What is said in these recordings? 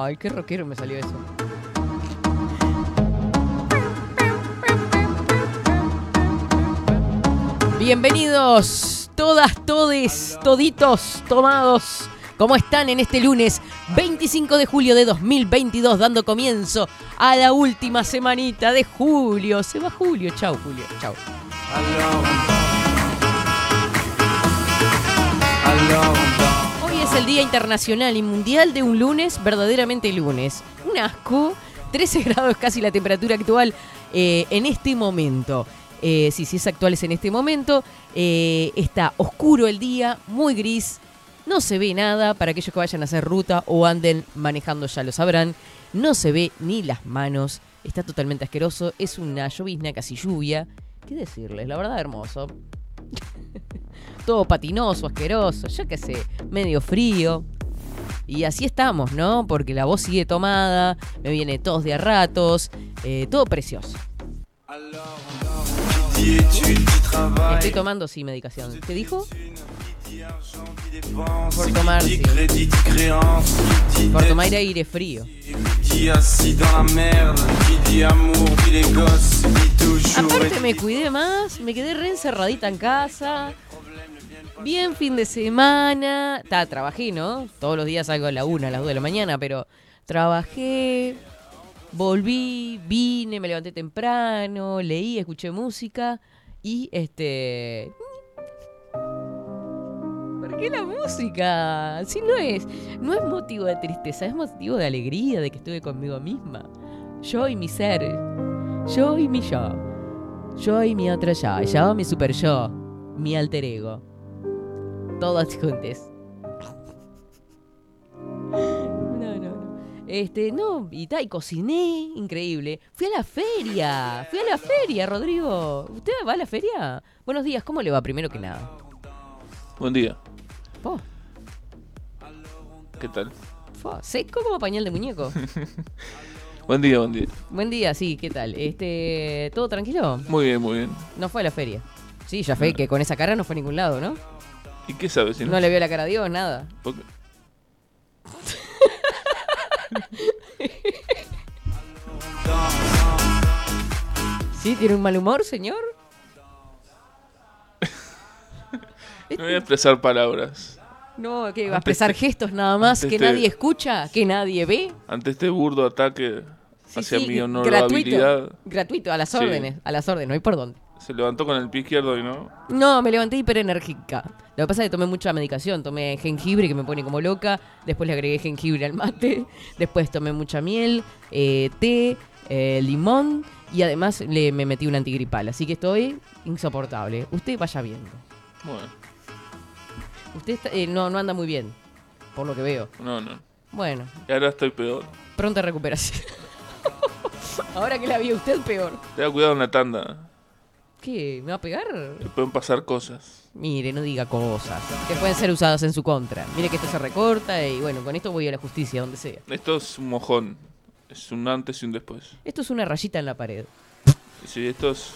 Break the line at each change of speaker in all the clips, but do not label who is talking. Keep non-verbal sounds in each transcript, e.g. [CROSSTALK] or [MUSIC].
Ay, qué rockero me salió eso. Bienvenidos todas, todes, toditos, tomados. ¿Cómo están en este lunes 25 de julio de 2022 dando comienzo a la última semanita de julio? Se va julio, chau Julio, chau. Hoy es el Día Internacional y Mundial de un lunes, verdaderamente lunes. Un asco. 13 [LAUGHS] grados es casi la temperatura actual eh, en este momento. Eh, sí, sí, es actual es en este momento. Eh, está oscuro el día, muy gris. No se ve nada para aquellos que vayan a hacer ruta o anden manejando, ya lo sabrán. No se ve ni las manos. Está totalmente asqueroso. Es una llovizna, casi lluvia. ¿Qué decirles? La verdad, hermoso todo patinoso, asqueroso, yo qué sé, medio frío. Y así estamos, ¿no? Porque la voz sigue tomada, me viene tos de a ratos, eh, todo precioso. Estoy tomando, sí, medicación. ¿Qué dijo? Por tomar, sí. Por tomar aire frío. Aparte me cuidé más, me quedé re encerradita en casa. Bien fin de semana. Ta, trabajé, ¿no? Todos los días salgo a la una, a las 2 de la mañana, pero trabajé, volví, vine, me levanté temprano, leí, escuché música y este... ¿Por qué la música? Si no es, no es motivo de tristeza, es motivo de alegría de que estuve conmigo misma. Yo y mi ser. Yo y mi yo. Yo y mi otro yo. Yo, mi super yo. Mi alter ego. Todos juntos. [LAUGHS] No, no, no. Este, no, y tal, y cociné, increíble. Fui a la feria, fui a la feria, Rodrigo. ¿Usted va a la feria? Buenos días, ¿cómo le va primero que nada?
Buen día.
Po,
¿Qué tal?
fo, seco como pañal de muñeco.
Buen día, buen día.
Buen día, sí, ¿qué tal? Este, ¿todo tranquilo?
Muy bien, muy bien.
No fue a la feria. Sí, ya fue que con esa cara no fue a ningún lado, ¿no?
¿Y qué sabes? Si no?
No le vio la cara a Dios, nada.
¿Por qué?
¿Sí? ¿Tiene un mal humor,
[LAUGHS]
señor?
No voy a expresar palabras.
No, que va a
Antes
expresar
te-
gestos nada más
antes
que
te-
nadie escucha, que nadie ve.
Ante este burdo ataque
Sí,
hacia
sí,
mi honorabilidad,
gratuito, gratuito, a las
Sí.
órdenes, a las órdenes, no hay por dónde.
se levantó con el pie izquierdo y no.
No, me levanté hiperenérgica. Lo que pasa es que tomé mucha medicación. Tomé jengibre, que me pone como loca. Después le agregué jengibre al mate. [LAUGHS] Después tomé mucha miel, eh, té, eh, limón. Y además le, me metí un antigripal. Así que estoy insoportable. Usted vaya viendo.
Bueno,
Usted está- eh, no, no anda muy bien, por lo que veo.
no, no.
Bueno,
Y ahora estoy peor.
pronta recuperación. [LAUGHS] Ahora que la vio usted, peor.
Tenga cuidado en la tanda.
¿Qué? ¿Me va a pegar?
Te pueden pasar cosas.
Mire, no diga cosas que pueden ser usadas en su contra. Mire que esto se recorta y bueno, con esto voy a la justicia, donde sea.
Esto es un mojón. Es un antes y un después.
Esto es una rayita en la pared.
Y si esto es.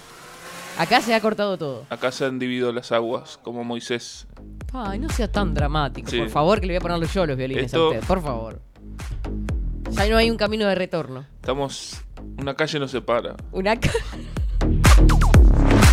Acá se ha cortado todo.
Acá se han dividido las aguas, como Moisés.
Ay, no sea tan dramático.
Sí.
Por favor, que le voy a ponerle yo los violines a
Esto-
usted. Por favor. Ya no hay un camino de retorno.
Estamos. Una calle nos separa.
Una ca- [LAUGHS]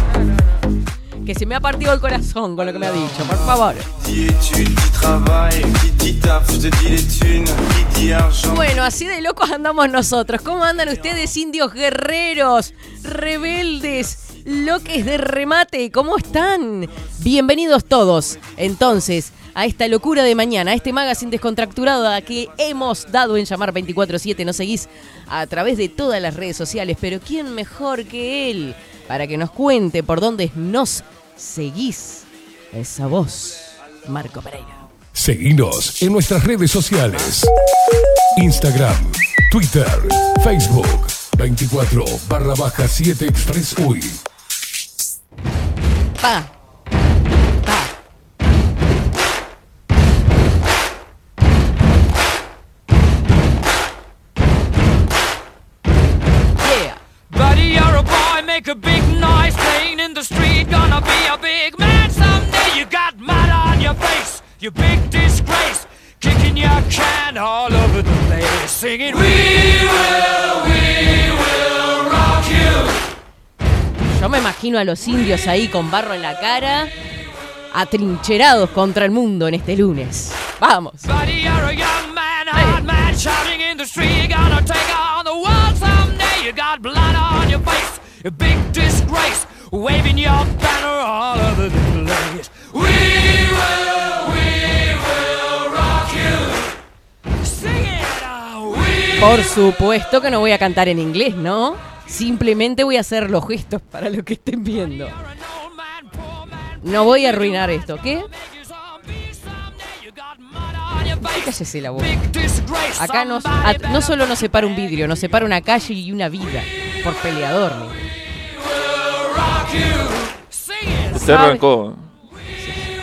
Que se me ha partido el corazón con lo que me ha dicho, por favor.
Qui dit études, qui travaille, qui dit taf, je te dis les thunes, qui dit argent.
Bueno, así de locos andamos nosotros. ¿Cómo andan ustedes, indios guerreros, rebeldes, loques de remate? ¿Cómo están? Bienvenidos todos, entonces, a esta locura de mañana, a este magazine descontracturado a que hemos dado en llamar 24-7. Nos seguís a través de todas las redes sociales, pero ¿quién mejor que él para que nos cuente por dónde nos seguís? Esa voz, Marco Pereira.
Seguinos en nuestras redes sociales. Instagram, Twitter, Facebook. 24 barra baja 7 Express UI.
Pa. Pa. Yeah.
Buddy, you're a boy, make a big noise playing in the street. Gonna be a big man someday. You got mud on your face, you big disgrace. Kicking your can all over the place, singing, We will, we will rock you.
Yo me imagino a los indios ahí con barro en la cara, atrincherados contra el mundo en este lunes. Vamos.
Buddy, you're a young man, hard man, shouting in the street. Gonna take on the world someday. You got blood on your face, you big disgrace. Waving your banner all over the place. We will, we will rock you. Sing it out. We
Por supuesto que no voy a cantar en inglés, ¿no? Simplemente voy a hacer los gestos para los que estén viendo.
are an old man, poor man.
No voy a arruinar esto, ¿qué?
Make you zombie someday. You got mud on your face.
Cállese la boca.
Big disgrace.
Acá nos, a-
Somebody
no solo nos separa un vidrio, nos separa una calle y una vida. Por peleador, ni.
better rock you. Sing it.
Usted arrancó.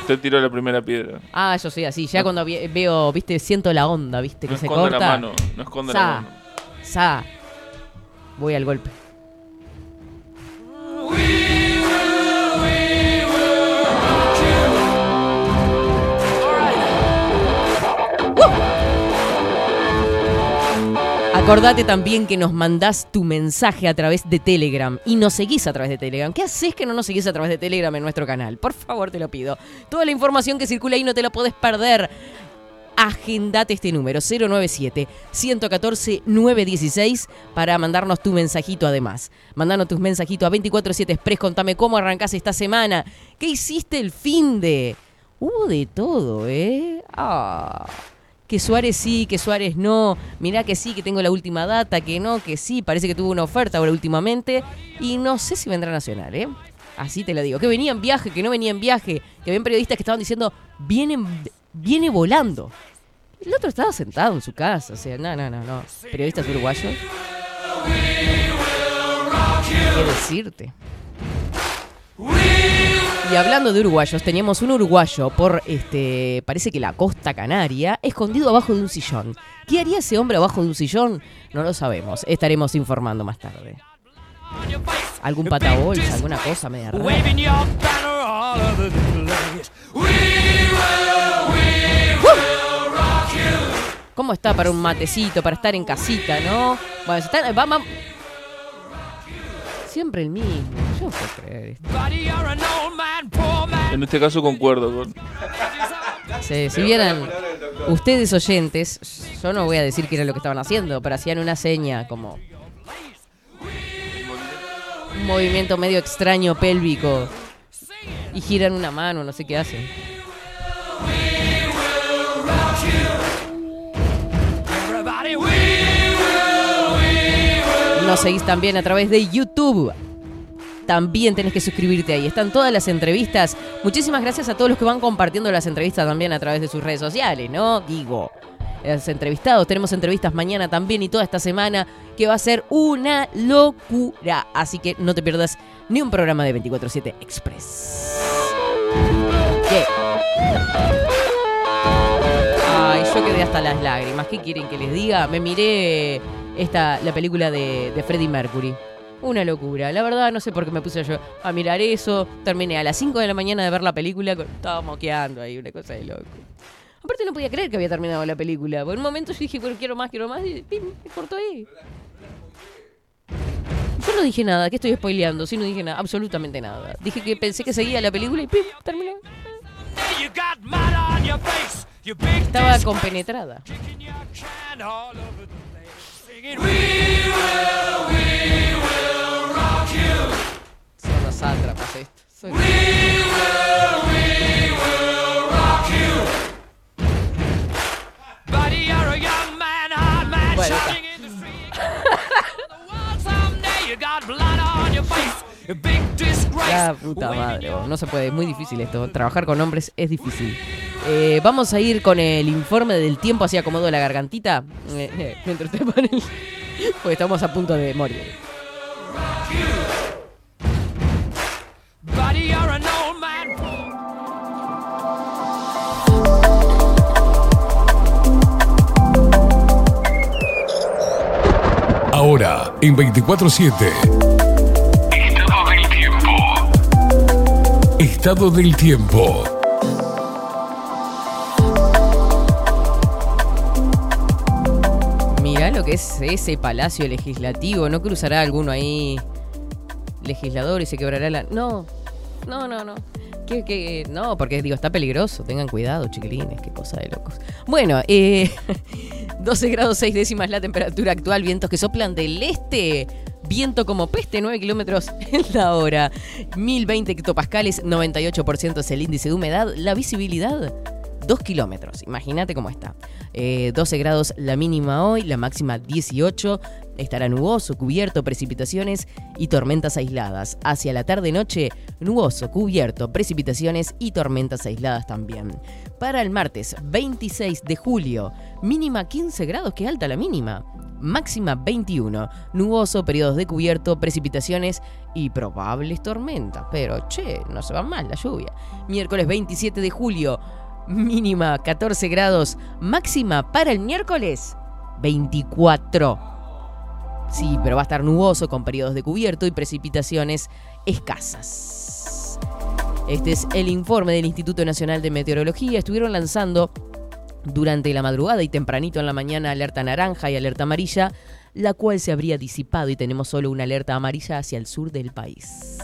Usted tiró la primera piedra.
Ah, yo soy así. Ya cuando vi- veo, viste, siento la onda, viste, que
No
se
esconda
corta.
la mano. No esconda la
Sa,
mano.
sa. Voy al golpe. ¡Uh! Acordate también que nos mandás tu mensaje a través de Telegram y nos seguís a través de Telegram. ¿Qué haces que no nos seguís a través de Telegram en nuestro canal? Por favor, te lo pido. Toda la información que circula ahí no te la podés perder. Agendate este número 097-114-916 para mandarnos tu mensajito además. Mandanos tus mensajitos a 247 Express. Contame cómo arrancás esta semana. ¿Qué hiciste el fin de? Hubo de todo, ¿eh? Ah. Que Suárez sí, que Suárez no. Mirá que sí, que tengo la última data, que no, que sí. Parece que tuvo una oferta ahora últimamente. Y no sé si vendrá Nacional, ¿eh? Así te lo digo. Que venía en viaje, que no venía en viaje. Que habían periodistas que estaban diciendo, vienen, viene volando. El otro estaba sentado en su casa. O sea, no, no, no, no. Periodistas uruguayos. ¿Qué decirte? Y hablando de uruguayos, teníamos un uruguayo por, este, parece que la costa canaria, escondido abajo de un sillón. ¿Qué haría ese hombre abajo de un sillón? No lo sabemos. Estaremos informando más tarde.
on your face.
Algún
Big
patabolsa,
disgrace.
alguna cosa media rara.
Waving your banner all over the place. We will, we will rock you.
¿Cómo está para un matecito, para estar en casita, no? Bueno, si están, va- va- Siempre el mismo. Yo no puedo creer esto.
Buddy, you're an old man, poor man.
En este caso concuerdo con.
Se- si vieran ustedes oyentes, yo no voy a decir qué era lo que estaban haciendo, pero hacían una seña como un movimiento medio extraño pélvico y giran una mano, no sé qué hacen.
Everybody, we
Nos seguís también a través de YouTube. También tenés que suscribirte ahí. Están todas las entrevistas. Muchísimas gracias a todos los que van compartiendo las entrevistas también a través de sus redes sociales, ¿no? Digo, los entrevistados. Tenemos entrevistas mañana también y toda esta semana que va a ser una locura. Así que no te pierdas ni un programa de 24-7 Express. Yeah. Ay, yo quedé hasta las lágrimas. ¿Qué quieren que les diga? Me miré esta, la película de, de Freddie Mercury. Una locura. La verdad, no sé por qué me puse yo a mirar eso. Terminé a las 5 de la mañana de ver la película. con- Estaba moqueando ahí, una cosa de loco. Aparte, no podía creer que había terminado la película. Por un momento yo dije, bueno, quiero más, quiero más. Y pim, me cortó ahí. Yo no dije nada, que estoy spoileando. Sí, no dije nada, absolutamente nada. Dije que pensé que seguía la película y pim, terminó.
you got mud on your face. You big
Estaba
disgrace.
compenetrada.
Kicking your can all over the place. Singing, we will, we will rock you.
Son los sátrapas estos. Son-
We will, we will rock you. man
Bueno,
shouting in the street. On the world someday you got blood on your face. A big
[LAUGHS]
disgrace.
La puta
waving
madre,
your
vos, no se puede, es muy difícil esto. Trabajar con hombres es difícil. Eh, vamos a ir con el informe del tiempo, así acomodo la gargantita. eh, eh, mientras te ponen. Porque estamos a punto de morir.
Buddy, you're an old man.
Ahora, en 24-7. Estado del tiempo. Estado del tiempo.
Mirá lo que es ese palacio legislativo. ¿No cruzará alguno ahí legislador y se quebrará la.? No, no, no, no. Que, que, no, porque digo, está peligroso. Tengan cuidado, chiquilines, qué cosa de locos. Bueno, eh, [LAUGHS] 12 grados 6 décimas la temperatura actual, vientos que soplan del este. Viento como peste, 9 kilómetros [LAUGHS] en la hora. 1020 hectopascales, 98% es el índice de humedad. La visibilidad, 2 kilómetros. Imagínate cómo está. Eh, 12 grados la mínima hoy, la máxima 18. Estará nuboso, cubierto, precipitaciones y tormentas aisladas. Hacia la tarde-noche, nuboso, cubierto, precipitaciones y tormentas aisladas también. Para el martes 26 de julio, mínima 15 grados, que alta la mínima. Máxima 21, nuboso, periodos de cubierto, precipitaciones y probables tormentas. Pero che, no se va mal la lluvia. Miércoles 27 de julio, mínima 14 grados, máxima para el miércoles 24. Sí, pero va a estar nuboso con periodos de cubierto y precipitaciones escasas. Este es el informe del Instituto Nacional de Meteorología. Estuvieron lanzando durante la madrugada y tempranito en la mañana alerta naranja y alerta amarilla, la cual se habría disipado y tenemos solo una alerta amarilla hacia el sur del país.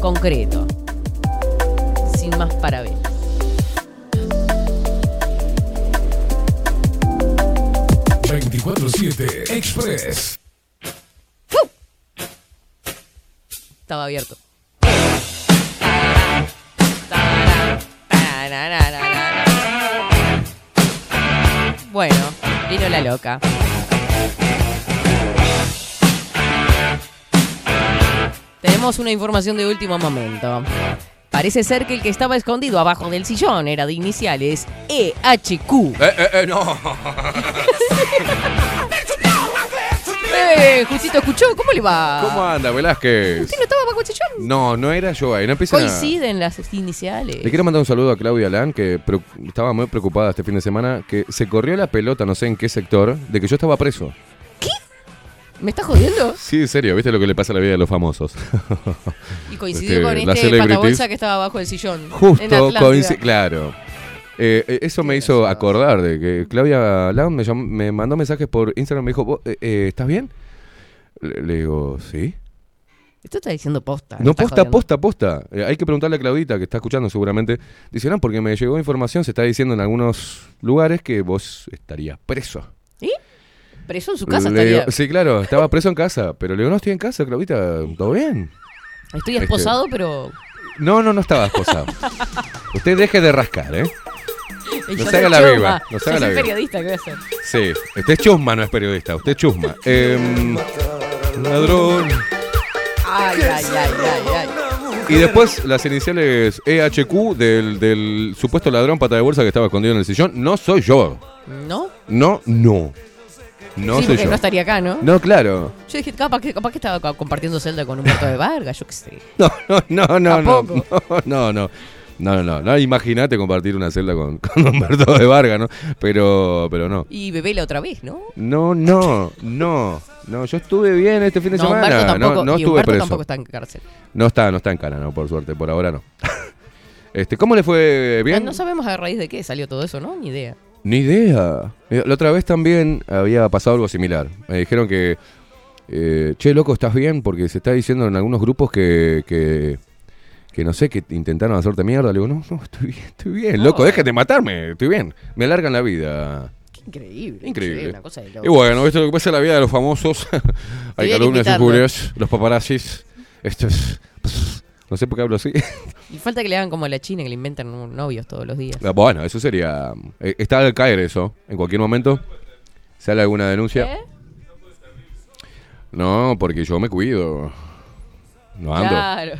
Concreto. Sin más parabéns.
Express. 24-7 Express.
Estaba abierto. Bueno, vino la loca. Tenemos una información de último momento. Parece ser que el que estaba escondido abajo del sillón era de iniciales E EHQ.
Eh, eh, eh, no. [LAUGHS]
Eh, Justito escuchó, ¿cómo le va?
¿Cómo anda, Velázquez?
¿Usted no estaba bajo el sillón?
No, no era yo ahí. No empiecen a-
Coinciden las iniciales.
Le quiero mandar un saludo a Claudia Alán, que pre- estaba muy preocupada este fin de semana, que se corrió la pelota, no sé en qué sector, de que yo estaba preso.
¿Me está jodiendo?
Sí, en serio, ¿viste lo que le pasa a la vida de los famosos? [LAUGHS]
Y coincidió
Este,
con
la
este
celebrities.
patabolsa que estaba abajo del sillón. en
Justo
Atlántida.
coincide. Claro. Eh, eh, eso me hizo acordar de que Claudia Lam me, llam- me mandó mensajes por Instagram. Me dijo, "Vos, eh, eh, ¿estás bien? Le, le digo, sí.
Esto está diciendo posta. Ah,
No,
está
posta,
jodiendo.
posta, posta. Eh, hay que preguntarle a Claudita, que está escuchando seguramente. Dice, no, porque me llegó información, se está diciendo en algunos lugares que vos estarías preso.
Pero eso en su casa
Le digo-
estaría.
sí, claro, estaba preso en casa. Pero le digo, no estoy en casa, Claudita, ¿todo bien?
Estoy esposado, pero.
No, no, no estaba esposado. Usted deje de rascar, ¿eh?
Yo
se
soy
haga la
chusma.
viva, no se
Yo
haga la
soy
viva.
periodista, ¿qué voy a hacer?
Sí, usted es chusma, no es periodista, usted es chusma. Em, ladrón.
Ay, ay, ay, ay, ay.
Y después las iniciales EHQ del, del supuesto ladrón pata de bolsa que estaba escondido en el sillón. No soy yo.
¿No?
No, no.
sí,
No soy
porque
yo.
no estaría acá, ¿no?
No, claro. [LAUGHS]
Yo dije, capaz que, capaz que estaba co- compartiendo celda con un muerto de Vargas, yo qué sé.
No, no, no, no, no,
Tampoco.
no, no, no, no, no, no, imagínate compartir una celda con, [LAUGHS] con Humberto de Vargas, ¿no? Pero, pero no.
Y bebela otra vez, ¿no?
No, no, no, no, yo estuve bien este fin de
No, Humberto
semana,
tampoco.
no, no
y
estuve
Humberto
preso.
tampoco está en cárcel.
No está, no está en cana, no, por suerte, por ahora no. [LAUGHS] Este, ¿Cómo le fue?
Ah,
¿Bien?
No sabemos a raíz de qué salió todo eso, ¿no? Ni idea.
Ni idea. Eh, La otra vez también había pasado algo similar. Me dijeron que, eh, che, loco, ¿estás bien? Porque se está diciendo en algunos grupos que, que, que no sé, que intentaron hacerte mierda. Le digo, no, no, estoy bien, estoy bien. Loco, déjate matarme, estoy bien. Me alargan la vida.
Qué increíble. che,
Increíble.
Una cosa de
Y
loco.
bueno, esto es lo que pasa en la vida de los famosos. [LAUGHS] Hay
Deberían
calumnias,
invitarlo.
injurias, los paparazzis. Esto es... [LAUGHS] No sé por qué hablo así. [LAUGHS]
Y falta que le hagan como a la China, que le inventan un- novios todos los días.
bueno, eso sería. eh, Está al caer eso. En cualquier momento sale alguna denuncia.
¿Eh?
No, porque yo me cuido. No ando.
Claro.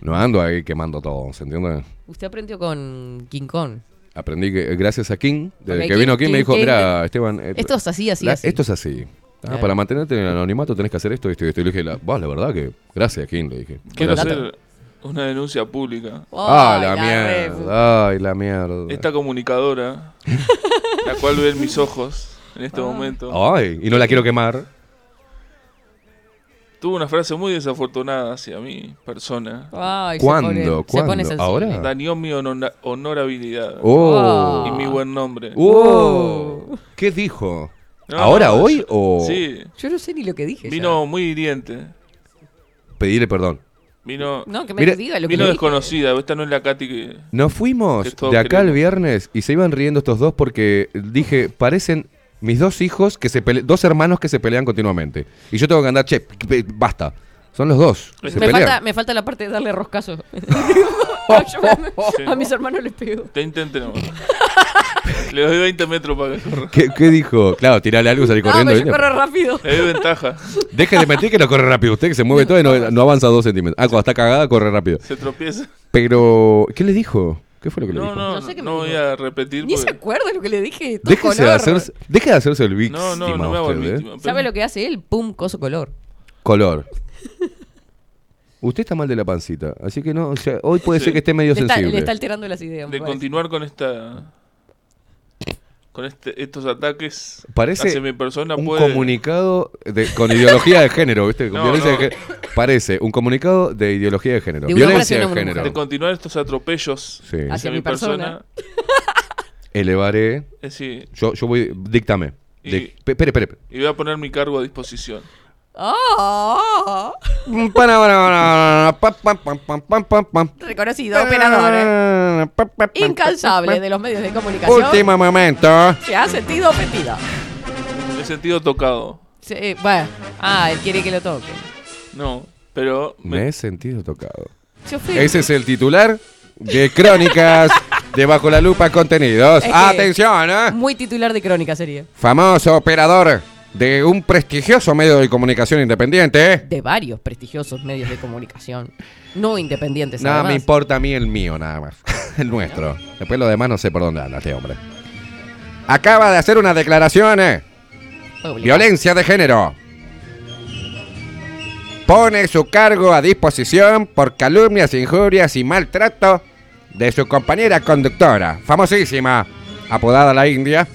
No ando ahí quemando todo, ¿se entiende?
Usted aprendió con King Kong.
Aprendí que gracias a King, desde
Ok,
que
King,
vino King,
King,
me dijo,
King.
mira, Esteban, eh,
Esto es así, así,
la-
así.
esto es así. Ah,
Claro.
Para mantenerte en el anonimato tenés que hacer esto, esto y esto. Y le dije, la, vos, la verdad que gracias, King, le dije.
Quiero
Gracias.
hacer una denuncia pública.
Ah, la,
Ay, re fu-
mierda. Ay, la mierda.
[LAUGHS]
Esta comunicadora, la cual ven mis ojos en
Ah.
este momento,
Ay, y no la quiero quemar.
tuvo una frase muy desafortunada hacia mi persona.
Ay, se
¿Cuándo?
pone- se
¿Cuándo?
pone sensible.
¿Ahora?
Dañó mi honora- honorabilidad
Ah. Oh.
Ah.
y mi buen nombre.
Oh. ¿Qué dijo?
No,
¿Ahora,
no,
hoy
yo-
o
Sí,
Yo no sé ni lo que dije. ya.
vino muy hiriente.
pedirle perdón?
Vino,
No, que me
Mira,
diga lo que
vino
le dije.
desconocida. Esta no es la Katy que.
Nos fuimos
Es todo
de acá
querido.
el viernes y se iban riendo estos dos porque dije, parecen mis dos hijos que se pele- dos hermanos que se pelean continuamente. Y yo tengo que andar, che, p- p- basta. Son los dos. Se
Me
pelean.
falta, me falta la parte de darle
[LAUGHS]
roscazo. Yo- a mis hermanos les pego.
Te intenten nomás.
[LAUGHS]
Le doy 20 metros para que corra.
¿Qué, qué dijo? Claro, tirale algo, salí
No,
corriendo.
pero yo
¿viste?
corro rápido.
Le doy ventaja.
Deje de mentir que no corre rápido. Usted que
[LAUGHS]
se mueve todo y no, no avanza dos centímetros. Ah, cuando está cagada, corre rápido.
Se tropieza.
Pero, ¿qué le dijo? ¿Qué fue lo que le
No,
dijo?
no,
No sé qué me
no voy
dijo.
a repetir.
Ni se
porque-
acuerda lo que le dije. todo
Déjese de,
color.
hacerse, deje de hacerse el víctima.
No, no, no me hago el
usted, ¿eh?
víctima. pero-
¿Sabe lo que hace él? Pum, coso color.
Color. Usted está mal de la pancita, así que no, o sea, hoy puede
Sí.
ser que esté medio
Le está,
sensible.
le está alterando las ideas. pues. me
de
parece.
continuar con esta con este, estos ataques
Parece
hacia mi persona
un
puede
comunicado de- con ideología de género, ¿viste? Con
No,
violencia
no.
de gé- Parece un comunicado de ideología de género.
De un
violencia de
hombre hacia una
género.
de continuar estos atropellos
Sí.
hacia, mi persona, eh,
Elevaré.
es decir,
Yo, yo voy. Díctame.
Y-
Dic- pe- Espere, espere.
y voy a poner mi cargo a disposición
¡Ah! Reconocido operador. ¿eh? Incansable de los medios de comunicación.
Último momento.
Se ha sentido ofendida.
me he sentido tocado
Sí, bueno. Ah, él quiere que lo toque.
no pero me-
Me he sentido tocado.
Se ofende.
Ese es el titular de Crónicas de Bajo la Lupa Contenidos.
Es que-
Atención, ¿eh?
Muy titular de crónica sería.
Famoso operador de un prestigioso medio de comunicación independiente. ¿eh?
De varios prestigiosos medios de comunicación. No independientes,
No
además.
me importa a mí el mío nada más. [LAUGHS] El nuestro. Después lo demás no sé por dónde anda este hombre. Acaba de hacer ¿eh? unas declaraciones.
Publica.
Violencia de género. Pone su cargo a disposición por calumnias, injurias y maltrato de su compañera conductora, famosísima, apodada la India,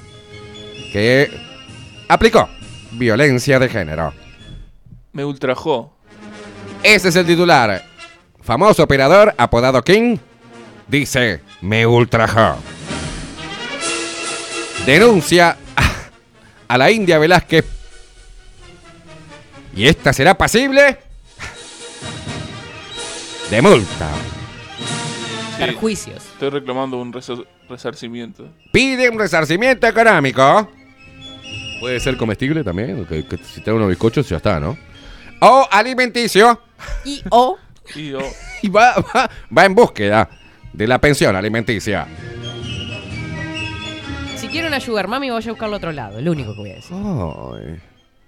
que aplicó violencia de género.
me ultrajó
Ese es el titular. Famoso operador apodado King dice, me ultrajó. Denuncia a la India Velázquez. ¿Y esta será pasible? De multa.
Sí,
Perjuicios.
estoy reclamando un resar- resarcimiento
Pide un resarcimiento económico. Puede ser comestible también, que, que si te da unos bizcochos ya está, ¿no? O alimenticio. [LAUGHS]
Y o
y yo
y va, va, va en búsqueda de la pensión alimenticia.
Si quieren ayudar, mami, voy a buscarlo a otro lado. Lo único que voy a decir.
Ay.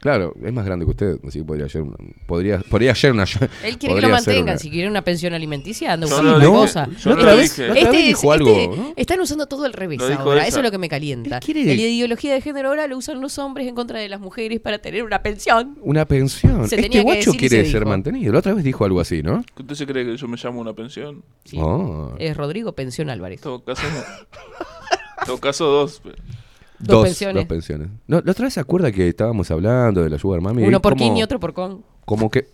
Claro, es más grande que usted, así que podría ser una. Podría, podría ser una.
[LAUGHS] Él quiere que
podría
lo
ser
mantengan.
una-
Si quiere una pensión alimenticia, anda
Yo
buscando
lo
otra cosa.
dije,
Este
yo La lo otra vez- dije. la
otra vez dijo algo, ¿no?
Están usando todo al revés
Lo dijo
ahora.
esa.
Eso es lo que me calienta.
Él quiere-
La ideología de género ahora lo usan los hombres en contra de las mujeres para tener una pensión.
Una pensión.
Se
este
tenía que
guacho
decir y
quiere
se
ser
dijo.
mantenido. La otra vez dijo algo así, ¿no?
usted se cree que yo me llamo a una pensión en
Sí.
Oh.
Es Rodrigo Pensión Álvarez.
todo caso no. en todo caso dos pero-
Dos pensiones.
Dos pensiones. No, la otra vez se acuerda que estábamos hablando de la Sugar Mami.
Uno por
cómo-
King y otro por Con.
Como que.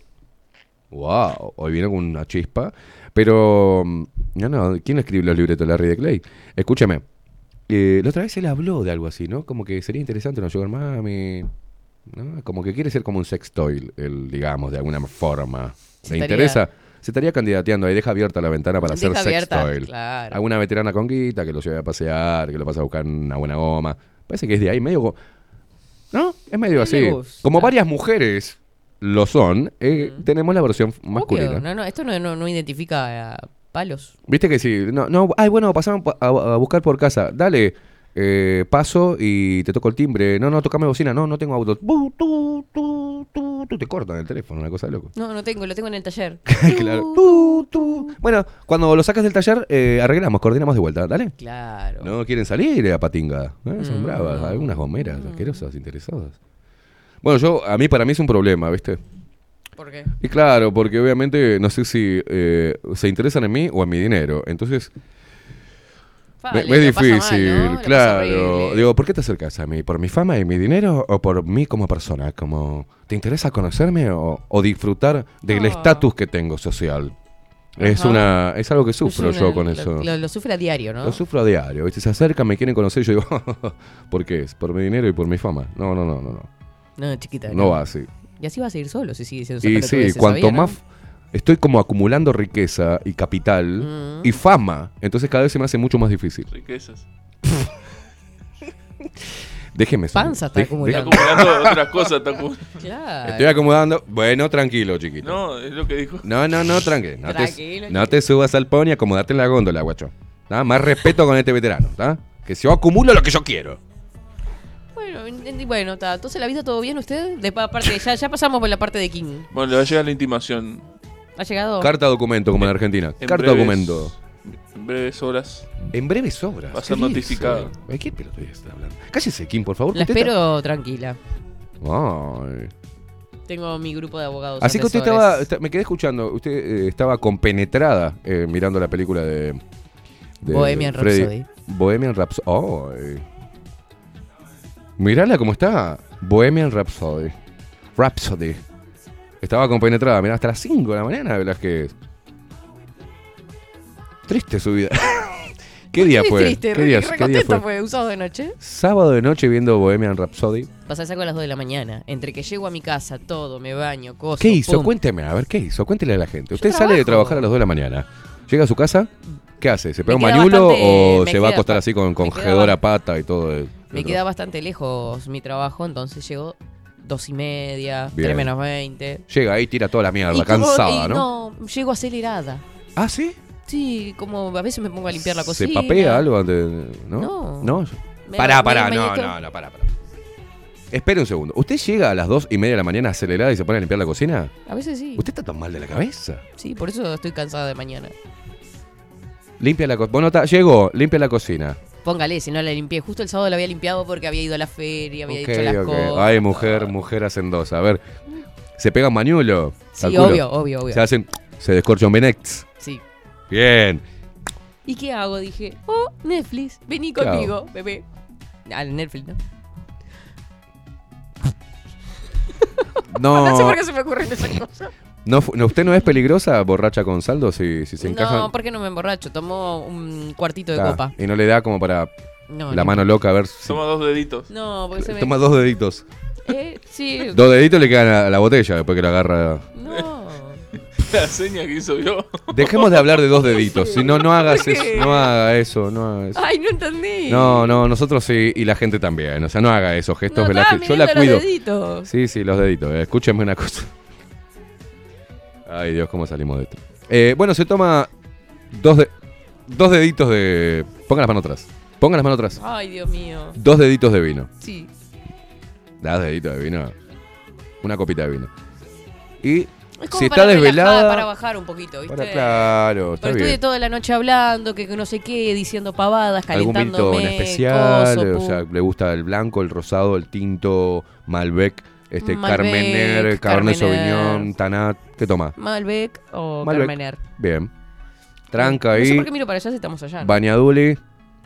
¡Wow! Hoy vino con una chispa. Pero. mm, No, no. ¿Quién escribe los libretos? Larry de Clay. Escúchame. eh, la otra vez él habló de algo así, ¿no? Como que sería interesante una Sugar Mami. ¿no? Como que quiere ser como un sextoil, el, digamos, de alguna forma.
Se
¿Le
estaría-
interesa? Se estaría candidateando ahí, deja abierta la ventana para hacer
Deja abierta,
sextoil.
claro.
Alguna veterana con guita que lo lleve a pasear, que lo pase a buscar una buena goma. Parece que es de ahí medio. go- ¿No? Es medio
Me
así.
gusta.
Como varias mujeres lo son, eh, tenemos la versión masculina.
Obvio, no, no, esto no, no, no identifica a palos.
Viste que sí, no, no, ay, bueno, pasaron pa- a, a buscar por casa. Dale, eh, paso y te toco el timbre. No, no, tocame bocina. No, no tengo auto. Bu, tu, tu, tu, tu. Te cortan el teléfono, una cosa de [LAUGHS] loco.
No, no tengo, lo tengo en el taller.
[LAUGHS]
Uh.
claro. Tu, tu. Bueno, cuando lo sacas del taller, eh, arreglamos, coordinamos de vuelta. Dale.
Claro. Mm.
No quieren salir eh, a patinga. Eh, son bravas, algunas gomeras, asquerosas, interesadas. Bueno, yo, a mí, para mí es un problema, ¿viste?
¿Por qué?
Y claro, porque obviamente no sé si eh, se interesan en mí o en mi dinero. Entonces,
Fa,
me-
le-
me
lo
es
pasa mal,
difícil,
¿no? Lo pasa
claro.
horrible.
Digo, ¿por qué te acercas a mí? ¿Por mi fama y mi dinero o por mí como persona? Como, ¿Te interesa conocerme o, o disfrutar del
Ah.
estatus que tengo social? Es,
Ajá.
una, es algo que sufro
Es una-
yo con
lo-
eso.
Lo, lo sufre a diario, ¿no?
Lo sufro a diario, ¿viste? Se acercan, me quieren conocer, yo digo, [LAUGHS] ¿por qué? Es por mi dinero y por mi fama. No, no, no, no, no.
no, chiquita.
No va así.
Y así vas a ir solo si sigues siendo
Y
esas pelotudeces,
sí, cuanto
¿sabían, no?
más estoy como acumulando riqueza y capital
Mm.
y fama, entonces cada vez se me hace mucho más difícil.
Riquezas.
Déjeme solo.
Panza está
Dej-
Está
acumulando.
acumulando
[LAUGHS]
otras cosas. Está acu-
dej-
Claro.
Estoy acomodando. Bueno, tranquilo, chiquito. No,
No, es lo que dijo.
no, no, tranquilo. No,
Tranquilo,
te, no te subas al pony, acomodate en la góndola, guacho. ¿Tá? Más respeto con este veterano, ¿tá? Que yo acumulo lo que yo quiero.
Bueno, entendí. Bueno, está. Entonces, ¿la vida todo bien usted? De pa- parte, ya, ya pasamos por la parte de King.
Bueno, le va a llegar la intimación.
¿Ha llegado?
Carta documento, como en Argentina.
En
Carta
breves-
documento.
En breves horas.
En breves obras.
Va a ser
¿Qué dice?
notificado.
Ay, ¿Qué pelotudez está hablando? Cállese, Kim, por favor.
la
que usted
espero tranquila.
está- Ay.
Tengo mi grupo de abogados.
Así que usted
asesores.
estaba. está- me quedé escuchando. Usted eh, estaba compenetrada eh, mirando la película de. de
Bohemian Rhapsody.
Bohemian Rhapsody. Oh, eh. Mirala cómo está. Bohemian Rhapsody. Rhapsody. Estaba compenetrada. Mirá, hasta las 5 de la mañana, ¿verdad? Que es. Triste su vida. [LAUGHS] ¿Qué día
Qué
fue?
triste,
¿Qué
re-
día,
re
qué día
contenta
fue?
fue. Usado de noche.
Sábado de noche viendo Bohemian Rhapsody.
Pasa saco a las 2 de la mañana. Entre que llego a mi casa, todo, me baño, cosas.
¿Qué hizo? Cuénteme, a ver, ¿qué hizo? Cuéntele a la gente. Usted sale de
trabajo.
trabajar a las 2 de la mañana. Llega a su casa, ¿qué hace? ¿Se pega
Me
un
queda
mañulo
bastante-
o
me
se va a
queda
acostar
ba-
así con
me queda
conjedora pata y todo? el-
Me
el-
queda bastante lejos mi trabajo, entonces llego dos y media,
Bien.
tres menos veinte.
Llega ahí, tira toda la mierda,
Y como-
cansada,
y
¿no?
No, llego acelerada.
¿Ah, sí?
Sí, como a veces me pongo a limpiar la
¿Se
cocina.
papea algo antes? ¿No?
No. Me-
Pará,
me-
pará,
me-
no,
me-
no, no, pará, pará. Espere un segundo. ¿Usted llega a las 2 y media de la mañana acelerada y se pone a limpiar la cocina?
A veces sí.
¿Usted está tan mal de la cabeza?
Sí, por eso estoy cansada de mañana.
Limpia la cocina. Bueno, ta- llegó, limpia la cocina.
Póngale, si no la limpié. Justo el sábado la había limpiado porque había ido a la feria, había
Ok,
hecho las
ok.
cosas.
Ay, mujer, mujer hacendosa. A ver, se pegan mañulo.
Sí,
calculo.
obvio, obvio, obvio.
Se hacen, se descorchan Benex.
Sí.
Bien.
¿Y qué hago? Dije, oh, Netflix, vení
¿Qué hago?
conmigo, bebé. Al Netflix, ¿no? [LAUGHS] No sé
No,
por qué se me ocurren
[LAUGHS]
esas cosas.
no, fu- no, ¿usted no es peligrosa borracha con saldo si, si se encaja?
No, porque no me emborracho. Tomo un cuartito de copa.
Y no le da como para
No,
Ah, la
no.
mano loca a ver si...
Toma dos deditos. [LAUGHS]
No, porque se me.
Toma dos deditos.
Eh, sí.
Dos deditos le quedan a la botella después que la agarra. [LAUGHS]
No.
La seña que hizo yo. [LAUGHS]
Dejemos de hablar de dos deditos. Si no, no hagas eso. No haga eso, no haga eso.
Ay, no entendí.
No, no, nosotros sí y la gente también. O sea, no haga esos gestos.
No,
¿verdad?
estaba
Que yo la
midiendo los
cuido.
deditos.
Sí, sí, los deditos. eh. Escúchame una cosa. Ay, Dios, ¿cómo salimos de esto? Eh, bueno, se toma dos, de- dos deditos de... Pongan las manos atrás. Pongan las manos atrás.
Ay, Dios mío.
Dos deditos de vino.
Sí.
Dos deditos de vino. Una copita de vino. Y
Es como
si está
para relajada,
desvelada...
Para bajar un poquito, ¿viste?
para- claro, está
Pero estuve
bien.
toda la noche hablando, que que no sé qué, diciendo pavadas,
Algún
calentándome.
vinto en especial.
coso,
o
pum.
sea, le gusta el blanco, el rosado, el tinto, Malbec, este
Malbec,
Carmener, Cabernet
Carmener.
Sauvignon, Tanat. ¿Qué toma?
Malbec o
Malbec.
Carmener.
Bien. Tranca
No sé
ahí.
por qué miro para allá si estamos allá. ¿no?
Bañaduli,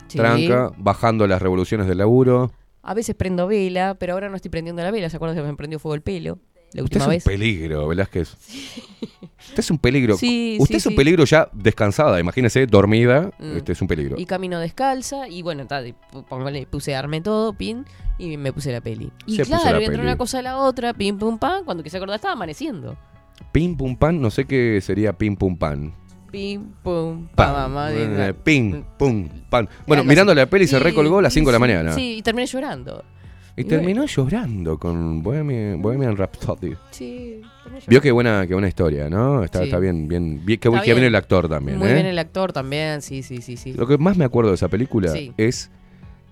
Sí.
tranca, bajando las revoluciones del laburo.
A veces prendo vela, pero ahora no estoy prendiendo la vela. ¿Se acuerdan que me prendió fuego el pelo? La
Usted es
última
un
vez.
peligro, Velázquez. Usted es un peligro.
Sí,
Usted
sí,
es un
sí.
peligro ya descansada, imagínese, dormida.
Mm.
Este es un peligro.
Y camino descalza, y bueno, ta, de- póngale, puse arme todo, pin, y me puse la peli. Y
Se puso
claro,
la
entre
peli.
una cosa a la otra, pim pum pam, cuando quise acordar estaba amaneciendo.
Pim pum pan, no sé qué sería pim pum pan.
Pim pum pam,
Pan.
mamá,
Eh,
diga.
pim pum pan. Bueno,
Algo
mirando
así.
la peli se
Sí,
recolgó a las
sí,
5 de la
sí,
mañana.
Sí, y terminé llorando.
Y
Y Mm.
terminó llorando con Bohemian, Bohemian Rhapsody.
Sí. también yo-
Vio que buena, que buena historia, ¿no? Está,
Sí.
está bien, bien, bien, que,
Está
que bien
bien.
el actor también,
Muy
¿eh?
bien el actor también, sí, sí, sí, sí.
Lo que más me acuerdo de esa película
Sí.
es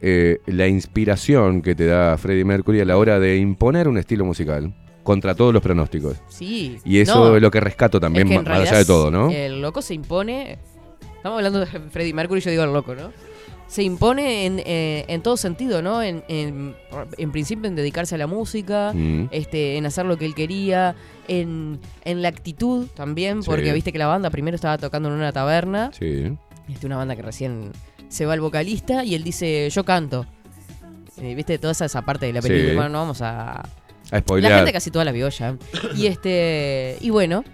eh, la inspiración que te da Freddie Mercury a la hora de imponer un estilo musical contra todos los pronósticos.
Sí.
Y eso
No,
es lo que rescato
es
también,
que en
más allá
realidad eh.
de todo, ¿no?
El loco se impone. Estamos hablando de [LAUGHS] Freddie Mercury, yo digo el loco, ¿no? Se impone en, eh, en todo sentido, ¿no? En, en- en principio en dedicarse a la música,
Mm.
este, en hacer lo que él quería, en, en la actitud también,
Sí.
porque viste que la banda primero estaba tocando en una taberna,
Sí.
este, una banda que recién se va el vocalista y él dice, yo canto. Eh, viste toda esa, esa parte de la
Sí.
película, bueno, no vamos a,
A
la
spoilear.
gente casi toda la vio ya. Y este. Y bueno.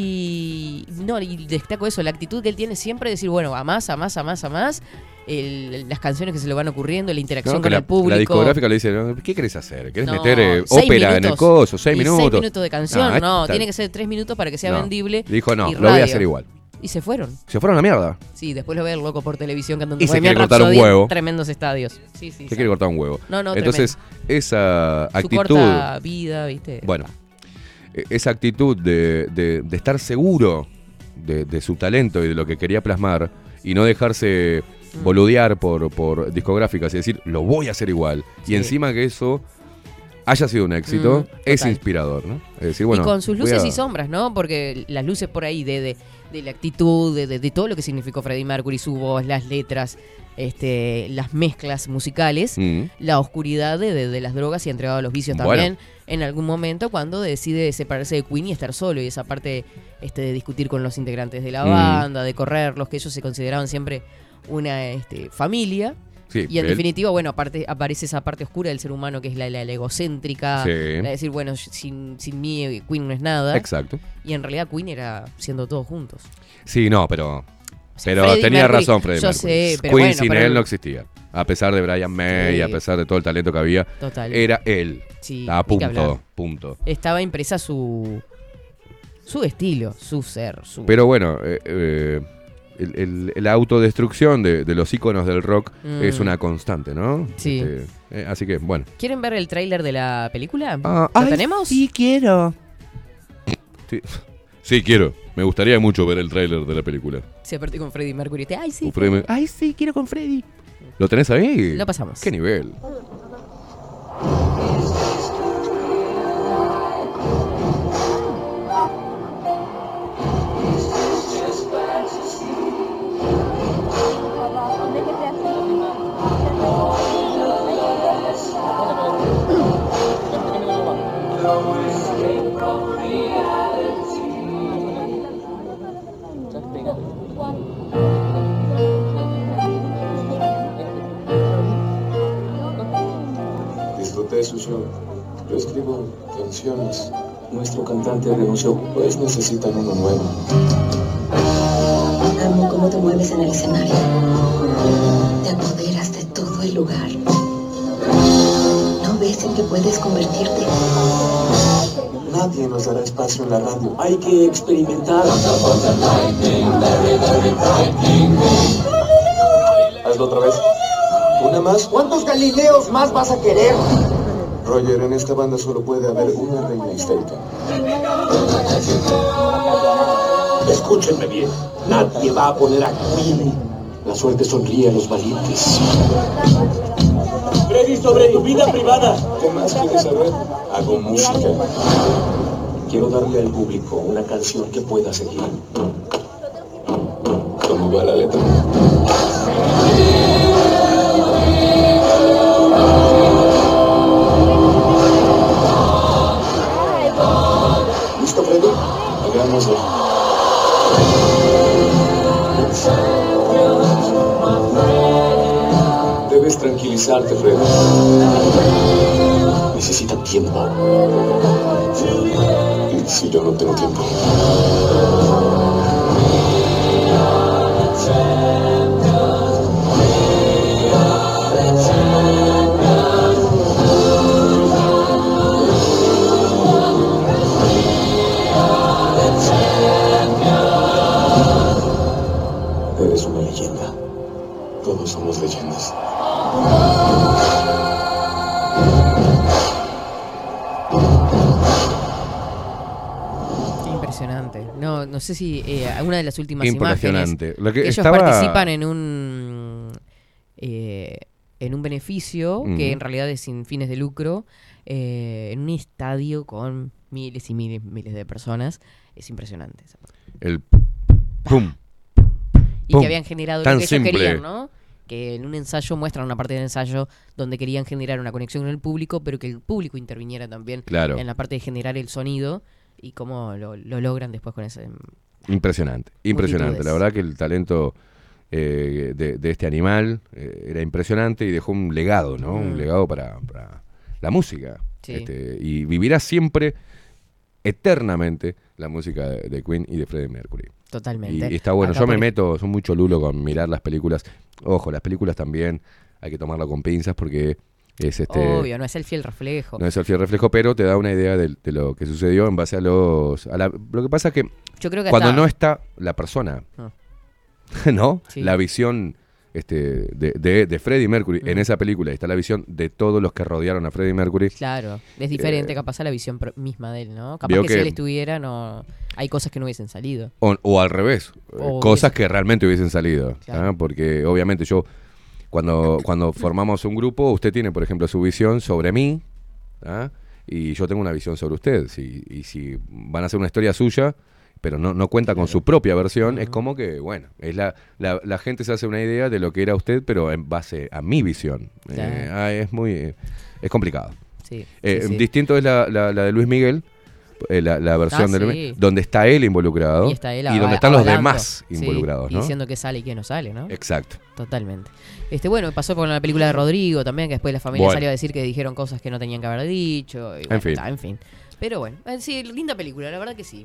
Y. No, y destaco eso, la actitud que él tiene siempre de decir, bueno, a más, a más, a más, a más. El- las canciones que se le van ocurriendo, la
No,
interacción
que
con
la,
el público.
la discográfica le dice, "No, ¿qué querés hacer? ¿Querés
No,
meter eh,
seis
ópera en el
minutos.
coso? ¿Seis
Y
minutos?
Seis minutos de canción,
No,
no,
esta-
tiene que ser tres minutos para que sea
No.
vendible.
Dijo, no,
y
lo voy a
radio".
hacer igual.
Y se fueron.
Se fueron a la mierda.
Sí, después lo ve el loco por televisión cantando
Y se
Bohemian
quiere cortar un
Rhapsody en
huevo.
Tremendos estadios. Sí, sí. sí.
Se quiere cortar un huevo.
No, no,
Entonces, esa
Su
actitud...
corta vida, viste.
Bueno, e- esa actitud de, de- de estar seguro de, de su talento y de lo que quería plasmar y no dejarse
Mm.
boludear por, por discográficas y decir, lo voy a hacer igual.
Sí.
Y encima que eso haya sido un éxito,
Mm,
es
total.
inspirador, ¿no? Es decir, bueno,
y con sus
voy
luces
a-
y sombras, ¿no? Porque las luces por ahí de, de, de la actitud, de, de- de todo lo que significó Freddie Mercury, su voz, las letras, este, las mezclas musicales,
Mm.
la oscuridad de, de- de las drogas y entregado a los vicios
Bueno.
también, en algún momento cuando decide separarse de Queen y estar solo, y esa parte este, de discutir con los integrantes de la
Mm.
banda, de correrlos, que ellos se consideraban siempre una este, familia.
Sí,
Y en
él-
definitiva, bueno, aparte aparece esa parte oscura del ser humano que es la, la- la egocéntrica,
Sí.
la de decir, bueno, yo- sin, sin mí eh, Queen no es nada.
Exacto.
Y en realidad Queen era siendo todos juntos.
Sí, no, pero...
O sea,
Pero
Freddie
tenía
Mercury,
razón Freddie
Yo
Mercury.
sé, pero
Queen
bueno,
sin
pero-
él no existía. A pesar de Brian May,
Sí.
a pesar de todo el talento que había,
Total.
era él.
Sí,
a
ni que hablar.
punto, punto.
Estaba impresa su su estilo, su ser, su
Pero bueno, eh, eh, el- el- la autodestrucción de, de los íconos del rock
Mm.
es una constante, ¿no?
Sí.
Este, eh, así que, bueno.
¿Quieren ver el tráiler de la película?
Ah,
¿Lo
ay,
tenemos?
quiero. Sí. Sí, quiero. Me gustaría mucho ver el tráiler de la película.
Se aparte con Freddie Mercury. Te- Ay, sí.
Ufreme- Ay, sí, quiero con Freddy. ¿Lo tenés ahí?
Lo pasamos.
¿Qué nivel?
Disfruté de su show. Yo escribo canciones. Nuestro cantante renunció, pues necesitan uno nuevo.
Amo cómo te mueves en el escenario. Te apoderas de todo el lugar. ¿No ves en que puedes convertirte?
Nadie nos dará espacio en la radio. Hay que experimentar. Hazlo otra vez. Una más. ¿Cuántos galileos más vas a querer? Roger, en esta banda solo puede haber una reina histérica. Escúchenme bien. Nadie va a poner a Queen. La suerte sonríe a los valientes. Freddy, sobre tu vida privada. ¿Qué más quieres saber? Hago música. Quiero darle al público una canción que pueda seguir. ¿Cómo va la letra? ¿Listo, Freddy? Hagámoslo. Debes tranquilizarte, Freddy. Necesita tiempo. Y si yo no tengo tiempo. Eres una leyenda. Todos somos leyendas.
impresionante. No, no sé si eh, alguna de las últimas
Impresionante.
imágenes.
Lo que
que ellos
estaba-
participan en un eh, en un beneficio
Mm.
que en realidad es sin fines de lucro eh, en un estadio con miles y miles miles de personas. Es impresionante. esa parte.
El
Ah.
pum.
Y
Pum.
que habían generado
Tan
lo que ellos
simple.
querían, ¿no? Que en un ensayo muestran una parte del ensayo donde querían generar una conexión con el público, pero que el público interviniera también
Claro.
en la parte de generar el sonido y cómo lo, lo logran después con ese
Impresionante, impresionante.
Multitudes.
La verdad que el talento eh, de, de este animal eh, era impresionante y dejó un legado, ¿no?
Mm.
Un legado para, para la música.
Sí.
Este, y vivirá siempre, eternamente, la música de, de Queen y de Freddie Mercury.
totalmente.
Y, y está bueno,
Acá
yo me
por- e-
meto, soy mucho lulo con mirar las películas. Ojo, las películas también hay que tomarla con pinzas porque es este
Obvio, no es el fiel reflejo.
no es el fiel reflejo, pero te da una idea del- de, lo que sucedió en base a los a la- lo que pasa es que
Yo creo que
cuando
hasta-
no está la persona,
Ah.
[LAUGHS] ¿no?
Sí.
La visión este, de, de, de Freddie Mercury en
Mm.
esa película, está la visión de todos los que rodearon a Freddie Mercury.
Claro, es diferente
Eh,
capaz a la visión pro- misma de él, ¿no? Capaz
veo
que, si
que-
él estuviera, no hay cosas que no hubiesen salido.
O, o al revés, eh,
O
cosas
hubiese-
que realmente hubiesen salido.
Claro.
¿ah? Porque obviamente yo, cuando, cuando formamos un grupo, usted tiene, por ejemplo, su visión sobre mí, ¿ah? y yo tengo una visión sobre usted. Si, y si van a hacer una historia suya, pero no, no cuenta con su propia versión, es como que, bueno, es la, la, la gente se hace una idea de lo que era usted, pero en base a mi visión. Eh,
Claro.
ah, es muy... eh, es complicado.
Sí. sí,
Eh,
sí.
Distinto es la, la- la de Luis Miguel, eh, la, la versión
Ah,
de Luis
sí.
Miguel, donde está él involucrado
y está él
donde
ava-
están los
avalando,
demás
sí,
involucrados,
y
¿no? Eh.
Diciendo que sale y que no sale, ¿no?
Exacto.
Totalmente. Este, bueno, pasó con la película de Rodrigo también, que después la familia
Bueno.
salió a decir que dijeron cosas que no tenían que haber dicho. y bueno,
fin.
está, en fin. Pero bueno, eh, sí, linda película, la verdad que sí.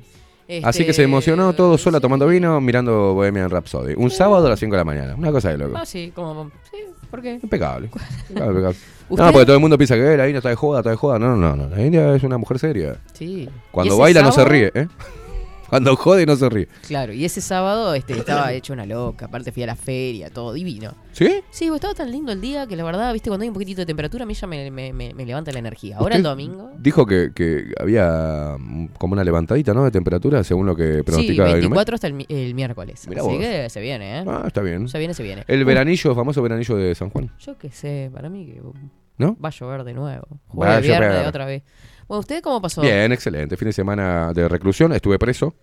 Así que
Este,
se emocionó todo sola
sí.
tomando vino, mirando Bohemian Rhapsody. Un sábado a las 5 de la mañana. Una cosa de loco.
Ah, sí, como. Sí, ¿por qué? [LAUGHS]
Impecable. Impecable, impecable.
¿Ustedes-
No, porque todo el mundo piensa que eh, la India está de joda, está de joda. No, no, no. La India es una mujer seria.
Sí. ¿Y
Cuando
ese
baila no se
sábado?
ríe, ¿eh? [LAUGHS] Cuando jode no se ríe.
Claro, y ese sábado este, estaba hecho una loca. Aparte fui a la feria, todo divino.
¿Sí?
Sí, vos, estaba tan lindo el día que la verdad, viste, cuando hay un poquitito de temperatura, a mí ya me, me- me- me levanta la energía. Ahora el
Usted
domingo.
Dijo que, que había mm, como una levantadita, ¿no? De temperatura, según lo que
Sí,
pronostica Inumet.
24 hasta el, mi- el miércoles.
Mirá
Así
vos.
que se viene, ¿eh?
Ah, está bien.
Se viene, se viene.
El veranillo, famoso veranillo de San Juan,
Yo qué sé, para mí que
¿no?
va a llover de nuevo.
Va
Juega
a
el viernes
llover.
otra vez. Bueno, ¿usted cómo pasó?
Bien, excelente. Fin de semana de reclusión, estuve preso.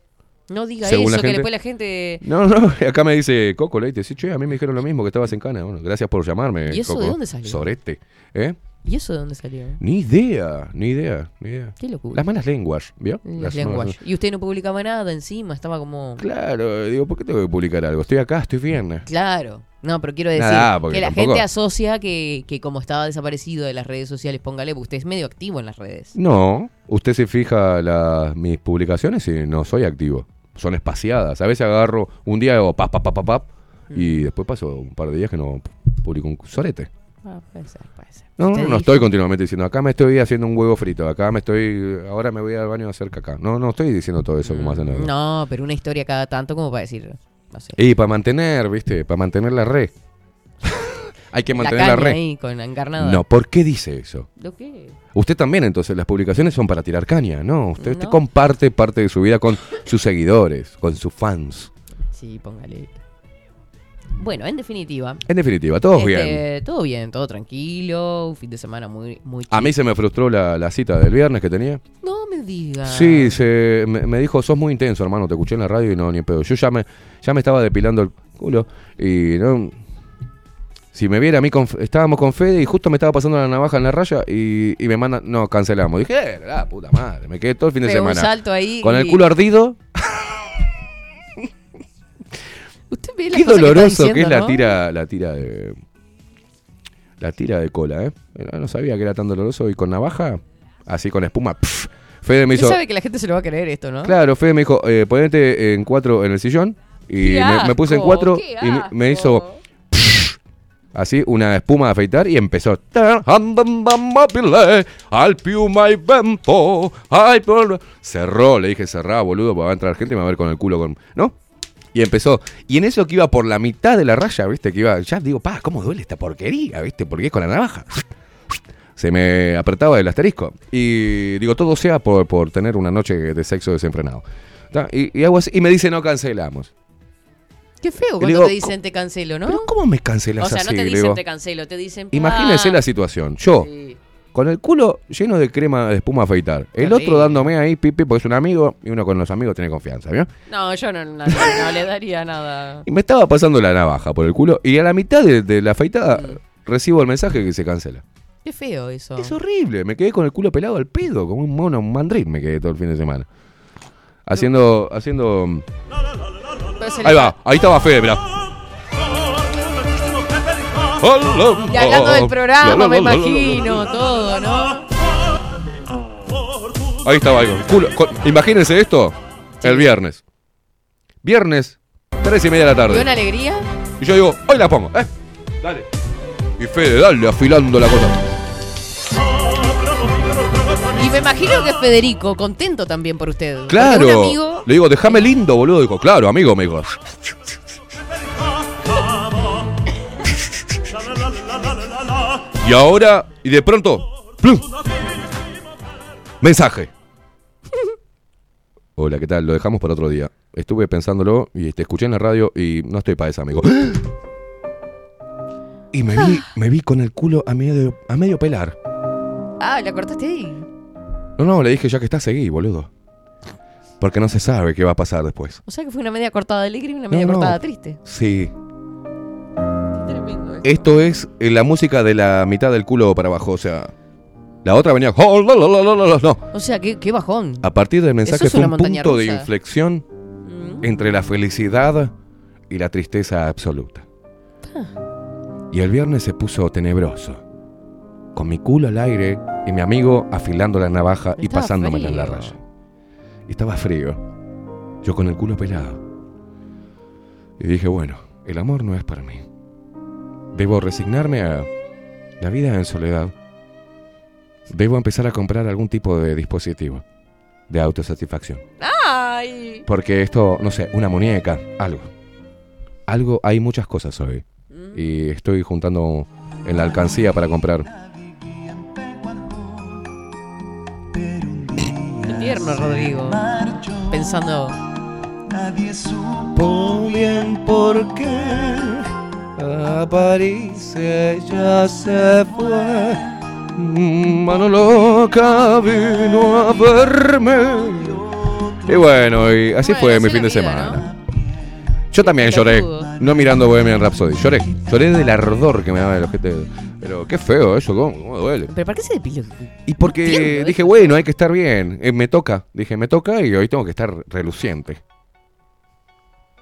No diga
Según
eso,
la
que
gente-
después la gente.
No, no, [LAUGHS] acá me dice Coco Leite. Sí, che, a mí me dijeron lo mismo, que estabas en cana. Bueno, gracias por llamarme.
¿Y eso
Coco.
de dónde salió?
Sorete. ¿Eh?
¿Y eso de dónde salió?
Ni idea, ni idea, ni idea.
Qué locura.
Las malas lenguas, ¿vio?
Las
malas-
lenguas. Y usted no publicaba nada encima, estaba como.
Claro, digo, ¿por qué tengo que publicar algo? Estoy acá, estoy bien.
Claro. No, pero quiero decir
Nada, porque
que la
tampoco-
gente asocia que, que como estaba desaparecido de las redes sociales, póngale, pues, usted es medio activo en las redes.
No, usted se fija las, mis publicaciones y no soy activo. Son espaciadas. A veces agarro un día hago pap, pap, pap, pap, pap,
Mm.
y después paso un par de días que no publico un sorete.
Ah, puede ser, puede ser.
No,
Usted
no, no
dijo-
estoy continuamente diciendo, acá me estoy haciendo un huevo frito, acá me estoy, ahora me voy al baño a hacer caca. No, no estoy diciendo todo eso como hacen los...
Mm, No, pero una historia cada tanto como para decir. No sé.
Y para mantener, viste, para mantener la red. [LAUGHS] Hay que
La
mantener la,
caña
red.
ahí con encarnada.
No, ¿por qué dice eso?
¿Lo qué?
Usted también, entonces, las publicaciones son para tirar caña, ¿no? Usted, usted
No.
comparte parte de su vida con sus seguidores, con sus fans.
Sí, póngale. Bueno, en definitiva.
En definitiva, todos bien. Ah.
este, Todo bien, todo tranquilo. Un fin de semana muy, muy
A mí
chill.
se me frustró la, la cita del viernes que tenía.
No me diga.
Sí, se, me, me dijo, sos muy intenso, hermano, te escuché en la radio y no, ni en pedo. Yo ya me, ya me estaba depilando el culo y no... Si me viera a mí, con, estábamos con Fede y justo me estaba pasando la navaja en la raya y, y me manda, no, cancelamos. Dije, "Eh, la puta madre, me quedé todo el fin de
Pegó un
semana.
salto ahí
Con
y-
el culo ardido,
Usted ve las cosas
Qué
que está
doloroso que, es
diciendo,
la
¿no?
tira, la tira de. La tira de cola, ¿eh? Era- No sabía que era tan doloroso. Y con navaja, así con espuma. pf. Fede me
Usted
hizo.
sabe que la gente se lo va a creer esto, ¿no?
Claro, Fede me dijo, eh, ponete en cuatro en el sillón. Y
Qué
me, me puse en
asco,
cuatro
qué
y me- me hizo
asco.
así una espuma de afeitar y empezó. "Tan, han, dan, dan, mobile, al piu mai vento, ay, por-". Cerró, le dije, cerrá, boludo, porque va a entrar gente y me va a ver con el culo con. ¿No? Y empezó. Y en eso que iba por la mitad de la raya, ¿viste? Que iba. Ya digo, pa, ¿cómo duele esta porquería, ¿viste? Porque es con la navaja. Se me apretaba el asterisco. Y digo, todo sea por, por tener una noche de sexo desenfrenado. Ta, Y, y hago así, y me dice, no cancelamos.
Qué feo cuando
digo,
te dicen te cancelo, ¿no?
¿Pero cómo me cancelas
o sea, no
así?
te
Le
dicen
digo,
te cancelo, te dicen.
Imagínense
"Ah".
la situación. Yo,
Sí.
con el culo lleno de crema de espuma a afeitar. El
Terrible.
otro dándome ahí, pipi, porque es un amigo y uno con los amigos tiene confianza, ¿bien?
No, yo no, no- no le daría nada.
Y me estaba pasando la navaja por el culo y a la mitad de, de la afeitada recibo el mensaje que se cancela.
Qué feo eso.
Es horrible, me quedé con el culo pelado al pedo, como un mono, un mandrín me quedé todo el fin de semana. Haciendo, haciendo...
Pero se le-
Ahí va, ahí estaba Fede, mirá.
Y hablando
Oh,
del programa, me imagino, todo, ¿no?
Ahí estaba, ahí con el culo. con- imagínense esto, el viernes. Viernes, tres y media de la
¿Y
tarde.
una alegría?
Y yo digo, hoy la pongo, ¿eh? Dale. Y Fede, dale, afilando la cosa.
Y me imagino que Federico, contento también por usted. Porque
Claro.
Un amigo.
Le digo, déjame lindo, boludo. Dijo, claro, amigo, me dijo. Y ahora, y de pronto, ¡plum! Mensaje. Hola, ¿qué tal? Lo dejamos para otro día. Estuve pensándolo y te escuché en la radio y no estoy para esa, amigo. Y me vi, me vi con el culo a medio, a medio pelar.
Ah, la cortaste ahí.
No, no, le dije ya que está, seguí, boludo. Porque no se sabe qué va a pasar después.
O sea que fue una media cortada alegre y una media
No, no.
cortada triste.
Sí.
Tremendo. eso.
Esto es eh, la música de la mitad del culo para abajo, o sea. La otra venía. "Oh, la, la, la, la, la, la", No.
O sea, qué, qué bajón.
A partir del mensaje
es
fue
una
un
montaña
punto de
rusa.
inflexión
Mm.
entre la felicidad y la tristeza absoluta.
Ah.
Y el viernes se puso tenebroso. Con mi culo al aire y mi amigo afilando la navaja y
Estaba
pasándomela en la
frío.
raya. Y estaba frío. Yo con el culo pelado. Y dije, bueno, el amor no es para mí. Debo resignarme a la vida en soledad. Debo empezar a comprar algún tipo de dispositivo de autosatisfacción.
Ay.
Porque esto, no sé, una muñeca, algo. Algo, hay muchas cosas hoy. Y estoy juntando en la alcancía para comprar.
Qué tierno, Rodrigo. Pensando.
Muy bien porque a París ella se fue.
Mano loca vino a verme. Y bueno, y así
Bueno,
fue
así
mi
es
fin
la vida,
de semana. Yo también lloré,
Pelotudo.
no mirando Bohemian Rhapsody. Lloré, lloré del ardor que me daba el ojete. Pero qué feo eso, cómo, cómo duele.
¿Pero para qué se depiló?
Y porque
Entiendo,
dije,
¿eh?
bueno, hay que estar bien. Eh, me toca. Dije, me toca y hoy tengo que estar reluciente.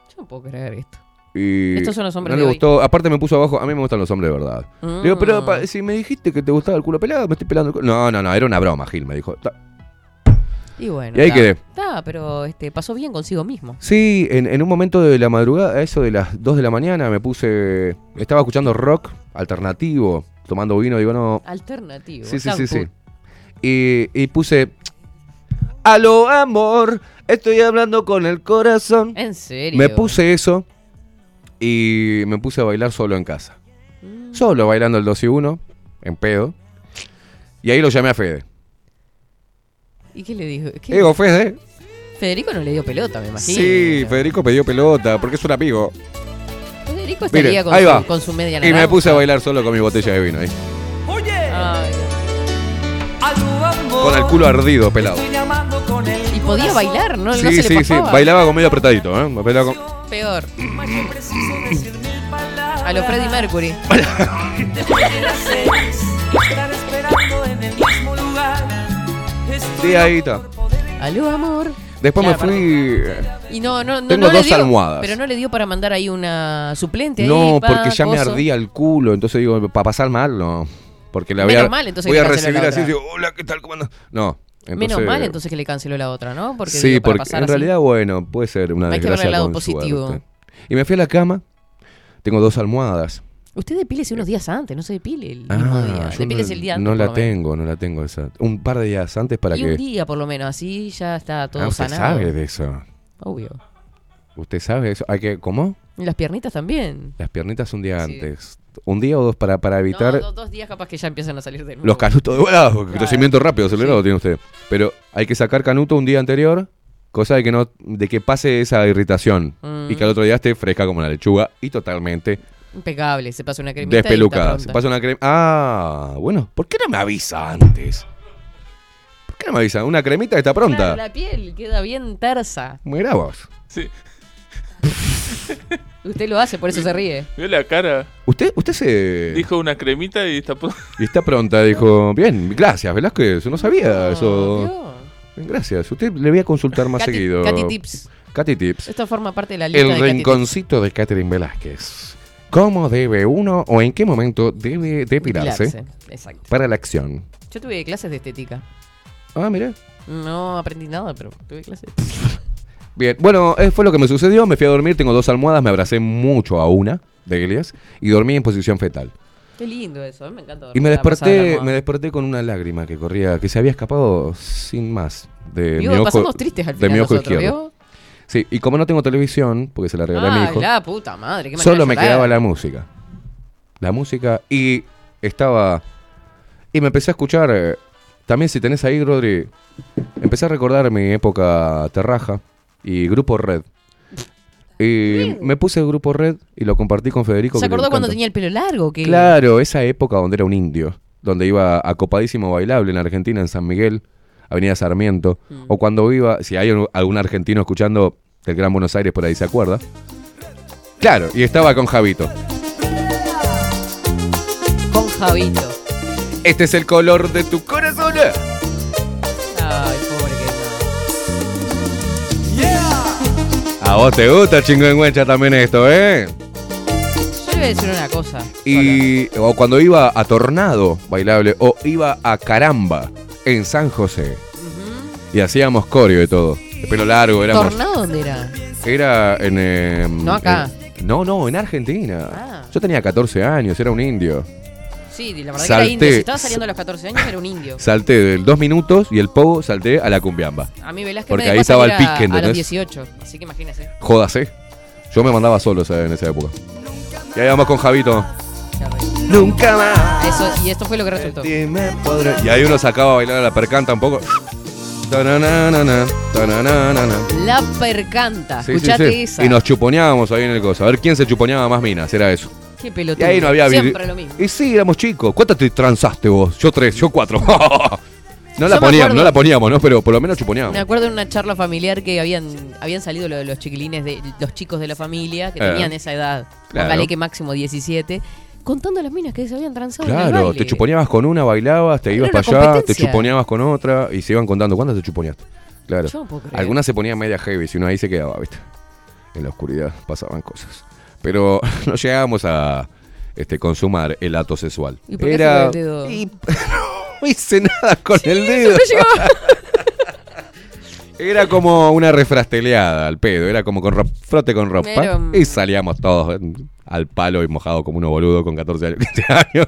Yo no puedo creer esto.
Y
Estos son los hombres
no
de
le
hoy.
gustó. Aparte me puso abajo, a mí me gustan los hombres de verdad.
Mm.
Digo, pero pa- si me dijiste que te gustaba el culo pelado, me estoy pelando el culo. No, no, no, era una broma, Gil, me dijo. Ta-
Y bueno.
Y ahí
ta.
quedé.
Ta, pero este, pasó bien consigo mismo.
Sí, en, en un momento de la madrugada, a eso de las 2 de la mañana, me puse... Estaba escuchando rock alternativo, tomando vino, digo, no...
Alternativo.
Sí, sí,
Tan
sí, sí.
cool.
Y, y puse... Aló, amor, estoy hablando con el corazón.
En serio.
Me puse eso y me puse a bailar solo en casa.
Mm.
Solo bailando el 2 y 1, en pedo. Y ahí lo llamé a Fede.
¿Y qué le dijo? ¿Qué?
Digo, Fede.
Federico no le dio pelota, me imagino.
Sí, Federico pidió pelota porque es un amigo.
Federico
Mire,
estaría con,
ahí
su,
va.
con su media
Y me
naranja.
puse a bailar solo con mi botella de vino ahí.
Ay.
Con el culo ardido, pelado.
Y podía bailar, ¿no? no
Sí,
se le
sí, sí.
pasaba.
Bailaba con medio apretadito, ¿eh? Bailaba con-
Peor. A los Freddie Mercury.
De ahí está.
Aló, amor.
Después me
Claro,
fui. eh,
Y no, no, no,
Tengo
no le
dos
dio,
almohadas.
Pero no le dio para mandar ahí una suplente. ahí,
No,
pa,
porque ya me
coso.
ardía el culo. Entonces digo, para pasar mal, no. Porque la voy
Menos
a,
mal, entonces
voy a
que canceló
recibir
la
así.
otra.
Digo, Hola, ¿qué tal? ¿Cómo andas?". No.
Menos mal entonces que le canceló la otra, ¿no? Porque
sí,
digo, para
porque
pasar
en
así.
realidad, bueno, puede ser una
Hay que verle
desgracia
el lado
con
positivo.
suerte. Y me fui a la cama. Tengo dos almohadas.
Usted depílese unos días antes, no se depile el mismo
Eh. Ah,
día.
yo
Depílese
no,
el día antes.
no
por
la
lo menos.
tengo, no la tengo esa. Un par de días antes para
y
que.
un día por lo menos, así ya está todo
Ah, usted
sanado.
sabe de eso.
Obvio.
Usted sabe eso. Hay que, ¿Cómo?
Y las piernitas también.
Las piernitas un día
Sí.
antes. Un día o dos para, para evitar
No, do- dos días capaz que ya empiezan a salir de nuevo.
los canutos de volado, porque crecimiento rápido, acelerado tiene usted. Pero hay que sacar canuto un día anterior, Cosa de que no, de que pase esa irritación
Mm.
y que al otro día esté fresca como la lechuga y totalmente
Impecable, se pasa una cremita. y está
despelucada. Se
pronta.
pasa una crema. Ah, bueno, ¿por qué no me avisa antes? ¿Por qué no me avisa? Una cremita que está
Claro,
pronta.
la piel queda bien tersa.
Mirá vos.
Sí.
Usted lo hace, por eso se ríe.
Vio la cara.
Usted, usted se.
Dijo una cremita y tapó.
Y está pronta, dijo. Bien, gracias, Velázquez. No sabía eso.
¿Vio?
Gracias. Usted le voy a consultar Ah, más
Katy-
seguido.
Katy Tips.
Katy Tips.
Esto forma parte de la lista
El
de Katy
rinconcito de Catherine Velázquez. ¿Cómo debe uno o en qué momento debe
Tips.
depilarse
Clase, Exacto.
para la acción?
Yo tuve clases de estética.
Ah, mira.
No aprendí nada, pero tuve clases.
Bien, bueno, eh, fue lo que me sucedió. Me fui a dormir, tengo dos almohadas, me abracé mucho a una de ellas y dormí en posición fetal.
Qué lindo eso, a mí me encanta.
Y me
dormir abrazada a la
desperté,
almohada.
me desperté con una lágrima que corría, que se había escapado sin más de
Digo,
mi ojo,
pasamos tristes al
de
final
mi ojo
nosotros,
izquierdo.
¿vio?
Sí, y como no tengo televisión, porque se la regalé a mi
Ah,
hijo,
la puta madre, qué manera
solo
de
me
llorar.
quedaba la música. La música y estaba... Y me empecé a escuchar, eh, también si tenés ahí, Rodri, empecé a recordar mi época terraja y Grupo Red. Y me puse el Grupo Red y lo compartí con Federico.
¿Se
que le
acordó cuando
encanta.
tenía el pelo largo? Que...
Claro, esa época donde era un indio, donde iba a copadísimo bailable en Argentina, en San Miguel, Avenida Sarmiento, o cuando iba, si hay un- algún argentino escuchando del Gran Buenos Aires por ahí, ¿se acuerda? Claro, y estaba con Javito.
Con Javito.
Este es el color de tu corazón.
Ay, pobre que
A vos te gusta, chingüengüencha, también esto, ¿eh?
no. Yo le voy a decir una cosa.
Y, o cuando iba a Tornado, bailable, o iba a Caramba, en San José. Y hacíamos coreo y todo. De pelo largo,
Sola.
éramos
¿Tornado dónde era?
Era en. eh,
No acá.
en- no, no, en Argentina.
Ah.
Yo tenía 14 años, era un indio.
Sí, la verdad que
Salté.
era indio. Si estaba saliendo a los 14 años, era un indio.
Salté del dos minutos y el pogo salté a la cumbiamba.
A mí Velázquez
Porque
me
ahí
dejó
estaba el
salir a-
pique,
A los
¿entendés?
18, así que imagínese.
Jódase. Yo me mandaba solo esa- en esa época. Y ahí vamos con Javito.
Nunca más.
Eso, y esto fue lo que resultó.
Dime, podré.
Y ahí uno sacaba a bailar a la percanta un poco. Tananana, tananana.
La percanta.
Sí, sí,
Escuchate
sí.
esa.
Y nos chuponeábamos ahí en el coso. A ver quién se chuponeaba más minas, era eso.
Qué
Y
pelotudo.
ahí no había vir-
Siempre lo mismo.
Y sí, éramos chicos. ¿Cuántas te transaste vos? Yo tres, yo cuatro. [LAUGHS] no
Yo me
la poníamos,
acuerdo.
no la poníamos, ¿no? Pero por lo menos chuponíamos.
Me acuerdo de una charla familiar que habían, habían salido lo- los chiquilines, de, los chicos de la familia que
Eh.
tenían esa edad.
Claro.
Póngale que máximo 17. Contando las minas que se habían transado. en el
Claro,
baile.
te
[LAUGHS]
chuponeabas con una, bailabas, te
Era
ibas
una
para allá, te
competencia.
chuponeabas con otra y se iban contando. ¿Cuántas te chuponeaste? Claro.
Yo no puedo creer.
Algunas se ponían media heavy, si uno ahí se quedaba, ¿viste? En la oscuridad pasaban cosas. Pero [LAUGHS] no llegábamos a este, consumar el acto sexual.
¿Y por qué
Era-
se lo del dedo?
Y- [LAUGHS] no hice nada con el dedo. [LAUGHS] Era como una refrasteleada al pedo, era como con ro- frote con ropa.
Pero, mm.
Y salíamos todos eh, al palo y mojado como uno boludo con 14 años, [LAUGHS] 15 años.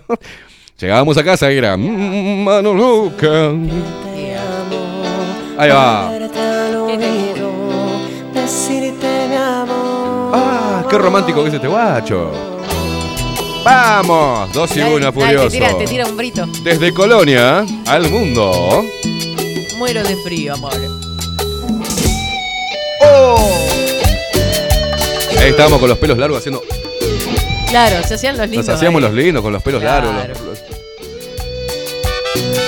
Llegábamos a casa y era "Mm, mano loca. Ahí va. Ah, qué romántico que es este guacho. Vamos, dos y
Dale,
una
dale,
furioso.
Te tira, te tira un brito.
Desde Colonia al mundo.
Muero de frío, amable.
Ahí estábamos con los pelos largos haciendo.
Claro, se hacían los lindos.
Nos hacíamos
ahí.
los lindos con los pelos
eh. Claro.
largos. los- los-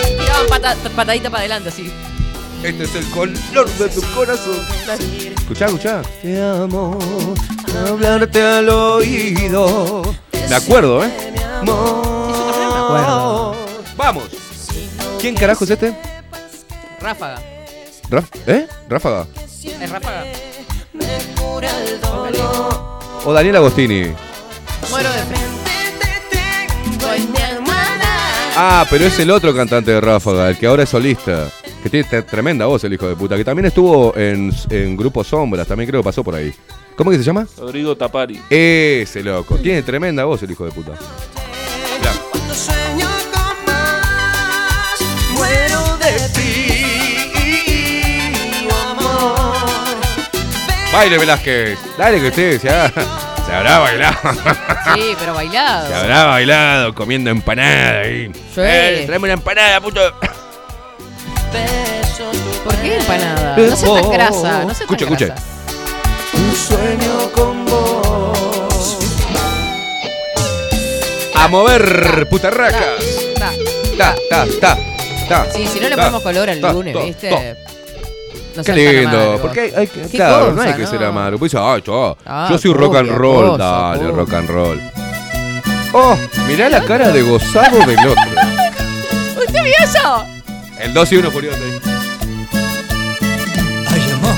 Tiraban pata- patadita para adelante, así.
Este es el color de tu corazón. Escuchá, escuchá.
Te amo, hablarte al oído.
De acuerdo, ¿eh?
acuerdo.
Vamos. ¿Quién carajo es este?
Ráfaga.
Raf- ¿Eh? Ráfaga.
Es ráfaga.
O Daniel Agostini.
Muero de frío. Con mi hermana.
Ah, pero es el otro cantante de Ráfaga, el que ahora es solista. Que tiene tre- tremenda voz el hijo de puta. Que también estuvo en, en Grupo Sombras, también creo que pasó por ahí. ¿Cómo que se llama?
[LAUGHS] Rodrigo Tapari.
Ese loco. Tiene tremenda voz el hijo de puta. Mirá. Baile Velázquez. Dale que usted se, ha- se habrá bailado.
Sí, pero bailado.
Se habrá bailado comiendo empanada ahí.
Sí.
Eh, tráeme una empanada, puto.
¿Por qué? qué empanada?
Eh,
No seas tan grasa, no seas
Escuche,
tan
escuche.
grasa.
Un sueño con vos.
A mover, putarracas.
Ta,
Ta, ta, ta, ta.
Sí, si no le
ta,
ponemos color al
ta,
lunes,
ta,
¿viste?
ta.
No
Qué
seas tan
lindo,
amargo.
porque hay, hay que-
Qué
claro, no
cosa,
hay que ser
¿no?
amargo. Pues, dice, ay, yo,
Ah,
yo soy rock and
cumbia,
roll,
cosa,
dale,
cumbia.
rock and roll. Oh, mirá la cara de gozado del otro.
¿Usted vio eso?
El 2 y 1 furioso. ahí.
Ay, amor.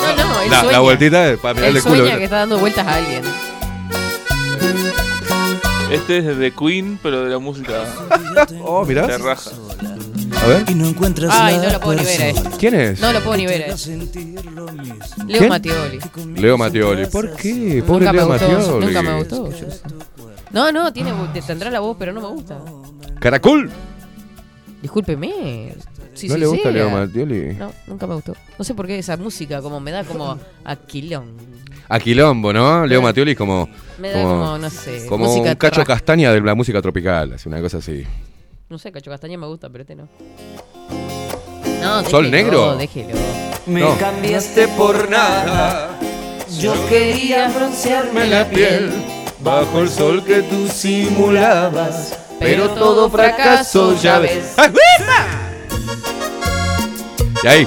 No, no, él
La,
sueña.
la vueltita es para mirar
Él
el culo.
sueña que está dando vueltas a alguien.
Este es de Queen, pero de la música
Oh, mirá.
de raja.
A ver,
Y no encuentras
Ay,
la
no lo puedo ni ver a
persona
este.
¿quién es?
No lo puedo ni ver a
para
este.
sentir lo mismo
Leo
¿Quién?
Mattioli.
Leo Mattioli. ¿Por qué? Pobre
Nunca me
Leo
gustó.
Mattioli.
Nunca me gustó. yo sé. No, no, tiene, te- tendrá la voz, pero no me gusta.
Caracol.
Discúlpeme. Sí,
¿No
sí,
le gusta
sí,
Leo
eh.
Mattioli?
No, nunca me gustó. No sé por qué esa música como me da
[LAUGHS]
como a quilón.
A Ah, Quilombo, ¿no? Leo Mattioli es como.
Me da como, no sé,
como
música
un cacho
tra-
castaña de la música tropical, así, una cosa así.
No sé, Cacho Castaña me gusta, pero este no. No,
¿Sol
déjelo,
negro?
Déjelo.
Me
No.
cambiaste por nada. Yo quería broncearme la piel bajo el sol que tú simulabas.
Pero todo fracaso, ya ves.
¡Ah! Y ahí.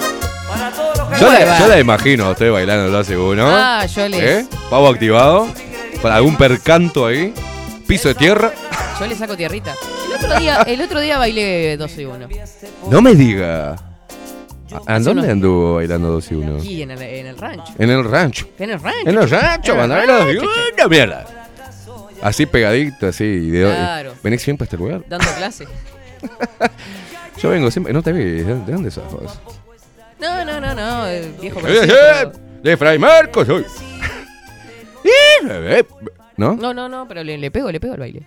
Yo la,
Nueva.
yo la imagino a usted bailando lo seguro.
Ah, yo les,
¿Eh? Pavo activado. Para algún percanto ahí. Piso de tierra.
yo les saco tierrita. El otro día, el otro día bailé 12 y 1.
No me diga. ¿A a
Eso
dónde
no.
anduvo bailando 2 y 1?
Aquí en el, en el rancho.
En el rancho.
En el rancho.
En el rancho,
En el
mandar los
rancho, che.
una mierda. Así pegadito, así. y de-
Claro.
¿Venís siempre a este lugar?
Dando clase.
Yo vengo siempre. No te vi. ¿De de dónde sos vos?
No, no, no, no. el
[LAUGHS]
Viejo
Eh,
conocido,
eh,
pero-
De Fray Marcos [LAUGHS] hoy. eh, ¿No?
No, no, no, pero le, le pego, le pego al baile.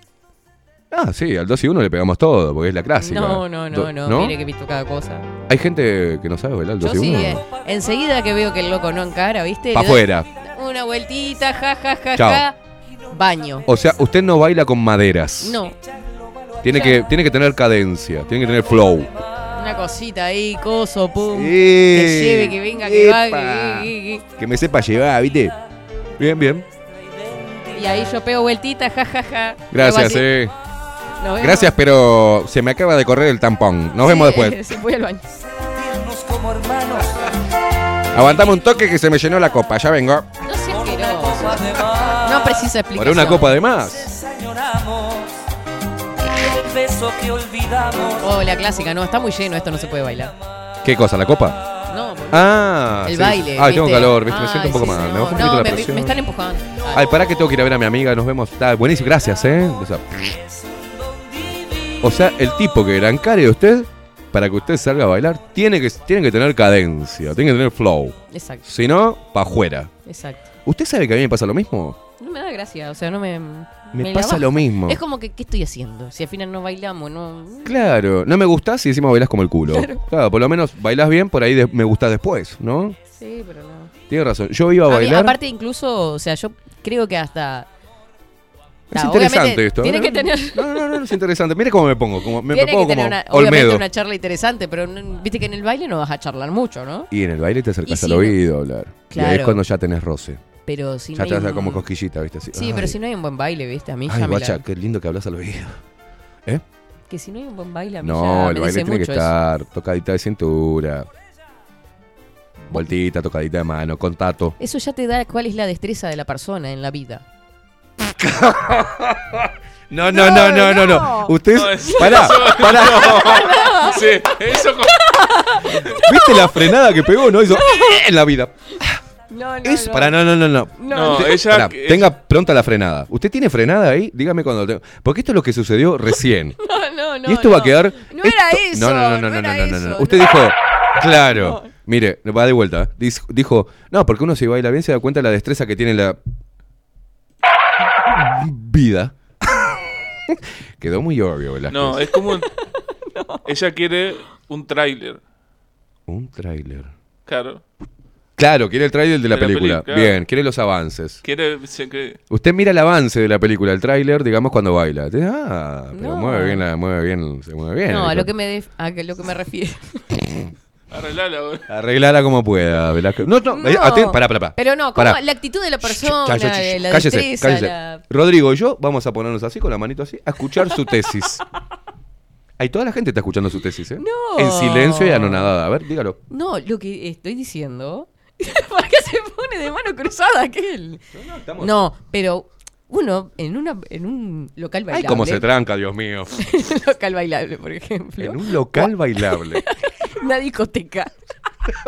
Ah, sí, al 2 y 1 le pegamos todo, porque es la clásica.
No, no, no,
Ah, Do-
no, Mire que he visto cada cosa.
Hay gente que no sabe bailar al
Yo
2 y
sí,
1.
eh, enseguida que veo que el loco no encara, ¿viste? Le
Para
doy
afuera.
Una vueltita, ja, ja, ja,
Chao.
ja. Baño.
O sea, usted no baila con maderas.
No,
Tiene que, tiene que tener cadencia, tiene que tener flow.
una cosita ahí, coso, pum. Que
Eh,
lleve, que venga, que va.
epa.
que- que-
Que me sepa llevar, ¿viste? Bien, bien.
que- Y ahí yo pego vueltita, ja, ja, ja.
Gracias,
Luego así,
eh.
nos vemos.
Gracias, pero se me acaba de correr el tampón. Nos vemos después.
[LAUGHS] Sí, voy al baño.
Aguantame un toque que se me llenó la copa. Ya vengo.
No seas asqueroso. No precisa explicación.
Por una copa de más.
Oh, la clásica, no, está muy lleno, esto no se puede bailar.
¿Qué cosa? ¿La copa?
No, boludo.
Ah.
el
sí.
baile.
Ay, tengo
¿viste?
calor, ¿viste? me
Ay,
siento un poco
sí,
mal.
sí,
Me bajo un
no,
poquito la
me,
presión.
me están em- empujando. Ah,
Ay, pará que tengo que ir a ver a mi amiga, nos vemos. Está buenísimo, gracias, ¿eh? O sea, o sea, el tipo que gran care de usted, para que usted salga a bailar, tiene que, tiene que tener cadencia, tiene que tener flow.
Exacto,
Si no, pa' afuera.
exacto.
¿Usted sabe que a mí me pasa lo mismo?
No me da gracia, o sea, no me.
Me,
la
pasa
baja.
lo mismo.
Es como que, ¿qué estoy haciendo? Si al final no bailamos, no.
Claro, no me gustás y encima bailás como el culo. Claro, por lo menos bailás bien, por ahí de- me gustás después, ¿no?
Sí, pero no.
Tiene razón. Yo iba a
A mí,
bailar.
aparte, incluso, o sea, yo creo que hasta.
es
Ta,
interesante
obviamente,
esto.
Tiene
¿eh?
que tener.
No, no, no, es interesante. Mire cómo me pongo. Como, me, me
tiene
pongo
que tener
como
una, obviamente
Olmedo.
una charla interesante, pero no- viste que en el baile no vas a charlar mucho, ¿no?
Y en el baile te acercas
Y
al
si no-
oído a hablar. Y ahí es
Claro.
cuando ya tenés roce.
Pero si
ya
no.
te
hay
vas a
un-
como cosquillita, ¿viste? Así,
Sí,
ay,
pero si no hay un buen baile, viste, a mí
Ay,
ya me
guacha,
la-
qué lindo que hablas al oído.
Que si no hay un buen baile, a mí
No,
ya
el
me
baile
dice
tiene que
mucho eso.
estar tocadita de cintura. Voltita, tocadita de mano, contacto.
Eso ya te da cuál es la destreza de la persona en la vida.
No, no, no, no, no, no.
[LAUGHS]
Usted.
No, es-
Pará, pará. [LAUGHS]
Sí, eso con-
¿Viste la frenada que pegó?
[LAUGHS]
No hizo. En la vida.
No, no.
Es. Pará, no, no, no, no.
No,
Usted-
ella-
pará,
ella-
Tenga pronta la frenada. ¿Usted tiene frenada ahí? Dígame cuando tengo. Porque esto es lo
[LAUGHS]
que sucedió recién.
No, no, no.
y esto va a
no.
quedar.
No era
esto-
eso.
No, no, no, no, no,
era
no, no, no.
eso,
Usted
no.
dijo, claro. Mire, va de vuelta. Dis- Dijo, no, porque uno si baila bien se da cuenta de la destreza que tiene la vida. [LAUGHS] Quedó muy obvio, ¿verdad?
No, es como. Ella quiere un tráiler.
Un tráiler.
Claro.
Claro, quiere el tráiler de la
De la
película.
peli, claro.
Bien, quiere los avances.
Quiere, se cree-
Usted mira el avance de la película, el tráiler, digamos, cuando baila. Dice, Ah, pero
No.
mueve bien, la, mueve bien, se mueve bien.
No, a lo que me, def- a que- lo que me
[LAUGHS]
refiero.
Arreglala, boludo.
Arreglala como pueda, Velasco. No, no, eh,
No.
aten- pará, pará, pará.
Pero no, como
Pará.
la actitud de la persona,
Cállate,
de la
cállese,
destreza,
cállese.
la-
Rodrigo y yo vamos a ponernos así, con la manito así, a escuchar
[LAUGHS]
su tesis. Ahí toda la gente está escuchando su tesis, ¿eh?
No.
En silencio y anonadada. A ver, dígalo.
No, lo que estoy diciendo. [LAUGHS] ¿Por qué se pone de mano cruzada aquel? No, pero uno en, una, en un local
Ay,
bailable.
cómo se tranca,
[LAUGHS]
Dios mío.
En un local bailable, por ejemplo.
En un local
[LAUGHS]
bailable.
Una discoteca. [LAUGHS]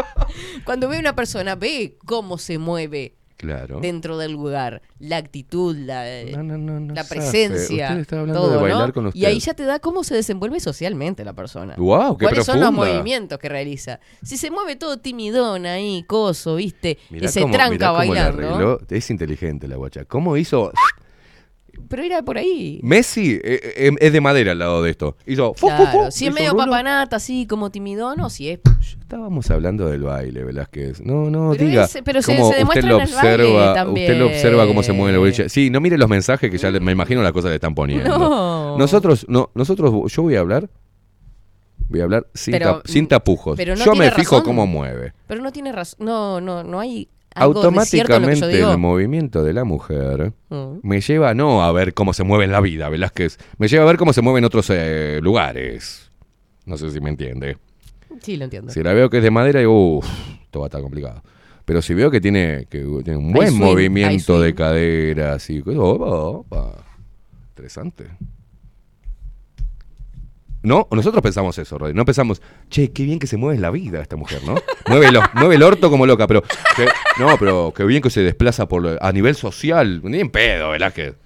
Cuando ve una persona, ve cómo se mueve
Claro.
dentro del lugar, la actitud, la, eh,
No, no, no, no
la
zafe.
presencia.
Usted está hablando
todo,
de
¿no?
bailar con los
Y ahí
pies.
ya te da cómo se desenvuelve socialmente la persona.
Guau, qué
¿Cuáles son los
profunda.
movimientos que realiza? Si se mueve todo timidón ahí, coso, viste,
Mirá
y se
cómo- mirá
tranca
cómo la
bailando.
arregló. Es inteligente la guacha. ¿Cómo hizo?
Pero era por ahí.
Messi eh, eh, es de madera al lado de esto. Hizo. fu, fu, fu,
Claro, si es
hizo
medio
un rulo.
papanata, así como timidón, o si es.
Estábamos hablando del baile, Velázquez. No, no,
Pero
diga.
ese- pero se-
cómo
se demuestra
usted lo
en el baile
observa,
también.
usted lo observa cómo se mueve la bolilla. Sí, no mire los mensajes que ya le- me imagino las cosas le están poniendo.
No.
Nosotros, no, nosotros, yo voy a hablar, voy a hablar sin,
Pero,
tap- sin tapujos.
pero no
yo me
tiene
fijo
razón.
cómo mueve.
Pero no tiene razón. No, no, no hay. Algo de cierto en lo que yo
Automáticamente
digo.
el movimiento de la mujer
Mm.
me lleva no a ver cómo se mueve en la vida, Velázquez. Me lleva a ver cómo se mueve en otros eh, lugares. No sé si me entiende.
Sí, lo entiendo.
Si la veo que es de madera, digo, uff, esto va a estar complicado. Pero si veo que tiene, que tiene un buen
swing,
movimiento
hay
de
swing.
caderas y cosas, opa, opa. Interesante. No, nosotros pensamos eso, Rodri. No pensamos, che, qué bien que se mueve la vida esta mujer,
[LAUGHS]
¿no? mueve, los- mueve el orto como loca, pero. que- no, pero qué bien que se desplaza por lo- a nivel social. Ni en pedo, Velázquez.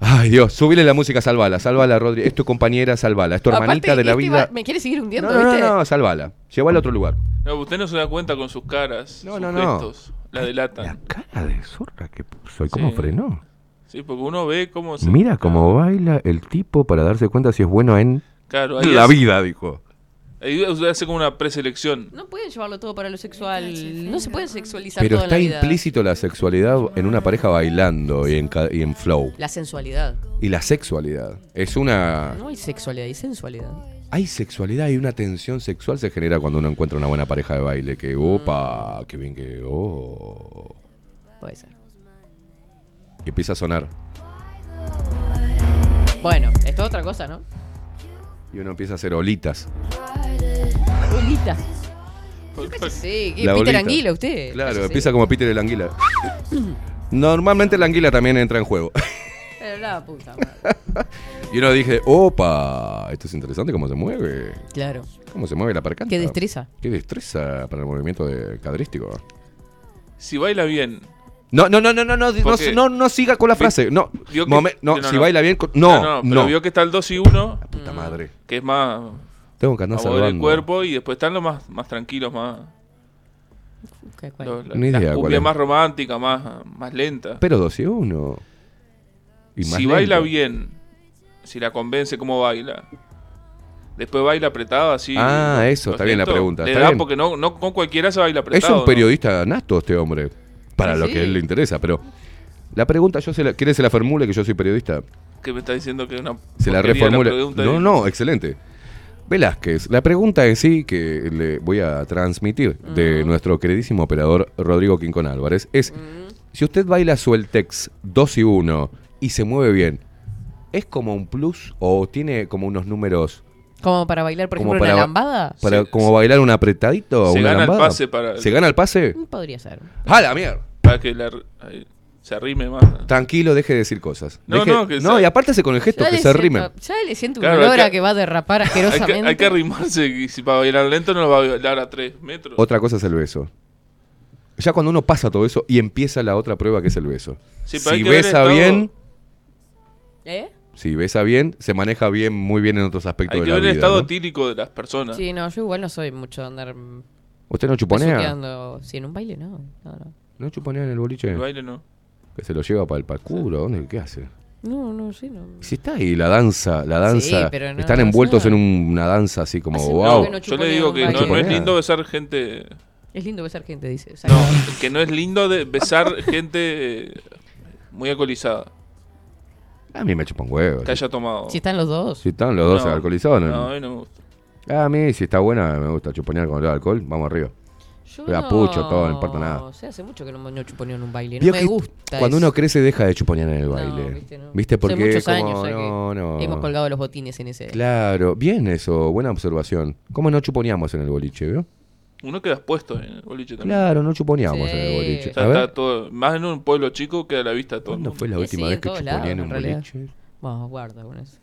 Ay, Dios, subile la música, salvala, salvala, Rodri. Es tu compañera, salvala. Es tu hermanita
Aparte,
de la
este
vida.
va- me quiere seguir hundiendo,
No, no,
¿viste?
no, no, salvala. Llévala a otro lugar.
No, usted no se da cuenta con sus caras,
No,
sus
no, no.
gestos. La
Ah.
delatan.
cara de zorra que puso y
cómo Sí.
frenó.
Sí, porque uno ve cómo se.
Mira cómo baila el tipo para darse cuenta si es bueno en
Claro, ahí
la
hace-
vida, dijo.
Ahí usted hace como una preselección.
No pueden llevarlo todo para lo sexual. No se puede sexualizar
Pero
todo
está
en la vida.
implícito la sexualidad en una pareja bailando y en, ca- y en flow.
La sensualidad.
Y la sexualidad. Es una...
No hay sexualidad, hay sensualidad.
Hay sexualidad y una tensión sexual se genera cuando uno encuentra una buena pareja de baile. Que, opa, qué bien que... Oh.
Puede ser.
Y empieza a sonar.
Bueno, esto es otra cosa, ¿no?
Y uno empieza a hacer olitas.
Bolita.
Porque-
Sí, que Peter
La bolita.
Anguila usted.
Claro,
Cállese.
empieza como Peter el Anguila. Normalmente el Anguila también entra en juego. [LAUGHS]
Pero la puta madre.
Y uno dije, opa, esto es interesante cómo se mueve.
Claro.
Cómo se mueve la percanta.
Qué destreza.
Qué destreza para el movimiento de cadrístico.
Si baila bien.
No, no, no, no, no, no, no,
Porque-
no, no siga con la frase. No,
vio que-
momen- no,
no, no,
si
no.
baila bien. con- No, no,
pero vio que está el 2 y 1,
Puta madre.
que es más.
Tengo que
A
andar
mover
salvando.
el cuerpo y después están los más, más tranquilos, más.
Ok, bueno.
Los,
Ni
las
idea cuál
cumbias
es.
más románticas, más, más lentas.
Pero 2 y 1.
Si baila bien, si la convence cómo baila. Después baila apretado así.
Ah,
lo-
eso,
lo
está bien la
siento.
pregunta,
Le
está
da
bien.
porque no, no con cualquiera se baila
Es
apretado.
un
¿no?
periodista nato este hombre. Para
Sí,
lo
sí.
que a él le interesa, pero. La pregunta, yo se la, ¿quiere se la formule que yo soy periodista?
Que me está diciendo que es una.
Se la
porquería
reformula.
pregunta
no,
y-
no, excelente. Velázquez, la pregunta en sí que le voy a transmitir de nuestro queridísimo operador Rodrigo Quincón Álvarez es: si usted baila sueltex 2 y 1 y se mueve bien, ¿es como un plus o tiene como unos números
Como para bailar, por
Como
ejemplo,
para-
una lambada.
para
Se-
como bailar un apretadito o
se
una
gana el
lambada?
pase para-
¿Se gana el pase?
Mm, Podría ser.
¡A la mierda!
Para que la- ahí, se arrime más.
Tranquilo, deje de decir cosas.
No,
Deje-
no, que se-
y apártese con el gesto,
Ya
que
le
se
siento-
arrimen.
Ya le siento
Claro,
un
hay
olor a
que-
que va a
[LAUGHS]
derrapar
Hay que,
asquerosamente.
hay que arrimarse. Y si para bailar lento no va a bailar a 3 metros.
Otra cosa es el beso. Ya cuando uno pasa todo eso y empieza la otra prueba que es el beso.
Sí, pero hay
si
que ver
besa
el estado-
bien,
¿Eh?
si besa bien, se maneja bien, muy bien en otros aspectos
Hay que
de la
ver el
vida.
estado
¿no?
tílico de las personas.
Sí, no, yo igual no soy mucho de andar mm,
¿Usted no chuponea?
besuqueando. Sí, en un baile no. No, no.
¿No chuponea en el boliche?
El baile no.
Que se lo lleva para el parkour, ¿o ¿dónde? ¿Qué hace?
No, no, sí, no.
Si está ahí la danza, la danza.
Sí, pero no,
están
no,
envueltos
no.
en una danza así como,
Hace-
wow.
no, que no
yo
chuponea
le digo
un
que no,
baile.
no es
Chuponea.
lindo besar gente
Es lindo besar gente, dice. O sea,
No, que no es lindo de besar [LAUGHS] gente eh, muy alcoholizada,
A mí me chupan huevos.
que haya tomado.
Si están los dos.
Si están los dos alcoholizados, no.
No, a mí no me gusta.
A mí, si está buena, me gusta chuponear con el alcohol. Vamos arriba.
Yo
Pero apucho, todo, no importa nada.
O sea, hace mucho que no, no chuponeo en un baile. No
Vio
me
que
gusta.
Cuando
eso.
uno crece, deja de chuponear en el
No,
baile.
viste, no.
¿Viste? Porque.
Hace muchos
como,
años ya
no,
que
no.
hemos colgado los botines en ese.
Claro, bien eso, buena observación. ¿Cómo no chuponeamos en el boliche, vio?
Uno queda expuesto en el boliche también.
Claro, no chuponeamos
Sí.
en el boliche.
O sea,
A ver,
está todo, más en un pueblo chico queda a la vista de todo. el
¿cuándo
mundo.
fue la
Sí,
última
sí,
vez
en
que
todos
chuponeé
lados,
en
en
un
realidad.
boliche?
Bueno, guarda con eso.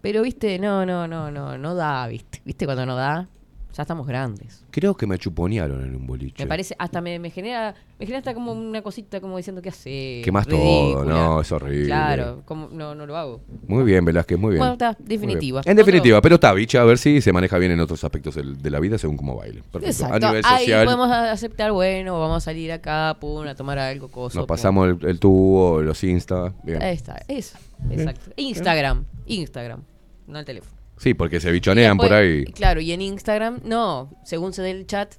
Pero viste, no, no, no, no, no da, viste. Viste cuando no da, ya estamos grandes.
Creo que me chuponearon en un boliche.
Me parece, hasta me, me genera, me genera hasta como una cosita como diciendo qué hace.
Quemás todo, no, es horrible.
Claro, como, no, no lo hago.
Muy bien, Velázquez, muy bien.
Bueno, está,
Muy bien.
definitiva.
En definitiva, pero está, bicha, a ver si se maneja bien en otros aspectos del- de la vida según cómo baile. Perfecto.
Exacto.
A nivel
Ahí
social,
podemos a- aceptar, bueno, vamos a salir acá, pum, a tomar algo, cosas.
nos pasamos el, el tubo, los insta. Bien.
Ahí está, eso, exacto. Instagram, Instagram, no el teléfono.
Sí, porque se bichonean por ahí.
Después, Pues, Claro, y en Instagram, no, según se dé el chat,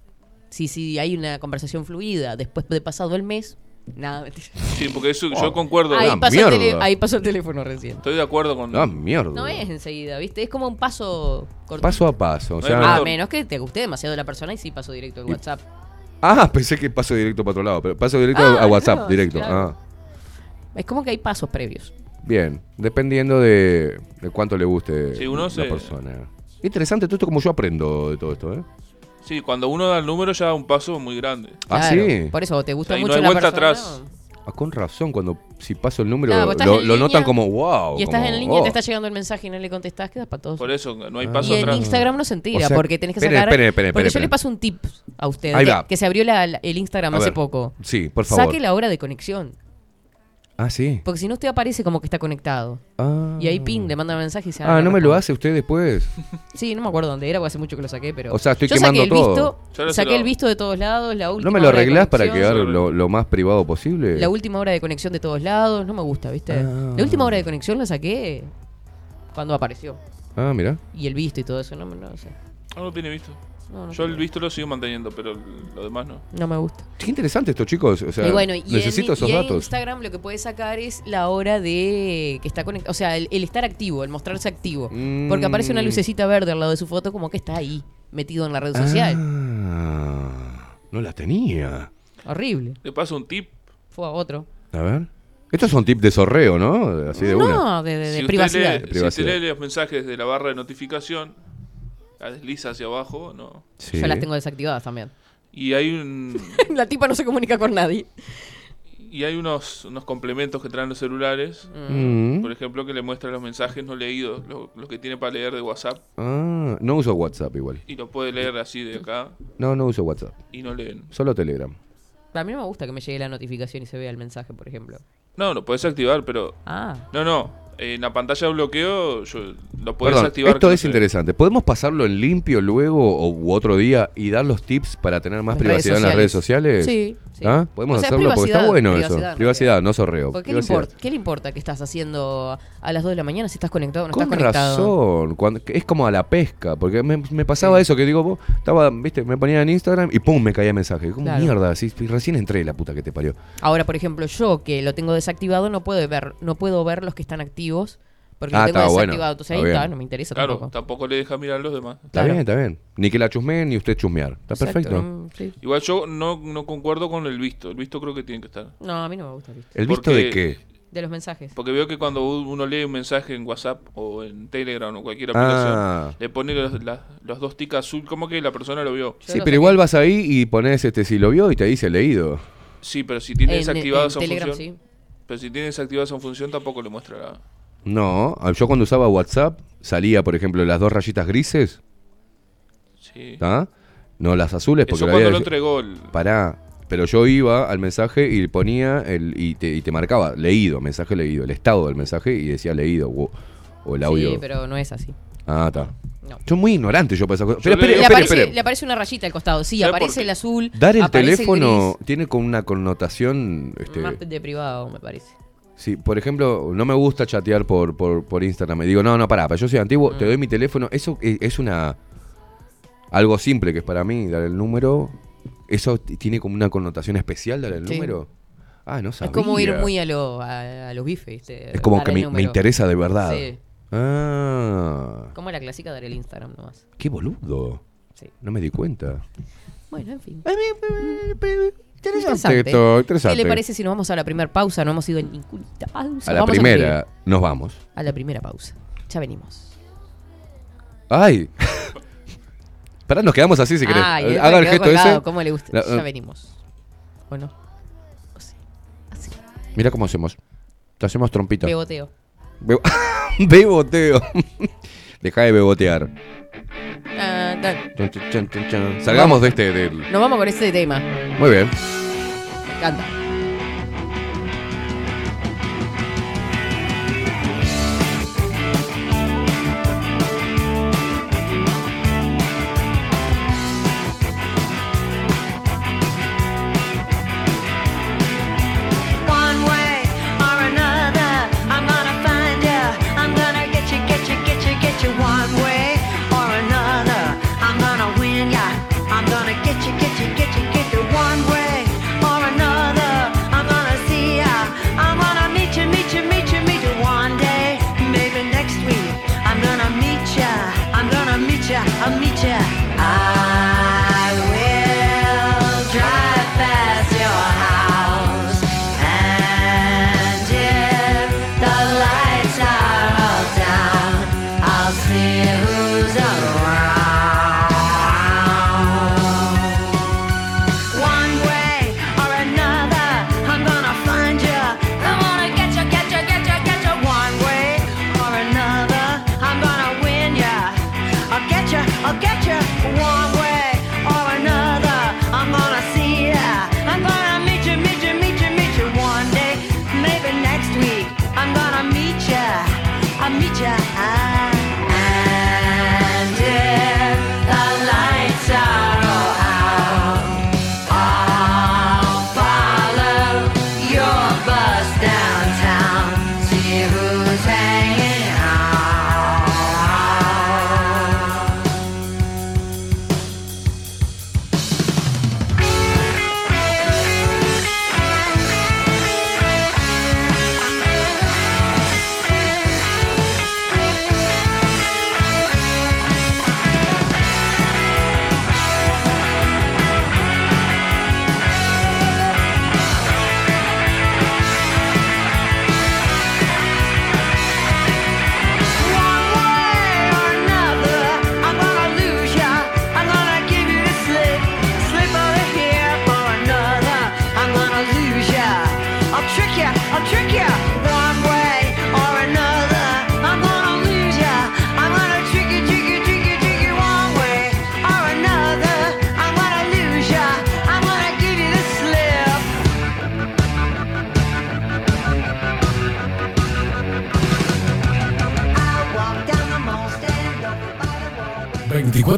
si si hay una conversación fluida después de pasado el mes, nada,
[LAUGHS]
mentira.
Sí, porque eso, yo concuerdo.
ahí,
Ah,
pasó el tele-
mierda.
ahí pasó el teléfono recién.
Estoy de acuerdo con.
Ah, mierda.
No es enseguida, ¿viste? Es como un paso corto.
Paso a paso. O
No
sea,
hay
a
Ah.
menos que te guste demasiado la persona y sí paso directo al
Y-
WhatsApp.
Ah, pensé que paso directo para otro lado, pero paso directo
Ah,
a WhatsApp,
no,
directo.
claro.
Ah,
Es como que hay pasos previos.
bien, dependiendo de, de cuánto le guste
Sí, uno
la
se-
persona. Interesante todo esto, como yo aprendo de todo esto, ¿eh?
Sí, cuando uno da el número ya da un paso muy grande.
Ah,
Claro,
sí.
Por eso, ¿te gusta
O sea, y no
mucho
hay
la
vuelta
persona?
atrás.
Ah, con razón, cuando si paso el número
Claro, vos estás
lo,
en
lo
línea
notan como wow.
Y estás
como,
en línea,
oh.
te está llegando el mensaje y no le contestás, quedas para todos.
Por eso no hay
Ah.
paso
Y en
atrás.
Instagram no se entera,
O sea,
porque tenés que
espere,
sacar.
espere, espere,
porque yo
espere.
le paso un tip a usted
Ahí
que,
va.
que se abrió la- la- el Instagram
A
hace
ver.
poco.
Sí, por favor.
Saque la hora de conexión.
Ah, sí.
Porque si no, usted aparece como que está conectado.
Ah.
Y ahí ping, le manda mensaje y se
Ah, no me lo hace usted después.
Sí, no me acuerdo dónde era, porque hace mucho que lo saqué, pero.
O sea, estoy
yo
quemando
saqué el
todo.
Yo
Visto,
ahora se
saqué
lo-
el visto de todos lados, la última.
¿No me lo
hora de
arreglás para
conexión.
quedar lo, lo más privado posible?
La última hora de conexión de todos lados, no me gusta, ¿viste?
Ah.
La última hora de conexión la saqué cuando apareció.
ah, mira.
Y el visto y todo eso, no, me- no sé.
No lo tiene visto.
No, no
Yo el
sé.
visto lo sigo manteniendo, pero lo demás no.
No me gusta.
Qué interesante esto, chicos. O sea,
y bueno, y
necesito
en,
esos
y en
datos.
Instagram lo que puedes sacar es la hora de que está conectado, o sea, el, el estar activo, el mostrarse activo.
Mm.
Porque aparece una lucecita verde al lado de su foto como que está ahí, metido en la red social.
Ah, no la tenía.
Horrible.
Le paso un tip.
Fue a otro.
A ver. Estos son tips de sorreo, ¿no? Así de una.
No, de, de- de
si usted
privacidad.
Lee, si
Privacidad.
usted lee los mensajes de la barra de notificación, la desliza hacia abajo, no.
Sí.
Yo las tengo desactivadas también. [LAUGHS]
Y hay un
la tipa no se comunica con nadie.
y hay unos, unos complementos que traen los celulares,
Mm.
por ejemplo, que le muestra los mensajes no leídos, lo- los que tiene para leer de WhatsApp
Ah, no uso WhatsApp igual.
y lo puede leer así de acá
No, no uso WhatsApp.
y no leen.
Solo Telegram.
A mí no me gusta que me llegue la notificación y se vea el mensaje, por ejemplo.
No, lo puedes activar, pero
Ah.
no, no. En la pantalla de bloqueo yo- lo puedes
Perdón,
activar.
esto
que no
es
se-
interesante. ¿Podemos pasarlo en limpio luego o u otro día y dar los tips para tener más
Las
privacidad en las redes
redes
sociales?
sociales. Sí, sí.
¿Ah? ¿Podemos
O sea, es
hacerlo? Porque está
privacidad,
bueno
privacidad,
eso.
no
Privacidad, no sorreo.
Porque ¿qué le,
Privacidad.
importa, ¿Qué le importa que estás haciendo a las 2 de la mañana si estás conectado o no
Con
estás conectado?
razón, cuando- es como a la pesca, porque me, me pasaba eso que digo, vos, estaba, viste, me ponía en Instagram y pum, me caía mensaje. Como
Claro.
mierda, así, recién entré la puta que te parió.
Ahora, por ejemplo, yo que lo tengo desactivado no puedo ver, no puedo ver los que están activos porque
Ah,
lo tengo
está bueno,
desactivado. Entonces ahí
está bien.
está, no me interesa
Claro,
tampoco.
tampoco le deja mirar a los demás.
Está
Claro.
bien, está bien. Ni que la chusmeen ni usted chusmear. Está
Exacto,
perfecto.
mm, sí.
Igual yo no, no concuerdo con el visto. El visto creo que tiene que estar.
No, a mí no me gusta, ¿viste?
¿El visto
Porque-
de qué?
De los mensajes.
Porque veo que cuando u- uno lee un mensaje en WhatsApp o en Telegram o cualquier aplicación,
Ah.
le pone los, la- los dos tics azul, como que la persona lo vio.
Yo
Sí,
lo
pero
saqué.
igual vas ahí y pones este si lo vio y te dice leído.
Sí, pero si tiene
En-
desactivada
en
esa
Telegram,
función. Pero si tiene desactivada esa función, tampoco le muestra la.
No, ah, yo cuando usaba WhatsApp salía, por ejemplo, las dos rayitas grises,
Sí.
¿tá? No las azules porque
Eso
lo
cuando
había-
lo entregó. el-
Pará. Pero yo iba al mensaje y ponía el, y, te, y te marcaba leído, mensaje leído, el estado del mensaje y decía leído o, o el audio.
Sí, pero no es así.
Ah, está.
No.
Yo muy ignorante yo para esas cosas.
Yo
Pero espere,
le-
Le
espere,
aparece,
espere.
le aparece una rayita al costado. Sí,
¿Sabe por
aparece
qué?
el azul.
Dar el
aparece
teléfono
gris.
tiene como una connotación. Este,
Más de privado, me parece.
Sí, por ejemplo, no me gusta chatear por, por, por Instagram. Me digo, no, no, pará, pero yo soy antiguo,
Mm.
te doy mi teléfono. Eso e- es una. Algo simple que es para mí, dar el número ¿Eso t- tiene como una connotación especial del
Sí.
número? Ah, no sabía.
Es como ir muy a, lo- a, a los bifes,
este,
¿viste?
Es como
Dar
que
el
me, me
número.
interesa de verdad.
Sí.
Ah,
Como la clásica dar el Instagram nomás.
qué boludo.
Sí.
No me di cuenta.
Bueno, en
Eh,
fin.
Interesante, todo, interesante.
¿Qué le parece si nos vamos a la primera pausa? No hemos ido en ninguna pausa.
A la
Vamos
primera,
A,
nos vamos.
a la primera pausa. Ya venimos.
¡Ay! [LAUGHS] Pará, nos quedamos así si querés.
Ay, después
Haga el
quedó
gesto
colgado,
ese.
¿Cómo le gusta?
La- eh,
ya venimos. ¿O no?
Mira cómo hacemos. Te hacemos trompita.
Pegoteo.
Bebo- [LAUGHS] Beboteo. [LAUGHS] Deja de bebotear.
Ah, tal.
Chan, chan, chan, chan, chan. Salgamos de este. del-
Nos vamos con este tema.
Muy bien.
Me encanta.
One way or another, I'm gonna find you. I'm gonna get you, get you, get you, get you. One way or another, I'm gonna win ya. I'm gonna get you, get you, get you, get you. One way or another, I'm gonna see ya. I'm gonna meet you, meet you, meet you, meet you. One day, maybe next week, I'm gonna meet ya. I'm gonna meet ya, I'll meet ya. I will drive past your house. And if the lights are all down, I'll see who's around. One way or another, I'm gonna find you. I'm gonna get you, get you, get you, get you. One way or another, I'm gonna win ya. I'll get you, I'll get you. One way or another, I'm gonna see ya. I'm gonna meet you, meet you, meet you, meet you. One day, maybe next week, I'm gonna meet ya. I'll meet ya. And if the lights are all out. I'll follow your bus downtown, see who's hanging out. One way or another, I'm gonna lose ya. I'm gonna give you the slip, slip over here for another. I'm gonna lose ya. I'll trick ya, I'll trick ya. One way or another, I'm gonna lose ya. I'm gonna trick you, trick you, trick you, trick you. One way or another, I'm gonna lose ya. I'm gonna give you the slip. I walk down the mall, stand over by the wall.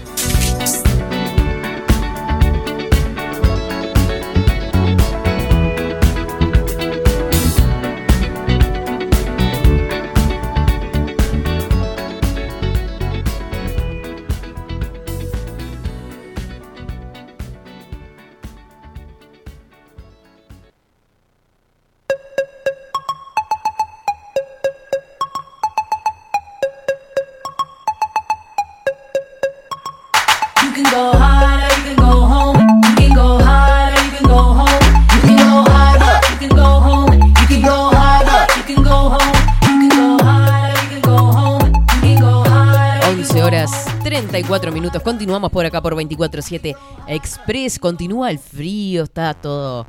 You can go higher, you can go home. You can go higher, you can go home. You can go higher, you can go home. You can go higher, you can go home. You can go higher, you can go home. You can go higher.
11 horas 34 minutos. Continuamos por acá por 24-7 Express. Continúa el frío, está todo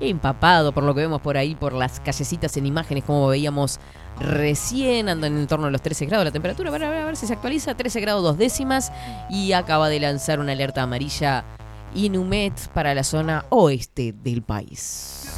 empapado por lo que vemos por ahí, por las callecitas en imágenes, como veíamos recién, andan en torno a los 13 grados la temperatura. Para ver, a ver si se actualiza, 13 grados dos décimas. Y acaba de lanzar una alerta amarilla Inumet para la zona oeste del país.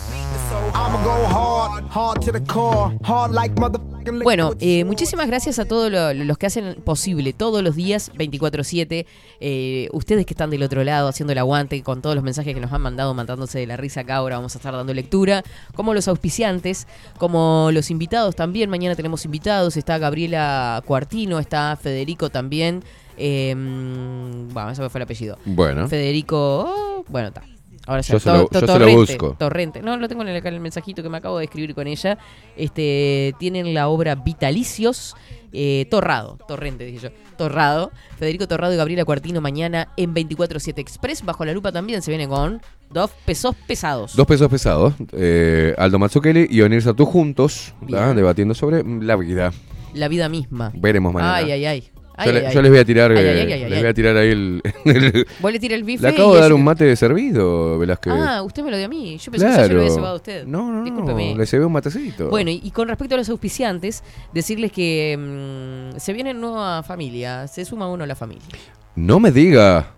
I'ma go hard, hard to the core, hard like motherfucking
Bueno, eh, muchísimas gracias a todos lo- lo- los que hacen posible todos los días 24/7. eh, ustedes que están del otro lado haciendo el aguante con todos los mensajes que nos han mandado, matándose de la risa acá. Ahora vamos a estar dando lectura. Como los auspiciantes, como los invitados también. Mañana tenemos invitados. Está Gabriela Cuartino, está Federico también. eh, bueno, ese me fue el apellido.
Bueno.
Federico. oh, Bueno, está. Ahora
Yo se lo-
to- to-
yo se lo
Torrente,
busco.
Torrente. No, lo tengo en el, acá en el mensajito que me acabo de escribir con ella. Este, tienen la obra Vitalicios. eh, Torrado, Torrente, dije yo. Torrado. Federico Torrado y Gabriela Cuartino mañana en 24-7 Express. Bajo la lupa también se viene con dos pesos pesados.
Dos pesos pesados. eh, Aldo Mazzucchelli y Onir Sartú juntos, ¿tá? debatiendo sobre la vida.
La vida misma.
Veremos mañana.
Ay, ay, ay. Ay,
yo, le-
ay, ay.
yo les voy a tirar,
Ay,
eh,
ay, ay, ay,
les
ay.
voy a tirar ahí el. [LAUGHS] el-
Vos le tirás el bife
Le acabo
y
de
ella
dar un
te-
mate de servido, Velázquez.
Ah, usted me lo dio a mí. Yo pensé que yo lo había llevado a usted.
No, no,
Discúlpeme.
no. Le se ve un matecito.
Bueno, y, y con respecto a los auspiciantes, decirles que mm, se viene nueva familia, se suma uno a la familia.
No me diga.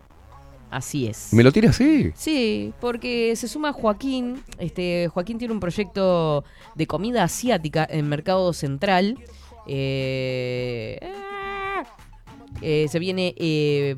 Así es.
¿Me lo tira así?
Sí, porque se suma Joaquín. Este, Joaquín tiene un proyecto de comida asiática en Mercado Central. Eh, ah, eh, se viene. eh,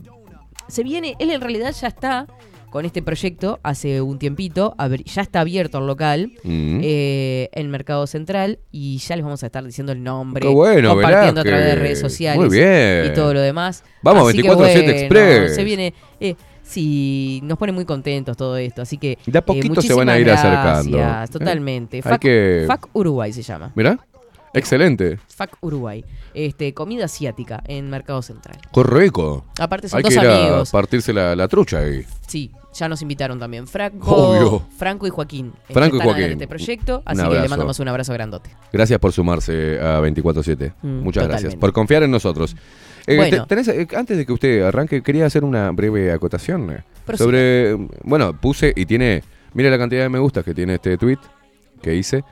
se viene. Él en realidad ya está con este proyecto hace un tiempito. abri- Ya está abierto el local
Mm.
eh, en Mercado Central. Y ya les vamos a estar diciendo el nombre.
Qué bueno,
compartiendo a través de
Velázquez.
redes sociales.
Muy bien.
Y todo lo demás.
Vamos,
Así que
24/7 Express.
Se viene. eh, sí, nos pone muy contentos todo esto. Así que.
De a
eh,
poquito se van a ir
muchísimas
acercando.
gracias,
Eh,
totalmente.
hay
FAC,
que-
FAC Uruguay se llama.
Mirá. Excelente.
FAC Uruguay. Este, comida asiática en Mercado Central.
Correco.
Aparte son
Hay
dos
que ir
amigos.
a partirse la, la trucha ahí.
Sí, ya nos invitaron también. Franco,
Obvio.
Franco y Joaquín. eh,
Franco y
están
Joaquín.
En este proyecto. Así
Un
que le
abrazo.
mandamos un abrazo grandote.
Gracias por sumarse a 24-7.
Mm,
Muchas gracias.
totalmente.
Por confiar en nosotros. Eh,
Bueno.
te- tenés, eh, antes de que usted arranque, quería hacer una breve acotación. eh,
Prosiga.
Sobre. Bueno, puse y tiene. Mire la cantidad de me gustas que tiene este tweet que hice.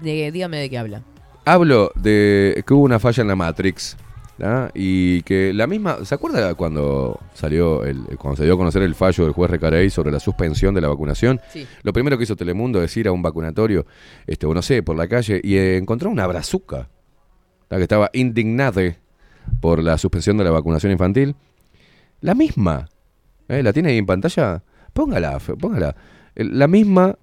De- dígame de qué habla.
Hablo de que hubo una falla en la Matrix. ¿tá? Y que la misma. ¿Se acuerda cuando salió el, cuando se dio a conocer el fallo del juez Recarey sobre la suspensión de la vacunación?
Sí.
Lo primero que hizo Telemundo es ir a un vacunatorio, este, o no sé, por la calle, y eh, encontró una brazuca. ¿tá? Que estaba indignada por la suspensión de la vacunación infantil. La misma. ¿eh? ¿La tiene ahí en pantalla? Póngala, Fe, póngala. El- La misma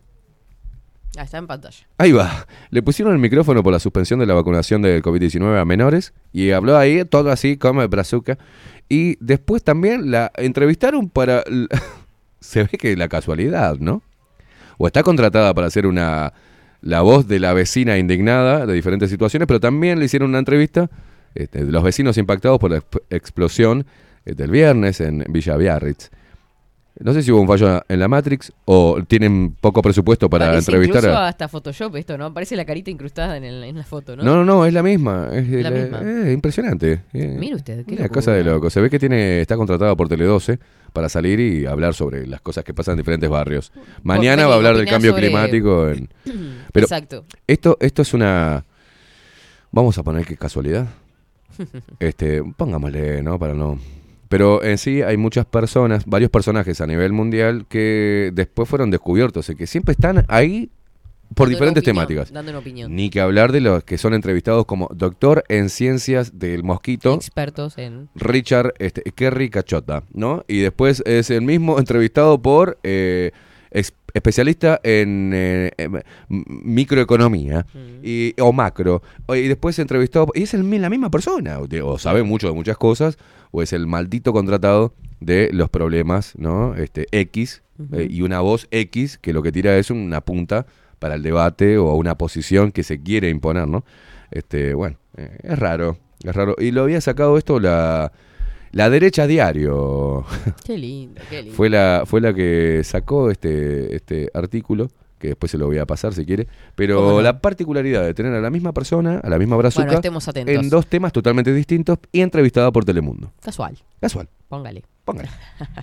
Ah, está en pantalla.
Ahí va. Le pusieron el micrófono por la suspensión de la vacunación del COVID-19 a menores y habló ahí, todo así, como el brazuca. Y después también la entrevistaron para... l- [LAUGHS] Se ve que la casualidad, ¿no? O está contratada para hacer una... La voz de la vecina indignada de diferentes situaciones, pero también le hicieron una entrevista este, de los vecinos impactados por la exp- explosión eh, del viernes en Villa Biarritz. No sé si hubo un fallo en la Matrix o tienen poco presupuesto para
Parece
entrevistar
incluso
a...
hasta Photoshop esto, ¿no? Parece la carita incrustada en, el- en la foto, ¿no?
No, no, no, es la misma. Es,
La
la-
misma.
eh, impresionante. Eh,
Mire usted, qué
una
locura.
cosa de loco. Se ve que tiene está contratado por Tele12 para salir y hablar sobre las cosas que pasan en diferentes barrios. Mañana
venir
va a
a
hablar del
opinar
cambio
sobre- [CLEARS THROAT]
climático. en- Pero
Exacto.
Esto, esto es una... Vamos a poner que
[LAUGHS]
casualidad. Este, pongámosle, ¿no? Para no. Pero en sí hay muchas personas, varios personajes a nivel mundial que después fueron descubiertos y que siempre están ahí por
Dando una
diferentes
opinión,
temáticas.
Dando una opinión.
Ni que hablar de los que son entrevistados como doctor en ciencias del mosquito,
Expertos en.
Richard este, Kerry Cachota, ¿no? Y después es el mismo [LAUGHS] entrevistado por eh, ex- especialista en, eh, em, m- microeconomía y, o macro. O- Y después entrevistado, y es el mi- la misma persona, o, te- o sabe mucho de muchas cosas, o es el maldito contratado de los problemas, ¿no? Este, X, eh, y una voz X que lo que tira es una punta para el debate o una posición que se quiere imponer, ¿no? Este, bueno, eh, es raro, es raro. Y lo había sacado esto la, la derecha diario. [LAUGHS]
Qué lindo, qué lindo.
fue, la, fue la que sacó este, este artículo, que después se lo voy a pasar si quiere. Pero
¿Cómo no?
la particularidad de tener a la misma persona, a la misma brazuca,
Bueno, estemos atentos.
en dos temas totalmente distintos y entrevistada por Telemundo.
Casual.
Casual.
Póngale.
Póngale.
[LAUGHS]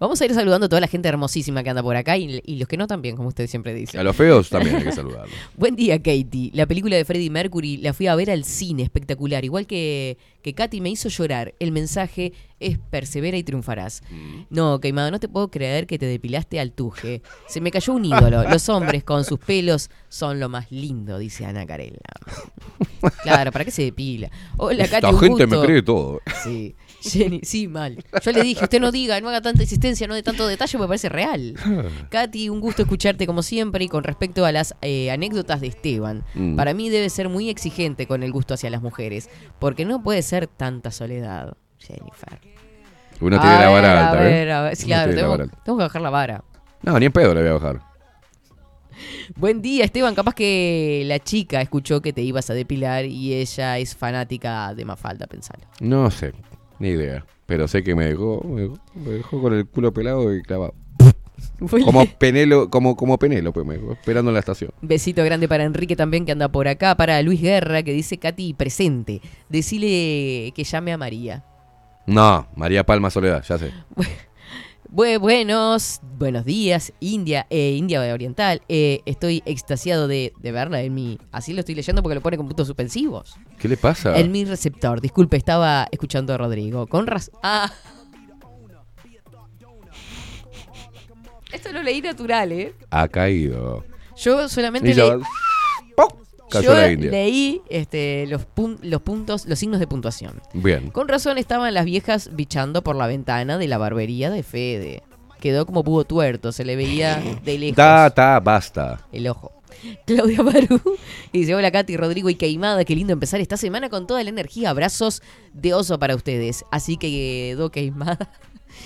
Vamos a ir saludando a toda la gente hermosísima que anda por acá y, y los que no también, como usted siempre dice.
A los feos también hay que saludarlos.
Buen día, Katie. La película de Freddie Mercury la fui a ver al cine, espectacular. Igual que, que Katy me hizo llorar. El mensaje es persevera y triunfarás.
Mm.
No, Queimado, no te puedo creer que te depilaste al tuje. Se me cayó un ídolo. Los hombres con sus pelos son lo más lindo, dice Ana
[LAUGHS]
Carella. Claro, ¿para qué se depila? [LAUGHS] Hola, Katy.
Esta
un
gente
gusto.
me cree todo.
Sí. [LAUGHS] Jenny, sí, mal. Yo le dije, usted no diga, no haga tanta insistencia, no de tanto detalle, me parece real.
Ah.
Katy, un gusto escucharte como siempre y con respecto a las eh, anécdotas de Esteban.
Mm.
Para mí debe ser muy exigente con el gusto hacia las mujeres, porque no puede ser tanta soledad, Jennifer.
Uno tiene
A
la vara
ver,
alta,
A
¿eh?
ver, a ver. Sí,
Uno
claro,
tiene la
tengo,
vara alta.
tengo que bajar la vara.
No, ni en pedo le voy a bajar.
Buen día, Esteban. Capaz que la chica escuchó que te ibas a depilar y ella es fanática de Mafalda, pensalo.
No sé, ni idea. Pero sé que me dejó, me dejó, me dejó con el culo pelado
[LAUGHS]
y clavado.
Fue-
Como Penelo, como, como Penélope, me dejó esperando en la estación.
Besito grande para Enrique también que anda por acá, para Luis Guerra que dice Katy presente. Decile que llame a María.
No, María Palma Soledad, ya sé.
Bue- buenos, buenos días, India, eh, India Oriental. Eh, estoy extasiado de, de verla en mi. Así lo estoy leyendo porque lo pone con puntos suspensivos.
¿Qué le pasa?
En mi receptor, disculpe, estaba escuchando a Rodrigo. Con razón. Ah. Esto lo leí natural, ¿eh?
Ha caído.
Yo solamente
Y ya-
le-
¡Pum! Cayó
Yo
la India.
leí este, los, pun- los puntos, los signos de puntuación.
Bien.
Con razón estaban las viejas bichando por la ventana de la barbería de Fede. Quedó como pudo tuerto, se le veía de lejos
Ta, ta, basta.
el ojo. Claudia Barú y dice, hola Katy, Rodrigo y Queimada, qué lindo empezar esta semana con toda la energía, abrazos de oso para ustedes. Así que quedó Queimada.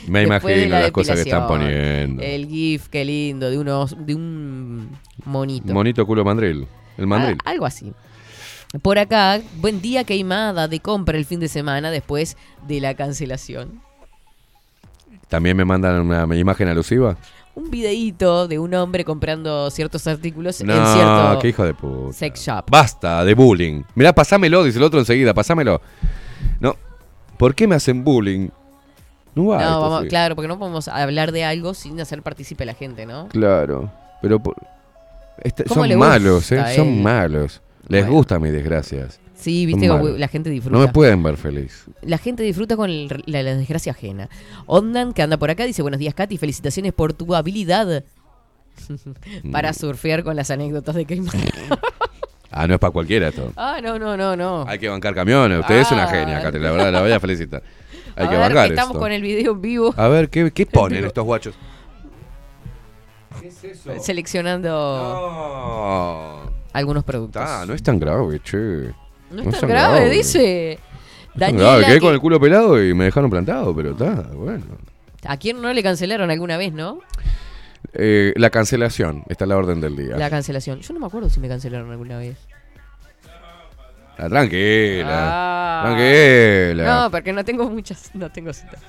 Me
Después de
imagino
la
las cosas que están
depilación.
poniendo.
El GIF, qué lindo, de, unos, de un monito.
Monito culo mandril. El mandril.
Ah, algo así. Por acá, buen día queimada de compra el fin de semana después de la cancelación. ah.
También me mandan una imagen alusiva.
Un videíto de un hombre comprando ciertos artículos
No,
en cierto
qué hijo de puta.
sex shop.
Basta de bullying. Mirá, pasámelo, dice el otro enseguida, pasámelo. No. ¿Por qué me hacen bullying? No va.
no,
esto,
vamos,
sí.
claro, porque no podemos hablar de algo sin hacer partícipe a la gente, ¿no?
Claro. Pero por- Este-
¿Cómo le
son malos,
gusta
¿eh?
a
Son
él?
malos. Les gusta mis desgracias.
Sí,
Son
viste, como
malos.
la gente disfruta.
No me pueden ver feliz.
La gente disfruta con el- la, la desgracia ajena. Ondan, que anda por acá, dice, buenos días, Katy, felicitaciones por tu habilidad [LAUGHS]
Mm.
para surfear con las anécdotas de
[LAUGHS]
Queimada.
Ah, no es para cualquiera esto.
ah, no, no, no, no. Ah,
Hay que bancar camiones. Usted es una genia, Cate. La verdad, la voy a felicitar. Hay
a
que
ver,
bancar
estamos
esto.
con el video en vivo
A ver, ¿qué, qué ponen estos guachos? Ah.
[LAUGHS] seleccionando
No.
algunos productos.
Ah, no es tan grave, che.
No es tan grave, dice.
No es tan
Daniela,
grave. Quedé
que-
con el culo pelado y me dejaron plantado, pero está, bueno.
¿a quién no le cancelaron alguna vez, no?
Eh, la cancelación, está a la orden del día.
La cancelación. Yo no me acuerdo si me cancelaron alguna vez.
Ah, tranquila.
Ah.
Tranquila.
No, porque no tengo muchas, no tengo citas.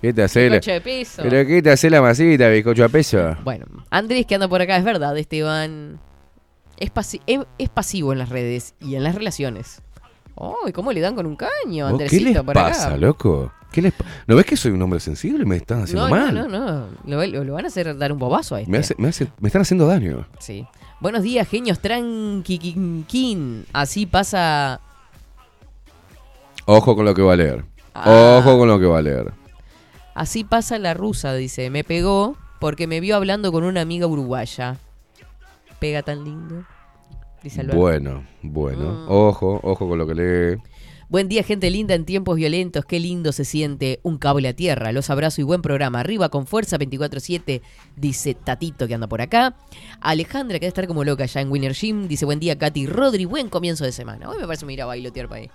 ¿Qué te hace la...
bizcocho de piso.
¿Pero qué te hace la masita, bizcocho a peso?
Bueno. Andrés, que anda por acá, es verdad, Esteban. Es, pasi- es, es pasivo en las redes y en las relaciones. Oh, ¿y ¿cómo le dan con un caño,
Oh, ¿Qué
Andresito,
les
por
pasa,
acá?
loco? ¿Qué les pa- ¿No ves que soy un hombre sensible? Me están haciendo
no,
mal.
no, no, no. Lo, lo- lo van a hacer dar un bobazo a este.
Me, hace- me, hace- me están haciendo daño.
Sí. Buenos días, genios tranquiquinquín. Así pasa.
Ojo con lo que va a leer.
Ah.
Ojo con lo que va a leer.
Así pasa la rusa, dice. Me pegó porque me vio hablando con una amiga uruguaya. Pega tan lindo. Dice Alberto.
Bueno, bueno.
Ah.
Ojo, ojo con lo que lee.
Buen día, gente linda en tiempos violentos. Qué lindo se siente un cable a tierra. Los abrazo y buen programa. Arriba con fuerza 24-7, dice Tatito que anda por acá. Alejandra, que debe estar como loca ya en Winner Gym, dice buen día, Katy Rodri. Buen comienzo de semana. Hoy me parece mirar a bailotear para ahí.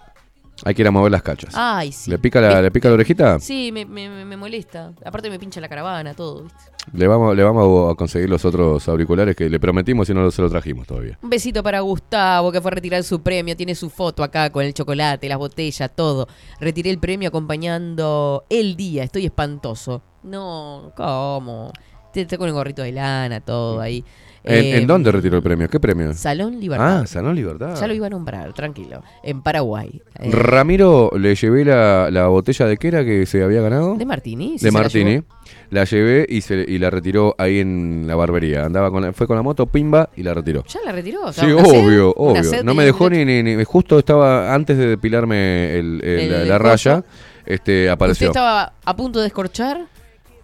Hay que ir a mover las cachas.
Ay, Ah, sí.
¿Le pica la, ¿le pica la orejita?
Sí, me, me- me- me molesta. Aparte me pincha la caravana, todo. ¿viste?
Le vamos, le vamos a conseguir los otros auriculares que le prometimos y no se los trajimos todavía.
Un besito para Gustavo, que fue a retirar su premio. Tiene su foto acá con el chocolate, las botellas, todo. Retiré el premio acompañando el día. Estoy espantoso. No, ¿cómo? Te te con el gorrito de lana, todo ahí.
¿En,
Eh,
en dónde retiró el premio? ¿Qué premio?
Salón Libertad.
Ah, Salón Libertad.
Ya lo iba a nombrar, tranquilo. En Paraguay. Eh,
Ramiro, le llevé la, la botella de qué era que se había ganado.
de Martini. sí se la
de Martini.
llevó.
La, llevé y, se, y la retiró ahí en la barbería. Andaba con la- fue con la moto, pimba, y la retiró.
Ya la retiró.
Sí,
estaba con una
obvio,
sed, una
obvio.
sed
no
tenía
me
el
dejó
muchacho.
ni, ni, ni- Justo estaba antes de depilarme el- el-
El-
la,
el
la
coso.
raya, este,
¿Usted
apareció.
estaba a punto de escorchar?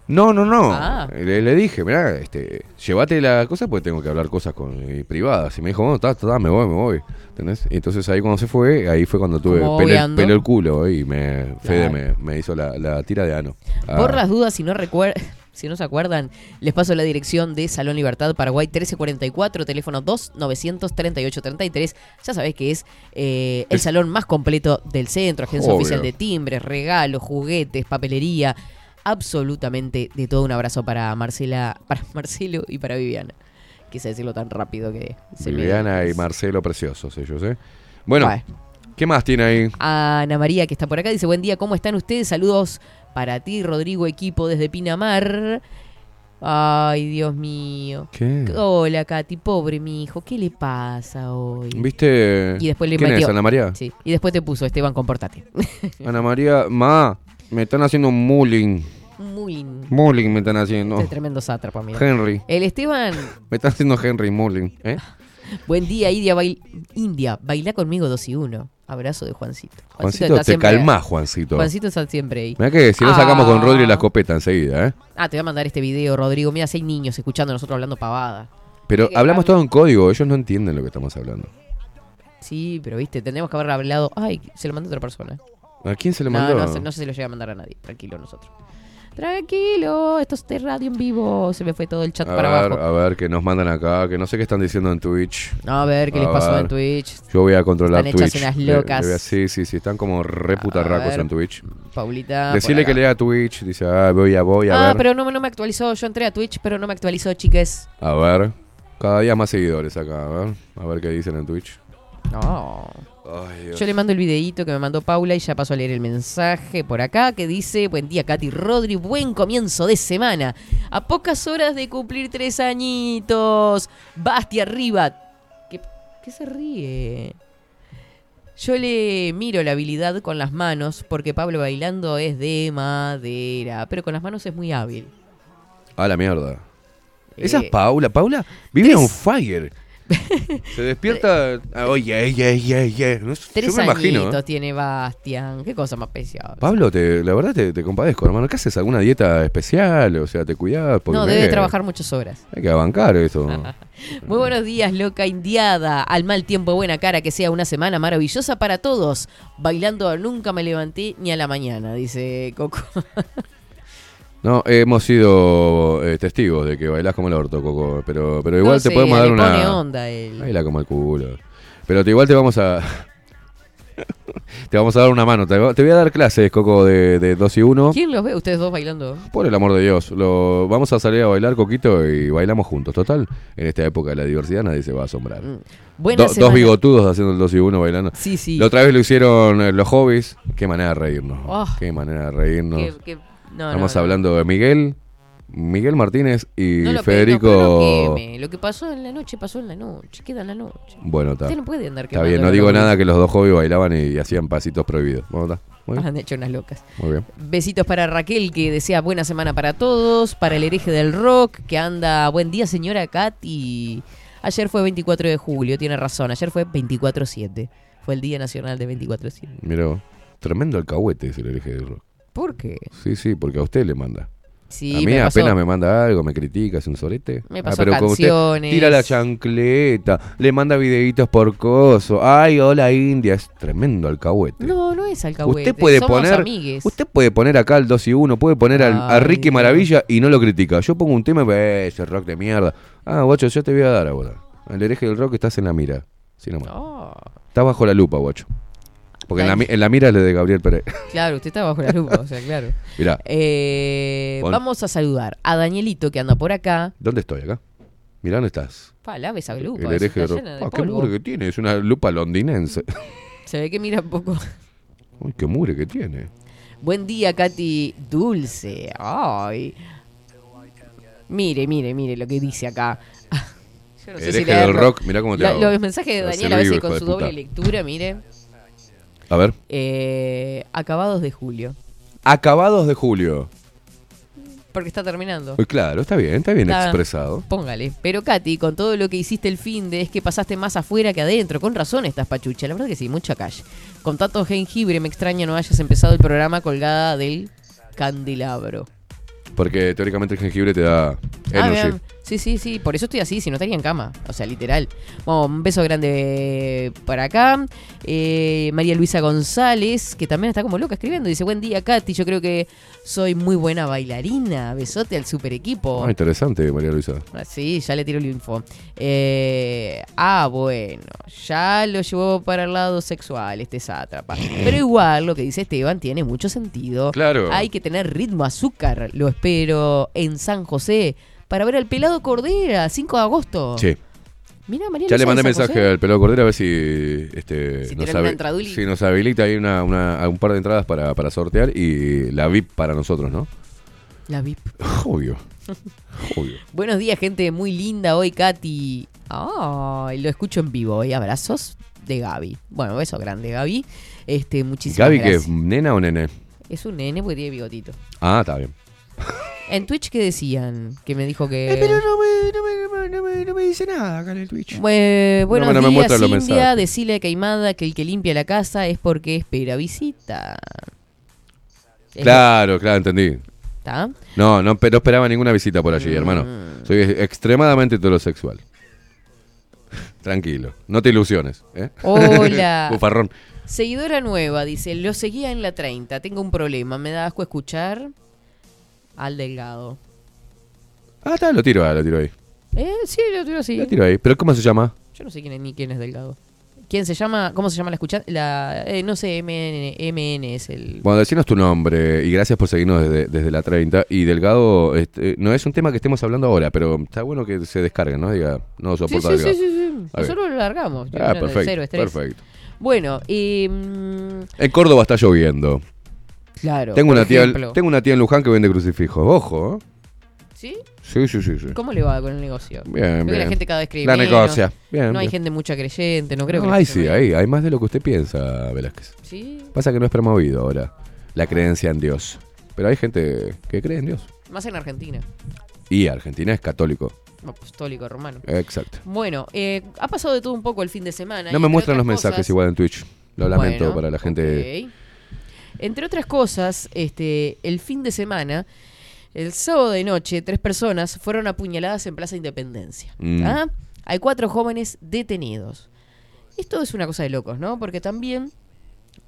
No, no, no.
Ah.
Le, le dije, mirá, este, llévate la cosa porque tengo que hablar cosas con, eh, privadas. Y me dijo, bueno, ta, ta, ta, me voy, me voy. ¿Entendés? Y entonces ahí cuando se fue, ahí fue cuando tuve
Como
pelé,
obviando.
pelé el culo eh, y me, Fede me, me hizo la, la tira de ano. Ah,
Por las dudas, si no recuer- [LAUGHS] Si no se acuerdan, les paso la dirección de Salón Libertad Paraguay 1344, teléfono 2 938 33. Ya sabés que es eh, el salón más completo del centro, agencia
Obvio.
oficial de timbres, regalos, juguetes, papelería, absolutamente de todo. Un abrazo para Marcela, para Marcelo y para Viviana. Quise decirlo tan rápido que se me-
Viviana y Marcelo, preciosos ellos, ¿eh? Bueno,
Bueno.
¿qué más tiene ahí?
A Ana María, que está por acá, dice: Buen día, ¿cómo están ustedes? Saludos para ti, Rodrigo, equipo desde Pinamar. Ay, Dios mío.
¿Qué?
Hola, Katy, pobre mi hijo, ¿qué le pasa hoy?
¿Viste?
Y después le
¿Quién
metió-
es, Ana María?
Sí, y después te puso, Esteban, comportate. [LAUGHS]
Ana María, ma, me están haciendo un mulling.
Mulling.
Mulling me están haciendo.
Este es tremendo sátrapa, mira.
Henry.
El Esteban,
Me están haciendo Henry Mulling, ¿eh?
buen día, India, bail- India, baila conmigo 2 y 1. Abrazo de Juancito.
Juancito,
está
te
siempre-
calmás, Juancito.
Juancito está siempre ahí.
Mirá que si no sacamos con
Ah.
Rodri la escopeta enseguida, ¿eh?
Ah, te voy a mandar este video, Rodrigo. Mira, seis niños escuchando a nosotros hablando pavada.
Pero
Sí, que
hablamos todo en código, ellos no entienden lo que estamos hablando.
Sí, pero viste, tendríamos que haber hablado. Ay, se lo mandó otra persona.
¿A quién se le
no,
mandó?
No, se- no se lo llega a mandar a nadie. Tranquilo, nosotros. Tranquilo, esto es de radio en vivo. Se me fue todo el chat
a
para
ver,
abajo.
a ver, que nos mandan acá, que no sé qué están diciendo en Twitch.
A ver, ¿qué les pasó en Twitch?
Yo voy a controlar
Están hechas
Twitch.
unas
Le- le voy
locas.
a- sí, sí, sí, están como reputarracos
ver,
en Twitch.
Paulita.
Decirle que lea Twitch, dice, ah, voy a, voy a
Ah,
ver.
pero no, me- no me actualizó. Yo entré a Twitch, pero no me actualizó, chiques.
A ver, cada día más seguidores acá, a ver, a ver qué dicen en Twitch.
No.
Ay, Dios.
Yo le mando el videíto que me mandó Paula y ya paso a leer el mensaje por acá que dice, buen día Katy Rodri, buen comienzo de semana. A pocas horas de cumplir tres añitos. Basti arriba. ¿Qué, qué se ríe? Yo le miro la habilidad con las manos porque Pablo bailando es de madera, pero con las manos es muy hábil.
A Ah, la mierda. Esa es
Eh,
Paula. Paula vive
[LAUGHS]
on fire. Se despierta. ah, Oye, oye, oye, oye. eh, No es-
Tres
Yo me imagino.
añitos
¿eh?
tiene Bastian. Qué cosa más especial.
Pablo, te, la verdad te, te compadezco, hermano. ¿Qué haces? ¿Alguna dieta especial? O sea, te cuidás. Porque
No, debe
me-
trabajar muchas horas.
Hay que bancar
[LAUGHS]
esto.
Muy buenos días, loca indiada. Al mal tiempo, buena cara, que sea una semana maravillosa para todos. Bailando a nunca me levanté ni a la mañana, dice
[LAUGHS]
Coco.
No, hemos sido eh, testigos de que bailás como el orto, Coco. Pero, pero igual
No
te
sé,
podemos dar
le
una.
pone onda él.
Baila como el culo. Pero te- igual te vamos a. [LAUGHS] te vamos a dar una mano. Te, va- te voy a dar clases, Coco, de, de 2 y 1.
¿Quién los ve? Ustedes dos bailando.
Por el amor de Dios, lo, vamos a salir a bailar, Coquito, y bailamos juntos. Total, en esta época de la diversidad nadie se va a asombrar.
Mm, Buena
Do-
semana.
dos bigotudos haciendo el 2 y 1 bailando.
Sí, sí.
La otra vez lo hicieron eh, los hobbies. Qué manera de reírnos.
Oh.
Qué manera de reírnos.
Que- que- no, no,
Estamos
no.
hablando de Miguel, Miguel Martínez y
No lo pe- no, pero
Federico.
no queme. Lo que pasó en la noche, pasó en la noche. Queda en la noche.
bueno, está.
Usted no puede andar
Está bien,
quemando
no
los
digo
hobbies.
nada que los dos hobbies bailaban y, y hacían pasitos prohibidos. Bueno, está. Muy bien.
Han hecho unas locas.
Muy bien.
Besitos para Raquel, que desea buena semana para todos, para el hereje del rock, que anda buen día, señora Kat, y ayer fue 24 de julio, tiene razón, ayer fue 24-7, fue el Día Nacional de 24-7.
Mira, vos. tremendo alcahuete es el hereje del rock.
¿Por qué?
Sí, sí, porque a usted le manda.
Sí,
a mí
me pasó.
apenas me manda algo, me critica, es un sorete.
Me
Ah,
pasó
pero como usted
canciones.
tira la chancleta, le manda videitos por coso. Ay, hola India, es tremendo alcahuete.
No, no es alcahuete,
Usted puede
somos
poner-
amigues.
Usted puede poner acá al 2 y 1, puede poner al- a
Ay,
Ricky
Dios.
Maravilla y no lo critica. Yo pongo un tema y ve, ese rock de mierda. Ah, guacho, yo te voy a dar ahora. Al hereje del rock estás en la mira. Sí, nomás.
Oh,
Estás bajo la lupa, guacho. Porque en la, mi- en la mira es lo de Gabriel Pérez. [LAUGHS]
Claro, usted está bajo la lupa, o sea, claro.
Mirá.
Eh,
Pon-
vamos a saludar a Danielito, que anda por acá.
¿Dónde estoy acá? Mirá dónde estás.
Pa, lave esa lupa,
el hereje
está
del rock.
llena de
Ah, qué
polvo.
mugre que tiene, es una
[LAUGHS]
lupa londinense.
Se ve que mira un poco...
Uy, qué mugre que tiene.
Buen día, Katy Dulce. Ay. Mire, mire, mire lo que dice acá. [LAUGHS] Yo
Hereje del
leerlo.
rock, mirá cómo te
La-
hago.
Los mensajes de
Lo
Daniel a veces
servigo, hijo
con
de
su
puta.
doble lectura, mire.
A ver.
Eh, acabados de julio.
Acabados de julio.
Porque está terminando.
Uy, claro, está bien, está bien
Está-
expresado.
Póngale. Pero Katy, con todo lo que hiciste el fin de es que pasaste más afuera que adentro. Con razón estás pachucha. La verdad que sí, mucha calle. Con tanto jengibre me extraña no hayas empezado el programa colgada del candelabro.
Porque teóricamente el jengibre te da
Ah,
energy.
bien. Sí, sí, sí. Por eso estoy así, si no estaría en cama. O sea, literal. Bueno, un beso grande para acá. Eh, María Luisa González, que también está como loca escribiendo. Dice, buen día, Katy. Yo creo que soy muy buena bailarina. Besote al super equipo.
Ah, interesante, María Luisa.
Ah, Sí, ya le tiro el info. Eh, ah, bueno, ya lo llevó para el lado sexual este sátrapa. Pero igual, lo que dice Esteban tiene mucho sentido.
Claro.
Hay que tener ritmo azúcar, lo espero, en San José, para ver al pelado Cordera, 5 de agosto.
Sí.
Mira, María
Ya le
Luisa
mandé
de San
mensaje
José.
al pelado Cordera a ver si, este,
tiene
nos,
alguna
habi-
entradulita.
si nos habilita ahí una, una- un par de entradas para, para sortear y la VIP para
[LAUGHS]
nosotros, ¿no?
La VIP. [LAUGHS]
Obvio. Obvio.
Buenos días, gente muy linda hoy, Katy. Ay, lo escucho en vivo hoy. Abrazos de Gaby. Bueno, beso grande, Gaby. Este, muchísimas
Gaby, que
gracias.
es nena o nene?
Es un nene porque tiene bigotito.
Ah, está bien.
En Twitch, ¿qué decían? Que me dijo que.
Eh, pero no me, no, me, no, me, no me- no me dice nada acá en el Twitch.
Eh, buenos
No, no me
días,
muestra los
Silvia.
mensajes.
Decile a Caimada que el que limpia la casa es porque espera visita. Es
Claro, claro, entendí.
lo- ¿Está?
No, no, pe- no esperaba ninguna visita por allí,
Mm.
hermano. Soy e- extremadamente heterosexual. [LAUGHS] Tranquilo, no te ilusiones. ¿eh?
Hola.
[LAUGHS] Bufarrón.
Seguidora nueva, dice, lo seguía en la 30, tengo un problema, me da asco escuchar al delgado.
Ah, está, lo tiro, ah, lo tiro ahí.
Eh, sí, lo tiro así.
Lo tiro ahí. ¿Pero cómo se llama?
Yo no sé quién es, ni quién es delgado. ¿Quién se llama? ¿Cómo se llama la escucha? La, eh, no sé, MN, MN es el...
Bueno, decinos tu nombre y gracias por seguirnos desde, desde la 30. Y Delgado, este, no es un tema que estemos hablando ahora, pero está bueno que se descarguen, ¿no? Diga, no
Sí,
soporta
sí,
Delgado.
sí, sí, sí.
Ah, bien.
Nosotros lo largamos. Yo
Ah,
no-
perfecto,
cero estrés.
perfecto.
Bueno, y... mm,
En Córdoba está lloviendo.
claro.
tengo,
por
una tía,
ejemplo.
tengo una tía en Luján que vende crucifijos. Ojo, ¿eh?
¿Sí?
Sí, sí, sí. sí.
¿Cómo le va con el negocio? Veo
Bien,
que la
bien.
gente cada vez cree
La
menos.
negocia. Bien,
no hay
bien.
gente mucha creyente, no creo
No,
que... la
ahí
gente-
sí, ahí, hay más de lo que usted piensa, Velázquez.
Sí.
Pasa que no es promovido ahora la creencia en Dios. Pero hay gente que cree en Dios.
Más en Argentina,
Y Argentina es católico.
apostólico romano.
Exacto.
Bueno, eh, ha pasado de todo un poco el fin de semana.
No
y
me
entre
muestran los
otras
mensajes
cosas-
igual en Twitch. Lo lamento
Bueno,
para la gente.
ok. Entre otras cosas, este, el fin de semana, el sábado de noche, tres personas fueron apuñaladas en Plaza Independencia.
Mm.
¿Ah? Hay cuatro jóvenes detenidos. Esto es una cosa de locos, ¿no? Porque también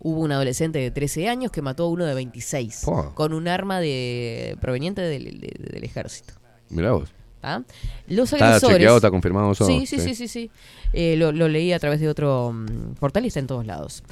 hubo un adolescente de 13 años que mató a uno de 26
Pua.
con un arma de proveniente del, de- del ejército.
Mirá vos.
¿tá? Los
Está
agresores.
chequeado, está confirmado eso,
Sí, sí, sí,
sí.
sí. sí. Eh, lo, lo leí a través de otro mm, portal y está en todos lados.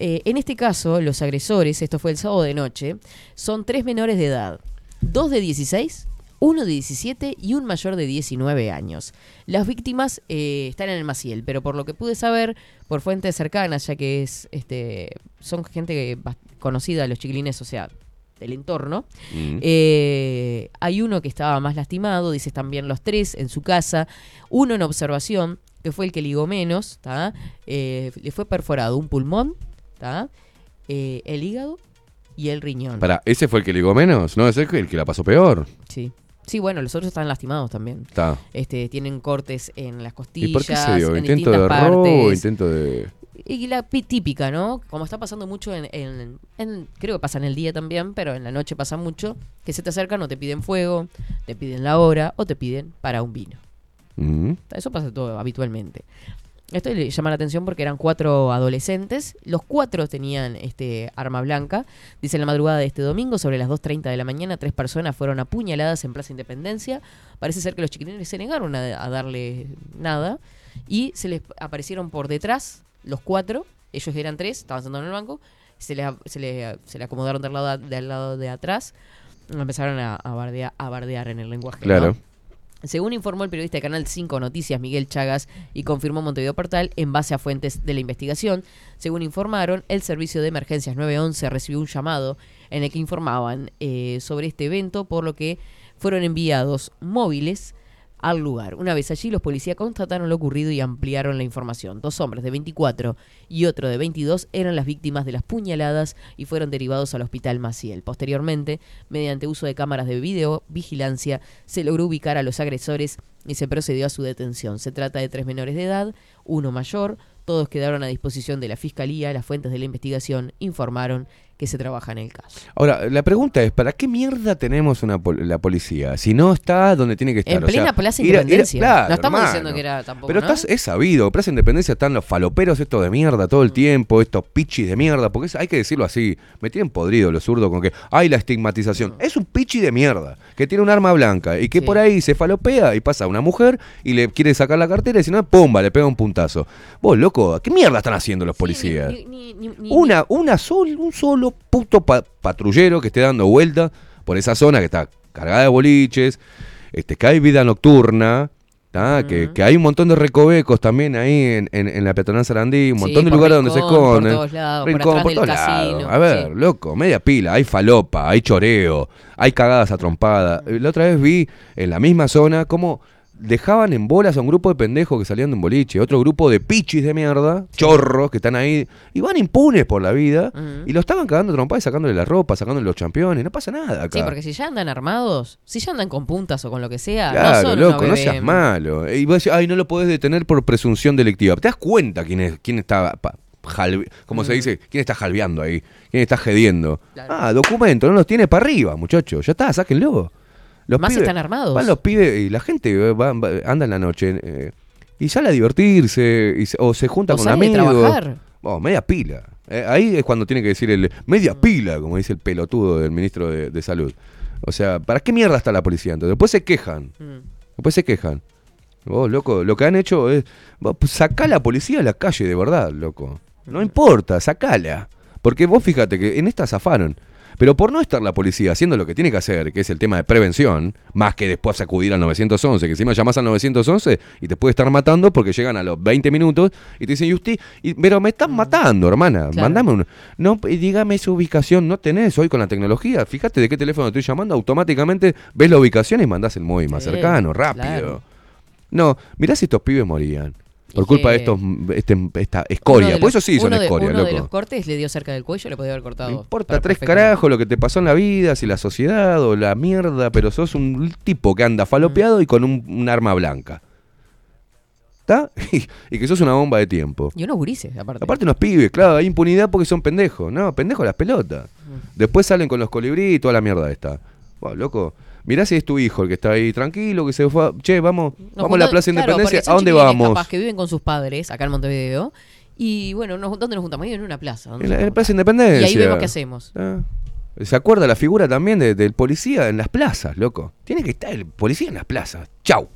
Eh, en este caso, los agresores, esto fue el sábado de noche, son tres menores de edad: dos de 16, uno de 17 y un mayor de 19 años. Las víctimas eh, están en el Maciel, pero por lo que pude saber, por fuentes cercanas, ya que es este son gente que bast- conocida, los chiquilines, o sea, del entorno.
Mm.
Eh, hay uno que estaba más lastimado, dices también los tres en su casa, uno en observación, que fue el que ligó menos, ¿tá? Eh, le fue perforado un pulmón, ¿tá? Eh, el hígado y el riñón.
Pará, ¿ese fue el que ligó menos? No, ese es el que la pasó peor.
Sí. Sí, bueno, los otros están lastimados también.
Está.
Este, tienen cortes en las costillas,
¿Y por qué se dio?
en
¿Intento de
distintas
robo?
partes.
¿Intento de.?
Y la pi- típica, ¿no? Como está pasando mucho en, en- en- Creo que pasa en el día también, pero en la noche pasa mucho. Que se te acercan o te piden fuego, te piden la hora o te piden para un vino.
Mm.
Eso pasa todo habitualmente. Esto le llama la atención porque eran cuatro adolescentes. Los cuatro tenían este arma blanca. Dice en la madrugada de este domingo, sobre las 2.30 de la mañana, tres personas fueron apuñaladas en Plaza Independencia. Parece ser que los chiquilines se negaron a, a darle nada. Y se les aparecieron por detrás los cuatro. Ellos eran tres, estaban sentados en el banco. Se les, a- se les, se les acomodaron del lado, de- del lado de atrás. Empezaron a, a bardear, a bardear en el lenguaje. ¿no?
Claro.
Según informó el periodista de Canal 5 Noticias Miguel Chagas y confirmó Montevideo Portal en base a fuentes de la investigación, según informaron, el servicio de emergencias 911 recibió un llamado en el que informaban eh, sobre este evento, por lo que fueron enviados móviles al lugar. Una vez allí, los policías constataron lo ocurrido y ampliaron la información. Dos hombres de 24 y otro de 22 eran las víctimas de las puñaladas y fueron derivados al hospital Maciel. Posteriormente, mediante uso de cámaras de videovigilancia, se logró ubicar a los agresores y se procedió a su detención. Se trata de tres menores de edad, uno mayor. Todos quedaron a disposición de la Fiscalía. Las fuentes de la investigación informaron que se trabaja en el caso.
Ahora, la pregunta es, ¿para qué mierda tenemos una pol- la policía? Si no está donde tiene que estar.
en
o sea,
plena Plaza
ir a- ir a-
Independencia.
claro,
no estamos
hermano.
diciendo que era tampoco.
Pero
¿no?
estás, es sabido, Plaza Independencia están los faloperos estos de mierda todo el tiempo, estos pichis de mierda, porque es- hay que decirlo así, me tienen podrido los zurdos con que hay la estigmatización. Es un pichi de mierda, que tiene un arma blanca y que por ahí se falopea y pasa una mujer y le quiere sacar la cartera y si no, ¡pumba! le pega un puntazo. Vos, loco, ¿qué mierda están haciendo los policías? una, una sol- un solo puto pa- patrullero que esté dando vuelta por esa zona que está cargada de boliches, este, que hay vida nocturna, ¿tá? que, que hay un montón de recovecos también ahí en, en- en la peatonal Sarandí, un
Sí,
montón de
por
lugares donde se
Rincón, por
esconden.
todos lados, por atrás del casino,
A ver, loco, media pila, hay falopa, hay choreo, hay cagadas a trompada. La otra vez vi en la misma zona como dejaban en bolas a un grupo de pendejos que salían de un boliche, otro grupo de pichis de mierda, chorros que están ahí, y van impunes por la vida, y lo estaban cagando a trompada y sacándole la ropa, sacándole los championes, no pasa nada acá.
Sí, porque si ya andan armados, si ya andan con puntas o con lo que sea,
Claro,
no son
loco,
una
no seas
BBM.
malo. Y vos decís, ay, no lo podés detener por presunción delictiva. ¿Te das cuenta quién es, quién está pa- jalve- como
Mm.
se dice, quién está jalveando ahí? ¿Quién está jediendo? Ah, documento, no los tiene para arriba, muchachos. Ya está, sáquenlo. Los
Más
pibes-
están armados.
Van los pibes y la gente va- va- anda en la noche eh, y sale a divertirse y se- o se junta
O
con
sale de
amigos.
trabajar.
Oh, media pila. Eh, ahí es cuando tiene que decir el media pila, como dice el pelotudo del ministro de, de Salud. O sea, ¿para qué mierda está la policía entonces? Después se quejan.
Mm.
Después se quejan. Vos, loco, lo que han hecho es. vos, pues, Sacá a la policía a la calle, de verdad, loco. No importa, sacala. Porque vos fíjate que en esta zafaron. Pero por no estar la policía haciendo lo que tiene que hacer, que es el tema de prevención, más que después acudir al 911, que encima llamás al 911 y te puede estar matando porque llegan a los 20 minutos y te dicen, y usted, y- pero me
Mm.
están matando, hermana, mandame un... No, y dígame su ubicación, no tenés hoy con la tecnología, fíjate de qué teléfono estoy llamando, automáticamente ves la ubicación y mandás el móvil más
Sí,
cercano, rápido.
claro.
No, mirá si estos pibes morían. Por
Y
culpa de
que-
estos, este- esta
Uno de
escoria.
los-
Por eso sí son
uno de-
escoria,
uno
loco.
de los cortes le dio cerca del cuello, le podía haber cortado.
Importa tres carajos lo que te pasó en la vida, si la sociedad o la mierda, pero sos un tipo que anda falopeado y con un, un arma blanca. ¿Está? [LAUGHS] Y, y que sos una bomba de tiempo.
Y unos gurises, aparte.
Aparte unos pibes, claro, hay impunidad porque son pendejos. No, pendejos las pelotas.
Mm.
Después salen con los colibrí y toda la mierda esta. Buah, loco. Mirá si es tu hijo el que está ahí tranquilo, que se fue. a- Che, vamos,
Nos
vamos a la
juntamos-
Plaza
claro,
Independencia.
porque son
¿A dónde
chiquilines
vamos?
Capaz que viven con sus padres acá en Montevideo. Y bueno, nos- ¿dónde nos juntamos? Ahí en una plaza. ¿dónde
En la,
nos
en la Plaza
juntamos?
Independencia.
Y ahí vemos qué hacemos.
Ah. ¿Se acuerda la figura también de- del policía en las plazas, loco? Tiene que estar el policía en las plazas. Chau.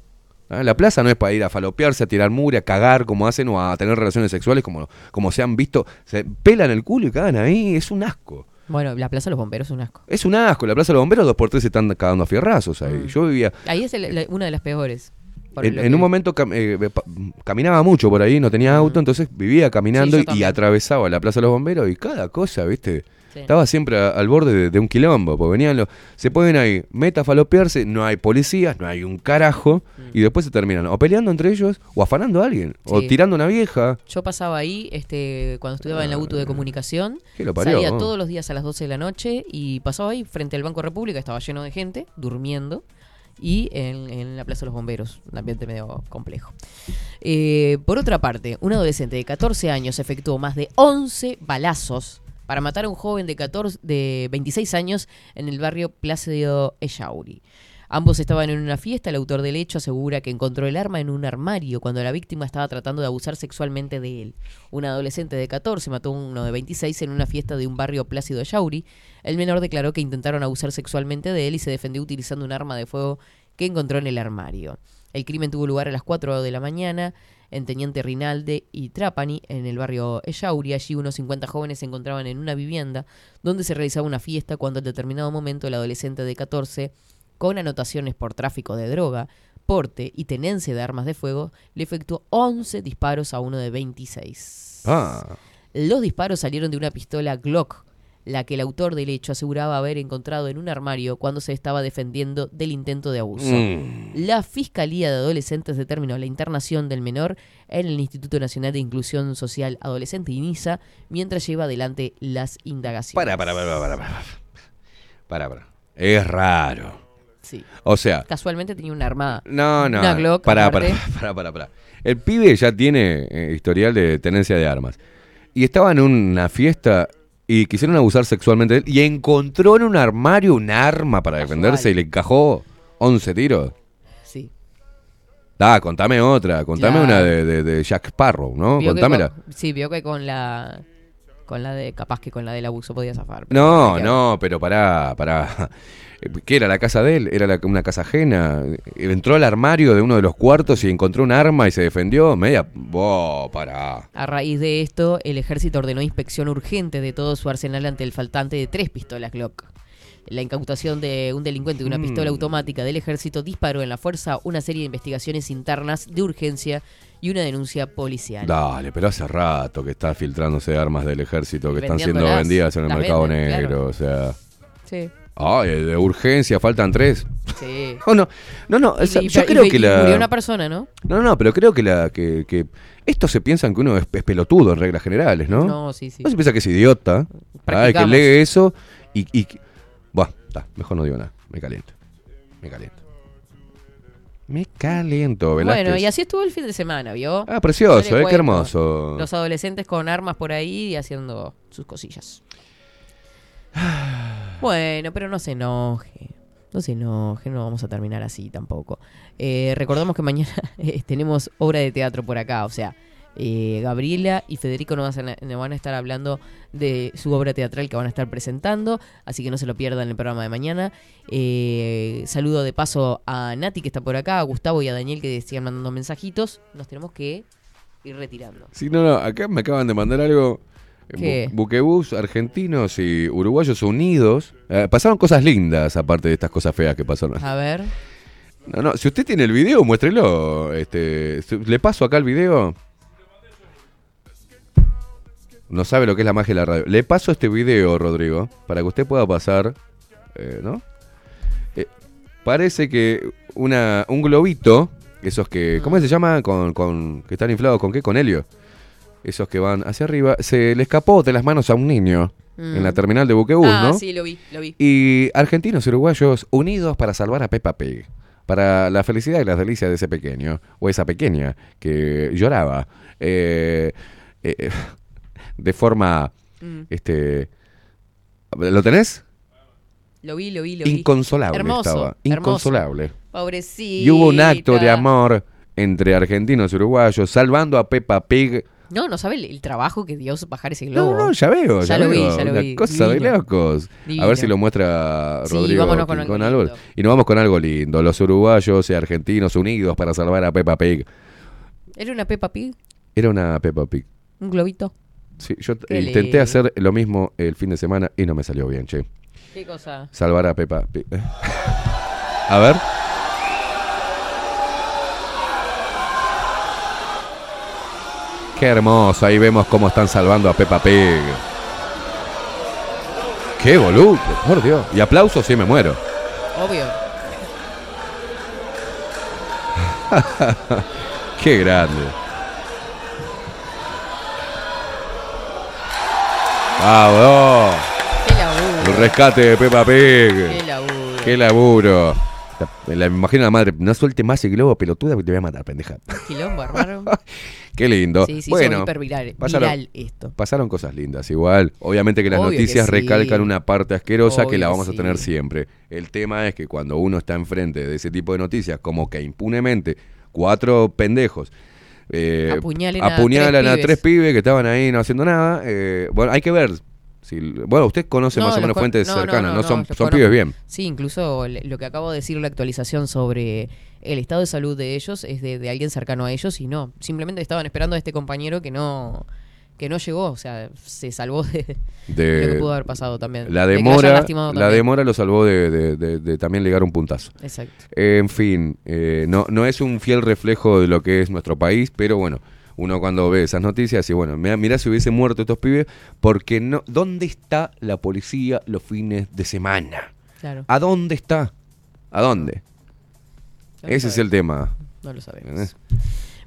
Ah, La plaza no es para ir a falopearse, a tirar mugre, a cagar como hacen o a tener relaciones sexuales como, como se han visto. Se pelan el culo y cagan ahí. Es un asco.
Bueno, la plaza de los bomberos es un asco.
Es un asco. La plaza de los bomberos, dos por tres se están cagando a fierrazos
Mm.
ahí. Yo vivía.
Ahí es el- la- una de las peores. por
En,
lo
en
que
un
vi.
momento cam- eh, eh, pa- caminaba mucho por ahí, no tenía auto, entonces vivía
Sí,
caminando
yo
y, y
también.
atravesaba la Plaza de los Bomberos y cada cosa, ¿viste?
Sí.
Estaba siempre a- al borde de, de un quilombo, porque venían los... Se ponen ahí, meta a falopearse, no hay policías, no hay un carajo, y después se terminan o peleando entre ellos, o afanando a alguien, o
Mm. Sí.
tirando a una vieja.
Yo pasaba ahí este, cuando estudiaba en la UTU de comunicación.
¿Qué Ah, lo parió?
salía todos los días a las 12 de la noche y pasaba ahí frente al Banco República, estaba lleno de gente, durmiendo. Y en, en la Plaza de los Bomberos, un ambiente medio complejo. Eh, por otra parte, un adolescente de 14 años efectuó más de 11 balazos para matar a un joven de, 14, de 26 años en el barrio Plácido Echauri. Ambos estaban en una fiesta, el autor del hecho asegura que encontró el arma en un armario cuando la víctima estaba tratando de abusar sexualmente de él. Un adolescente de 14 mató a uno de 26 en una fiesta de un barrio plácido de Yauri. El menor declaró que intentaron abusar sexualmente de él y se defendió utilizando un arma de fuego que encontró en el armario. El crimen tuvo lugar a las 4 de la mañana en Teniente Rinalde y Trapani, en el barrio Ellauri. Allí unos 50 jóvenes se encontraban en una vivienda donde se realizaba una fiesta cuando en determinado momento el adolescente de 14 con anotaciones por tráfico de droga, porte y tenencia de armas de fuego, le efectuó 11 disparos a uno de 26.
Ah,
Los disparos salieron de una pistola Glock, la que el autor del hecho aseguraba haber encontrado en un armario cuando se estaba defendiendo del intento de abuso.
Mm.
La Fiscalía de Adolescentes determinó la internación del menor en el Instituto Nacional de Inclusión Social Adolescente INISA mientras lleva adelante las indagaciones.
para, para, para, para, para. Para, para. Es raro.
Sí.
O sea,
Casualmente tenía una armada.
No, no.
Una Glock.
Pará,
aparte.
pará, [LAUGHS] pará, pará, pará. El pibe ya tiene eh, historial de tenencia de armas. Y estaba en una fiesta y quisieron abusar sexualmente de él. Y encontró en un armario un arma para defenderse y le encajó 11 tiros.
Sí.
Ah, contame otra. Contame
Claro.
una de, de- de Jack Sparrow, ¿no?
Vio que
Contámela.
con- sí, vio que con la. Con la de. Capaz que con la del abuso podía zafar. pero
No,
que-
no, pero pará, pará. [LAUGHS] ¿Qué era la casa de él? Era la- una casa ajena. Entró al armario de uno de los cuartos y encontró un arma y se defendió. Media. Vos, pará.
A raíz de esto, el ejército ordenó inspección urgente de todo su arsenal ante el faltante de tres pistolas Glock. La incautación de un delincuente de una
Mm.
pistola automática del ejército disparó en la fuerza una serie de investigaciones internas de urgencia y una denuncia policial.
Dale, pero hace rato que está filtrándose armas del ejército que están siendo
Vendiéndolas.
vendidas en el
Las
mercado
venden,
negro.
claro.
O sea.
Sí.
Ay, de urgencia, faltan tres.
Sí.
Oh, No, no, no, no,
Y-
o sea,
y-
yo
y-
creo
y-
que
y
la.
Murió una persona, ¿no?
No, no, pero creo que la que, que estos se piensan que uno es, es pelotudo en reglas generales, ¿no?
No, sí, sí.
No se piensa que es idiota. Ay, que
Practicamos.
lee eso y... y Buah, está, mejor no digo nada. Me caliento. Me caliento. Me caliento, Velázquez.
Bueno, y así estuvo el fin de semana, ¿vio?
Ah, precioso,
Yo le
eh,
cuento.
qué hermoso.
Los adolescentes con armas por ahí y haciendo sus cosillas. Bueno, pero no se enoje. No se enoje, no vamos a terminar así tampoco. Eh, recordamos que mañana [LAUGHS] eh, tenemos obra de teatro por acá, o sea, eh, Gabriela y Federico nos van, a, nos van a estar hablando de su obra teatral que van a estar presentando, así que no se lo pierdan en el programa de mañana. Eh, saludo de paso a Nati que está por acá, a Gustavo y a Daniel que sigan mandando mensajitos. Nos tenemos que ir retirando.
Sí, no, no, acá me acaban de mandar algo. Eh,
¿Qué?
bu- Buquebús, argentinos y uruguayos unidos. Eh, pasaron cosas lindas, aparte de estas cosas feas que pasaron.
A ver.
No, no, si usted tiene el video, muéstrelo. Este, su- le paso acá el video. No sabe lo que es la magia de la radio. Le paso este video, Rodrigo, para que usted pueda pasar, eh, ¿no? Eh, parece que una, un globito, esos que, ¿cómo se llama? Con, con, que están inflados, ¿con qué? Con helio. Esos que van hacia arriba. Se le escapó de las manos a un niño
Mm.
en la terminal de Buquebús,
ah,
¿no?
sí, lo vi, lo vi.
Y argentinos y uruguayos unidos para salvar a Peppa Pig. Para la felicidad y las delicias de ese pequeño, o esa pequeña, que lloraba. eh, eh, de forma.
Mm.
Este, ¿Lo tenés?
Lo vi, lo vi, lo vi.
Inconsolable
Hermoso,
estaba.
hermoso.
Inconsolable.
Pobrecita.
Y hubo un acto de amor entre argentinos y uruguayos, salvando a Peppa Pig.
No, no sabe el, el trabajo que dio bajar ese globo.
No, no, ya veo.
Ya, lo vi,
veo,
ya lo
una
vi.
cosa de
Divino.
locos.
Divino.
A ver si lo muestra
Sí,
Rodrigo
vámonos con algo
algo.
lindo.
Y nos vamos con algo lindo. Los uruguayos y argentinos unidos para salvar a Peppa Pig.
Era una Peppa Pig,
Era una Peppa Pig.
un globito.
Sí, yo
Qué
intenté
lindo.
hacer lo mismo el fin de semana y no me salió bien, che.
¿Qué cosa?
Salvar a Peppa Pig. a ver. Qué hermoso. Ahí vemos cómo están salvando a Peppa Pig. Qué boludo, por Dios. Y aplausos sí me muero.
Obvio.
Qué grande. ¡Vamos!
Qué laburo.
El rescate de Peppa Pig.
Qué laburo.
Qué laburo. La, la- me imagino a la madre, no suelte más el globo, pelotuda, que te voy a matar, pendeja.
Quilombo
[LAUGHS]
armaron.
Qué lindo.
Sí, sí,
bueno,
son hiperviral-
pasaron-
viral esto.
Pasaron cosas lindas, igual. Obviamente que las
Obvio que
noticias
sí.
recalcan una parte asquerosa que
Obvio
la
que
vamos
sí.
a tener siempre. El tema es que cuando uno está enfrente de ese tipo de noticias, como que impunemente cuatro pendejos eh,
Apuñalen a
apuñalan a,
tres
tres, pibes que estaban ahí no haciendo nada, eh, bueno, hay que ver. Si, bueno, usted conoce más o
los
menos
con-
fuentes
no, no, no,
cercanas,
no,
no, son,
los
son
conozco.
pibes bien.
Sí, incluso le- lo que acabo de decir, la actualización sobre el estado de salud de ellos es de, de alguien cercano a ellos y no. Simplemente estaban esperando a este compañero que no que no llegó, o sea, se salvó de,
De-
lo que pudo haber pasado también.
Eh, La
De que lo hayan
demora,
lastimado
la
también.
demora lo salvó de, de- de- de también ligar un puntazo.
Exacto.
Eh, en fin, eh, no, no es un fiel reflejo de lo que es nuestro país, pero bueno, uno cuando ve esas noticias y bueno, mirá, mirá si hubiesen muerto estos pibes, porque no, ¿dónde está la policía los fines de semana?
Claro.
¿A dónde está? ¿A dónde?
No lo
Ese es el tema.
No lo sabemos.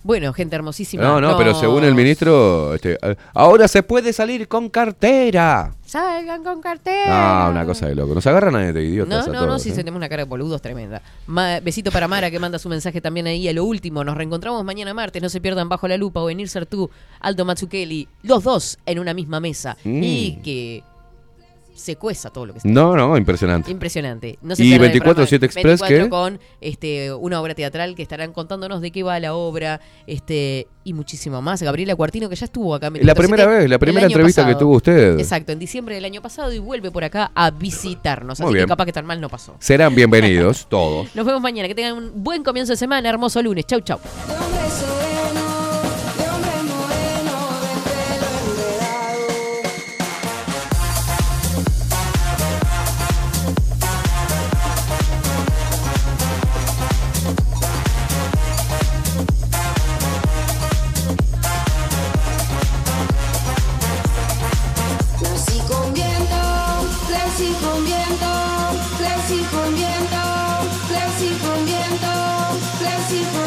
Bueno, gente hermosísima.
No, no, pero según el ministro, este, eh, ahora se puede salir con cartera.
Salgan con
Ah,
cartera.
una cosa de loco. Nos agarran a- de idiotas.
Eh. No,
a
no, no,
todos,
sí,
¿eh?
tenemos una cara de boludos tremenda. Ma- besito para Mara que manda su mensaje también ahí a lo último. Nos reencontramos mañana martes, no se pierdan Bajo la Lupa o venir ser tú, Aldo Mazzucchelli, los dos en una misma mesa.
Mm.
Y que se cueza todo lo que se
No, no, impresionante.
Impresionante. No
y
pierdan el programa
24-7 Express,
24
que
con este, una obra teatral que estarán contándonos de qué va la obra este, y muchísimo más. Gabriela Cuartino, que ya estuvo acá. en
La primera
24/7
vez, la
el
primera
año
entrevista que tuvo usted.
Exacto, en diciembre del año pasado y vuelve por acá a visitarnos.
Muy
así
bien.
que capaz que tan mal no pasó.
serán bienvenidos todos.
Nos vemos mañana. Que tengan un buen comienzo de semana. Hermoso lunes. Chau, chau.
Nací con viento, nací con viento, nací con viento, nací con viento, nací con